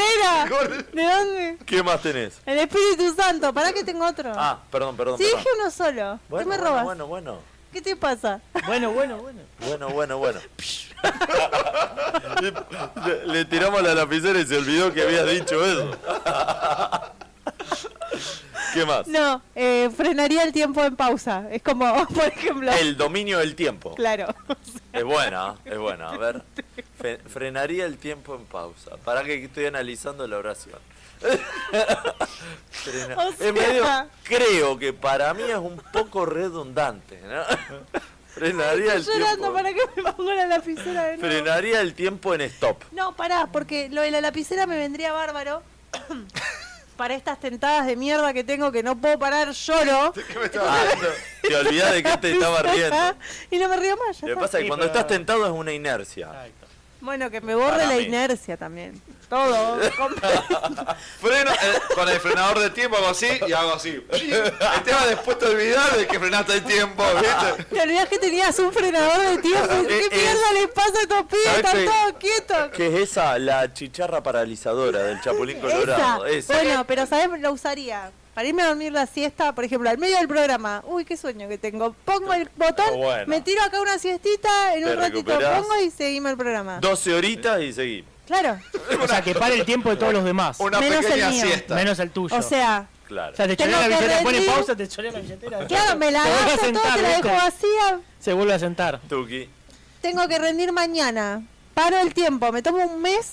era? ¿De dónde? ¿Qué más tenés? El Espíritu Santo. ¿Para que tengo otro? Ah, perdón, perdón. sí, perdón. dije uno solo. Bueno, ¿Qué me bueno, robas? Bueno, bueno. ¿Qué te pasa? Bueno, bueno, bueno. Bueno, bueno, bueno. [LAUGHS] le, le tiramos la lapicera y se olvidó que había dicho eso. [LAUGHS] ¿Qué más? No, eh, frenaría el tiempo en pausa. Es como, [LAUGHS] por ejemplo. El dominio del tiempo. Claro. Es buena, es buena. A ver. Fe- frenaría el tiempo en pausa. Para que estoy analizando la oración. Frena- O sea- es medio- creo que para mí es un poco redundante. ¿no? frenaría el Estoy llorando, tiempo. ¿para qué me pongo la lapicera de nuevo? Frenaría el tiempo en stop. No, pará, porque lo de la lapicera me [COUGHS] vendría bárbaro. Para estas tentadas de mierda que tengo que no puedo [LAUGHS] parar, lloro. Ah, te olvidás de que te estaba riendo. y no me río más. Lo ya que está. pasa es que cuando estás tentado es una inercia. Bueno, que me borre Para la mí. inercia también. [LAUGHS] Todo. Freno eh, con el frenador de tiempo hago así y hago así. El tema después te olvidás de que frenaste el tiempo, ¿viste? Te olvidás que tenías un frenador [LAUGHS] de tiempo. Eh, ¿Qué mierda les pasa a estos pibes? ¿Sabes Están qué? todos quietos. Que es esa, la chicharra paralizadora del Chapulín Colorado. Esa. Esa. Bueno, pero ¿sabes? Lo usaría. Para irme a dormir la siesta, por ejemplo, al medio del programa. Uy, qué sueño que tengo. Pongo el botón, Oh, bueno. me tiro acá una siestita, en Te un ratito recuperás. pongo y seguimos el programa. 12 horitas y seguí. Claro. O sea, que pare el tiempo de todos los demás. Una Menos pequeña el mío. siesta. Menos el tuyo. O sea, Claro. O sea, te Tengo choré la que billetera, pone rendir. pausa, te choré la billetera. [LAUGHS] claro, me la Te vuelve a gasto todo, sentar, te la dejo ¿viste? vacía. Se vuelve a sentar. Tuki. Tengo que rendir mañana. Paro el tiempo, me tomo un mes.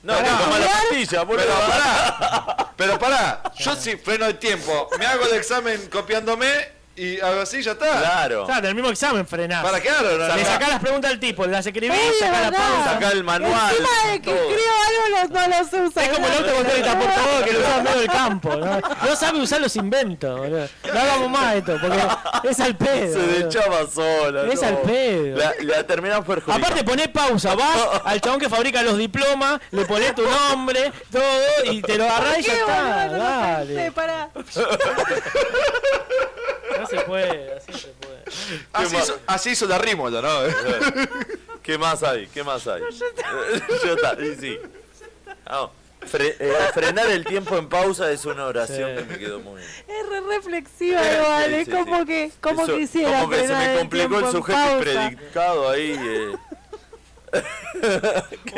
No, te toma la pastilla, Pero pará, pero pará. Yo si freno el tiempo, me hago el examen copiándome y algo así ya está. Claro. Claro, del mismo examen frenás. Para, claro, no, Le no. sacás las preguntas al tipo, las escribís, Oye, sacás la ¿verdad? pausa. Sacá el manual, Encima de que escribo algo, no, no los usa. Es como el automotorista, por favor, que lo usa en medio del campo. ¿no? no sabe usar los inventos, boludo. No hagamos más esto, porque es al pedo. Se boludo. deschaba sola. Es al pedo. La, la terminamos perjudicando. Aparte ponés pausa, [LAUGHS] vas al chabón que fabrica los diplomas, le ponés tu nombre, todo, y te lo agarrás y ya está. Dale. [LAUGHS] para. [LAUGHS] No se puede, así se puede. Ah, Así hizo, así hizo la rímola, ¿no? Eh, ¿Qué más hay? ¿Qué más hay? [LAUGHS] ya está. Y sí. Vamos. Fre- eh, frenar el tiempo en pausa es una oración Sí. que me quedó muy bien. Es re reflexiva Sí, igual, es sí, como sí. que, como Eso- quisiera. Como que se frenar me el complicó el, tiempo en sujeto y pausa. predicado ahí. [LAUGHS] eh.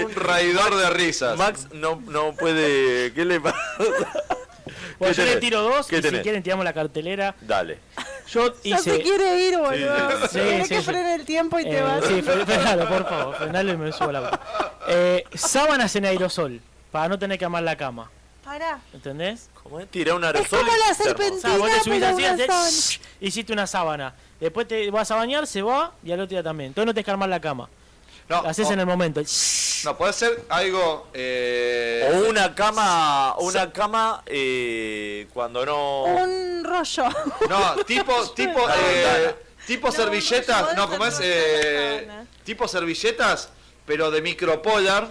Un raidor de risas. Max no, no puede. ¿Qué le pasa? Bueno, Pues ¿Qué yo le tenés? tiro dos ¿Qué y si tenés? quieren tiramos la cartelera. Dale. Yo Ya hice... se quiere ir, boludo. Sí, Querés sí, que sí. frene el tiempo y te Eh, vas. Sí, fre- frenalo, por favor, frenalo y me subo a la boca. Eh, sábanas en aerosol, para no tener que amar la cama. Pará. ¿Entendés? ¿Cómo es? Tira un Es aerosol. como y la se armó. O sea, vos te subís pero así, una haces sábana. shhh, hiciste una sábana. Después te vas a bañar, se va y al otro día también. Entonces no tenés que armar la cama. No, Lo haces o- en el momento. No, puede ser algo. eh, O una cama. Una cama eh, cuando no. Un rollo. [LAUGHS] No, tipo, tipo, La eh, ventana. tipo servilletas, no, como es, eh, tipo servilletas, pero de micropolar,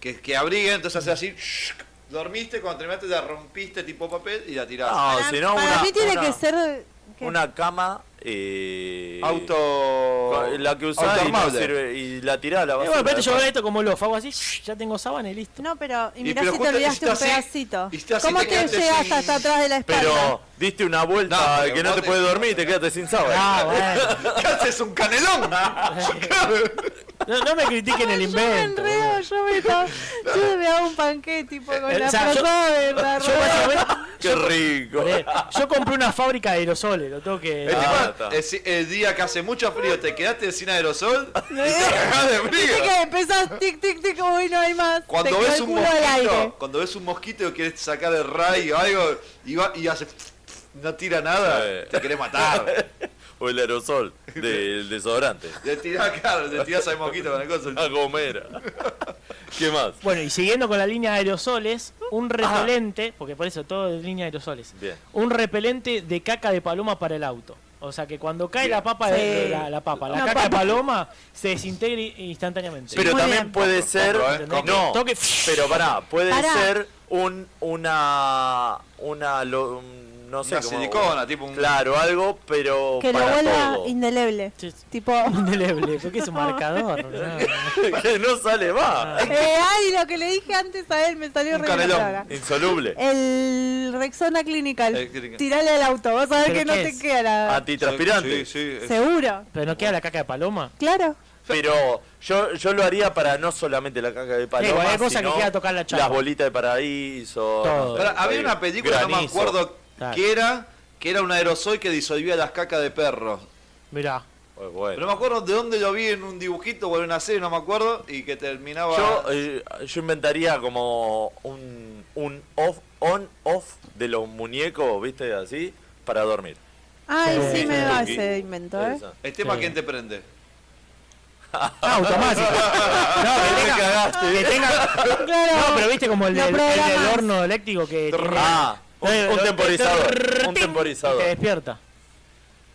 que, que abriguen, entonces haces así, shhh, dormiste, cuando terminaste la rompiste tipo papel y la tirás. No, si no, Para una, mí tiene una- que ser. que- una cama. eh, Auto... la que usás y, no autoarmable. sirve, y la tirás a la Y basura. bueno, pero yo hago esto como lo hago así, shhh, ya tengo sábana y listo. No, pero. Y Y mirá pero si te justo- olvidaste y un está así- pedacito. y está así, ¿Cómo te te quedaste llegas sin- hasta atrás de la espalda? Pero diste una vuelta No, pero que no vos te te- puedes dormir y te quedaste sin sábana. Ah, [LAUGHS] bueno. ¿Qué haces? ¿Un canelón? [LAUGHS] No, no me critiquen el Yo me invento. enredo, yo me, yo me hago un panqué tipo con Eh, la o sea, yo- [LAUGHS] pasada de la Yo, rueda. básicamente- [LAUGHS] Qué rico. eh, yo compré una fábrica de aerosoles, lo tengo que... Es tipo, Ah, está. es- el día que hace mucho frío, te quedaste sin aerosol y te cagás de frío. Viste que empezás tic tic tic, uy no hay más. Te Cuando quedó ves el un culo al aire. mosquito, cuando ves un mosquito que quieres sacar el rayo o algo y, va, y hace no tira nada, Sí. te querés [LAUGHS] matar. [LAUGHS] O el aerosol del desodorante. Le tirás, claro, le tirás al mosquito con la cosa. La gomera. ¿Qué más? Bueno, y siguiendo con la línea de aerosoles, un repelente, porque por eso todo es línea de aerosoles, Bien. un repelente de caca de paloma para el auto. O sea que cuando cae la papa, de- de la, la papa, la Una caca de papa. paloma se desintegra i- instantáneamente. Pero Muy también bien. puede ser. Compro, ¿eh? Compro. No, Toque. pero pará, puede Pará. ser un, una. Una. lo- un- no sé Una cómo- silicona, tipo un- Claro, algo, pero. Que lo para vuelva [LAUGHS] todo. indeleble. Sí, sí. Tipo. Indeleble, porque [LAUGHS] es un [LAUGHS] marcador. ¿no? que no sale más. [LAUGHS] eh, ay, lo que le dije antes a él me salió Un re bien la canelón. palabra. Insoluble. El Rexona El Clinical. clinical. Tirale al auto, vas a ver ¿Pero que no qué te es? queda nada. Antitranspirante. Sí, sí, es- Seguro. Pero no queda la caca de paloma. Claro. Pero yo, yo lo haría para no solamente la caca de paloma, Sí, cualquier cosa que sino quiera tocar la chapa. las bolitas de paraíso. Todo. sé, Pará, había ahí, una película, no me granizo. acuerdo Claro. qué era, que era un aerosol que disolvía las cacas de perros. Mirá. Pues Pero bueno. no me acuerdo de dónde lo vi en un dibujito o en una serie, no me acuerdo, y que terminaba. Yo, eh, yo inventaría como un, un off, on, off de los muñecos, ¿viste? Así, para dormir. Ay, sí, Sí, me sí, va sí. ese invento, ¿eh? Esa. el tema, Sí. ¿quién te prende? Ah, automático. [LAUGHS] No, que tenga- que tenga- Claro. no, pero viste como el, Lo del- el del programas. horno eléctrico que tiene- Ah, un, Eh, un lo- temporizador. Un ting, y Te temporizador. despierta.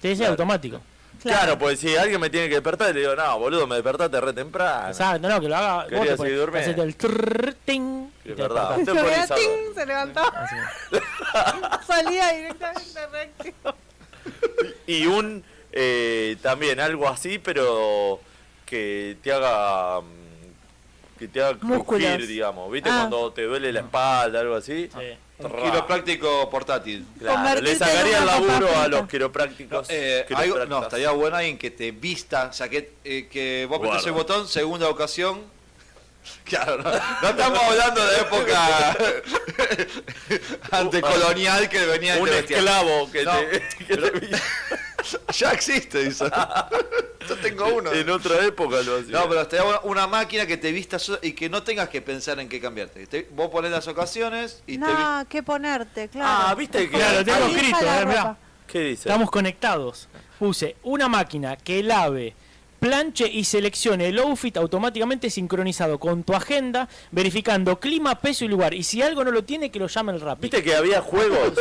Te dice Claro. automático. Claro, pues si alguien me tiene que despertar, le digo, no, boludo, me despertaste re temprano. Exacto, no, que lo haga. Quería vos te seguir pones- durmiendo. hacete el trrr, ting, y Es te [LAUGHS] verdad. despertás. Se veía, temporizador. ting, se levantó. Así. Ah, [LAUGHS] Salía directamente recto. Y un, eh, también algo así, pero que te haga... mm, Que te haga Músculos. crujir, digamos. ¿Viste? Ah. Cuando te duele la espalda, algo así. Sí. Un Un quiropráctico portátil. Claro, Convertirte le en sacaría el una laburo papa a los frita. quiroprácticos. Eh, quiropractas. algo- no, [LAUGHS] estaría bueno alguien que te vista, o sea, que, eh, que vos apretás Guarda. el botón, segunda [LAUGHS] ocasión. Claro, no, no estamos hablando de época antecolonial que venía un este bestial. esclavo que No, [LAUGHS] te, que te Ya [LAUGHS] existe, dice. Yo tengo uno. En otra época lo hacía. No, pero estaría bueno una máquina que te vista so- y que no tengas que pensar en qué cambiarte. Que te- vos ponés las ocasiones y te No, qué ponerte, claro. Ah, viste que- Claro, lo tengo Elija escrito, la eh, mirá. ropa. ¿Qué dice? Estamos conectados. Puse una máquina que lave, planche y seleccione el outfit automáticamente sincronizado con tu agenda, verificando clima, peso y lugar. Y si algo no lo tiene, que lo llame el rápido. Viste que había juegos.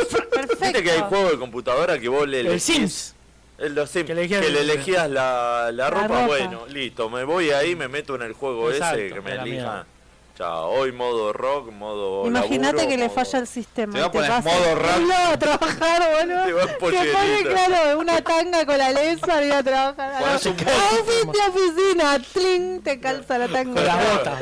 Viste que hay juegos de computadora que vos le El elegís- Sims. El los Sims. Eh, Que, elegías el- le elegías la, la La ropa. ropa. Bueno, listo. Me voy ahí, me meto en el juego Exacto, ese que me a la elija. mierda. Chao. Hoy modo rock, modo. Imagínate laburo, que le modo- falla el sistema. Te va a y poner vas modo rap. [LAUGHS] No, a trabajar, [LAUGHS] boludo. [LAUGHS] Te va en Te pone, pollerita. claro, una tanga con la lesa y a trabajar. Ponés un Outfit de oficina, tling, te calza la tanga.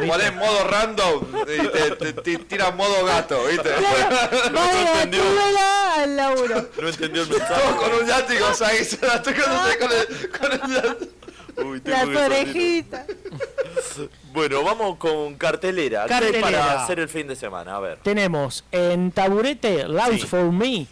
Ponés modo random y te, te- te tira modo gato, ¿viste? [LAUGHS] Va [LAUGHS] de la tubela al laburo. No entendió el Todo con un látigo, o sea, y se la tocando con el, con el látigo. Uy, tengo Las que salir. orejitas. Bueno, vamos con cartelera. ¿Qué hay para Cartelera. hacer el fin de semana? A ver. Tenemos en Taburete, Lounge Sí. for Me.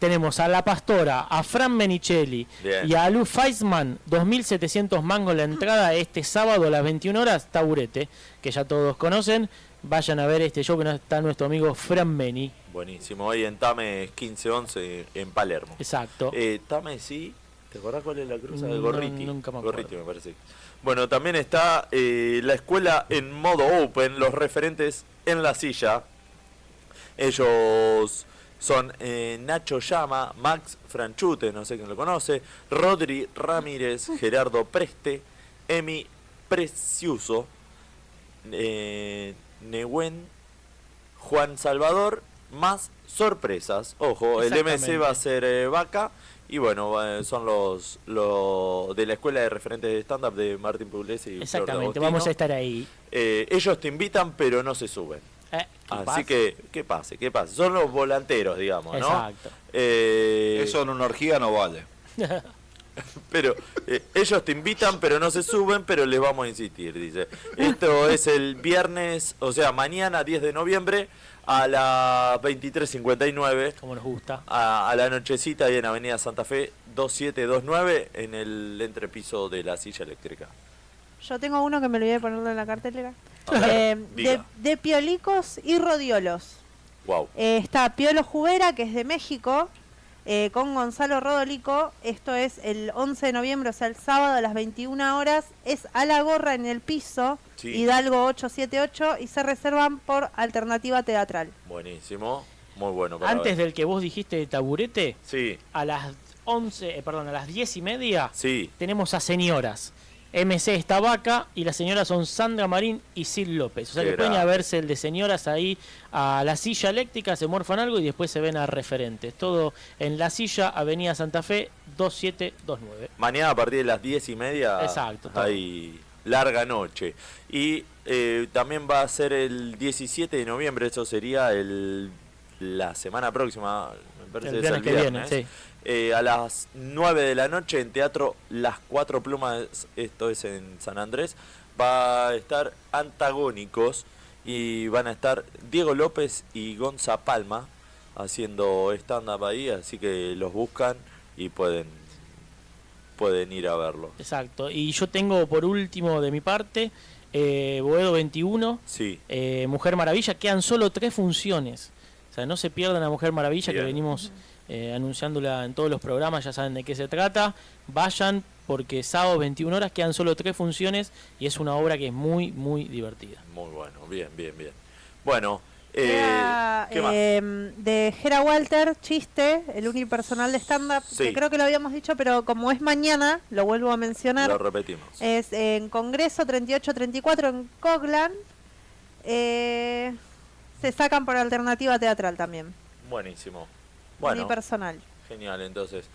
Tenemos a La Pastora, a Fran Menicelli Bien. y a Lu Feisman, 2.700 mangos la entrada este sábado a las 21 horas, Taburete, que ya todos conocen. Vayan a ver este show que no está nuestro amigo Fran Meni. Buenísimo. Hoy en Tame 1511 en Palermo. Exacto. Eh, Tame sí. ¿Te acordás cuál es la cruza de No, Gorriti? nunca me acuerdo. Gorriti me parece. Bueno, también está eh, la escuela en modo open, los referentes en la silla. Ellos son eh, Nacho Llama, Max Franchute, no sé quién lo conoce, Rodri [LAUGHS] Ramírez, Gerardo Preste, Emi Precioso, eh, Nehuen, Juan Salvador, más sorpresas. Ojo, el Exactamente. MC va a ser eh, Vaca. Y bueno, va- eh, son los, los de la escuela de referentes de stand-up de Martín Pugliese y Flor Exactamente, D'Agostino. vamos a estar ahí. Eh, ellos te invitan, pero no se suben. Eh, Así pase. que, ¿qué pase? ¿Qué pase? Son los volanteros, digamos, ¿no? Exacto. [LAUGHS] Eh, Eso en una orgía no vale. pero eh, ellos te invitan, pero no se suben, pero les vamos a insistir, dice. Esto es el viernes, o sea, mañana 10 de noviembre a las 23.59. Como nos gusta. A, a la nochecita ahí en Avenida Santa Fe 2729 en el entrepiso de la silla eléctrica. Yo tengo uno que me olvidé de ponerlo en la cartelera. A ver, Eh, de, diga. de piolicos y rodiolos. Wow. Eh, está Piolo Jubera, que es de México, eh, con Gonzalo Rodolico. Esto es el 11 de noviembre, o sea, el sábado a las 21 horas. Es a la gorra en el piso, Sí. Hidalgo 878, y se reservan por alternativa teatral. Buenísimo. Muy bueno. para Antes ver. del que vos dijiste de Taburete, Sí, a las 11, eh, perdón, a las 10 y media sí. tenemos a señoras. MC está vaca y las señoras son Sandra Marín y Sid López. O sea Qué que pueden ir a grande. verse el de señoras ahí a la silla eléctrica, se morfan algo y después se ven a referentes. Todo en la silla, Avenida Santa Fe 2729. Mañana a partir de las 10 y media. Exacto, todo. Hay larga noche. Y eh, también va a ser el 17 de noviembre, eso sería el, la semana próxima, me parece El que es el viernes que viene, viernes. sí. Eh, a las 9 de la noche en Teatro Las Cuatro Plumas, esto es en San Andrés, va a estar antagónicos y van a estar Diego López y Gonza Palma haciendo stand-up ahí, así que los buscan y pueden, pueden ir a verlo. Exacto. Y yo tengo por último de mi parte eh, Boedo 21, Sí, eh, Mujer Maravilla. Quedan solo tres funciones. O sea, no se pierdan a Mujer Maravilla que venimos eh, anunciándola en todos los programas, ya saben de qué se trata. Vayan porque sábado 21 horas quedan solo tres funciones y es una obra que es muy, muy divertida. muy bueno, bien, bien, bien. Bueno, eh, Era, ¿qué más? em, de Gera Walter, chiste, el unipersonal de stand-up, Sí. que creo que lo habíamos dicho, pero como es mañana, lo vuelvo a mencionar. Lo repetimos. Es en Congreso 38-34 en Coglan. Eh, se sacan por alternativa teatral también. Buenísimo. Bueno, Muy personal. genial, entonces.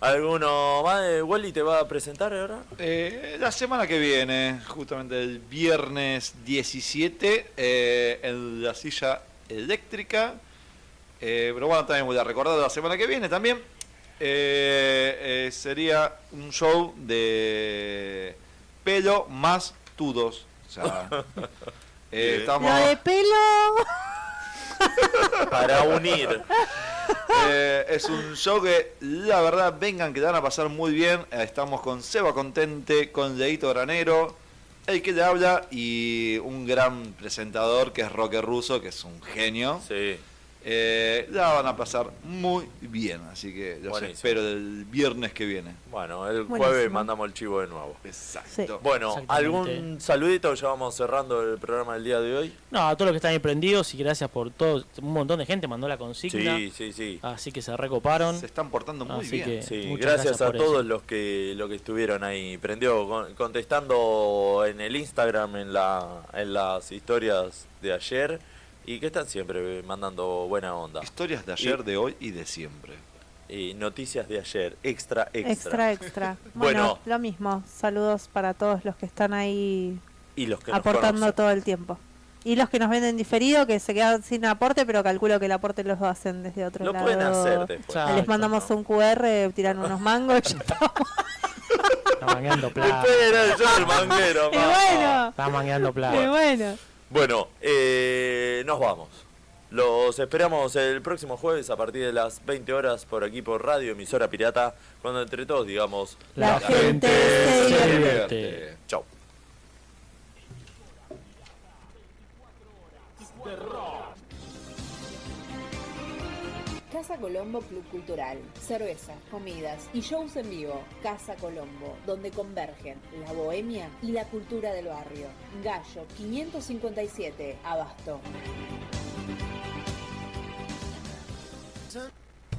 ¿Alguno más? de- ¿Wally te va a presentar ahora? Eh, la semana que viene, justamente el viernes 17, eh, en la silla eléctrica. Eh, pero bueno, también voy a recordar la semana que viene también. eh, eh, sería un show de pelo más tudos. [LAUGHS] O sea, eh, Bien. estamos. Lo de pelo. Para unir. Eh, es un show que, la verdad, vengan que la van a pasar muy bien. Eh, Estamos con Seba Contente, con Leito Granero, el que le habla y un gran presentador que es Roque Russo, que es un genio. Sí. Eh, la van a pasar muy bien, así que los Buenísimo. espero del viernes que viene. Bueno, el Buenísimo. jueves mandamos el chivo de nuevo. Exacto. Bueno, Exactamente. ¿algún saludito? Ya vamos cerrando el programa del día de hoy. No, a todos los que están ahí prendidos y gracias por todo. Un montón de gente mandó la consigna. Sí, sí, sí. Así que se recoparon. Se están portando muy Ah, así Que, Sí, muchas gracias, a por eso. todos los que los que estuvieron ahí prendió con- contestando en el Instagram en la en las historias de ayer y que están siempre mandando buena onda. Historias de ayer, de hoy y de siempre. Y noticias de ayer, extra [LAUGHS] extra. Extra, extra. bueno, Bueno, lo mismo. Saludos para todos los que están ahí y los que nos aportando conocen. todo el tiempo. Y los que nos venden diferido, que se quedan sin aporte, pero calculo que el aporte los hacen desde otro Lo lado. pueden hacer después. Ah, Les mandamos un QR, tiran unos mangos. y ya está. Está mangueando plata. [LAUGHS] Espera, yo el manguero, [LAUGHS] Y pa. bueno. Está mangueando plata. Y bueno. Bueno, eh, nos vamos. Los esperamos el próximo jueves a partir de las 20 horas por aquí por Radio Emisora Pirata, cuando entre todos digamos... La gente se divierte. Chau. Casa Colombo Club Cultural. Cerveza, comidas y shows en vivo. Casa Colombo, donde convergen la bohemia y la cultura del barrio. Gallo 557, Abasto.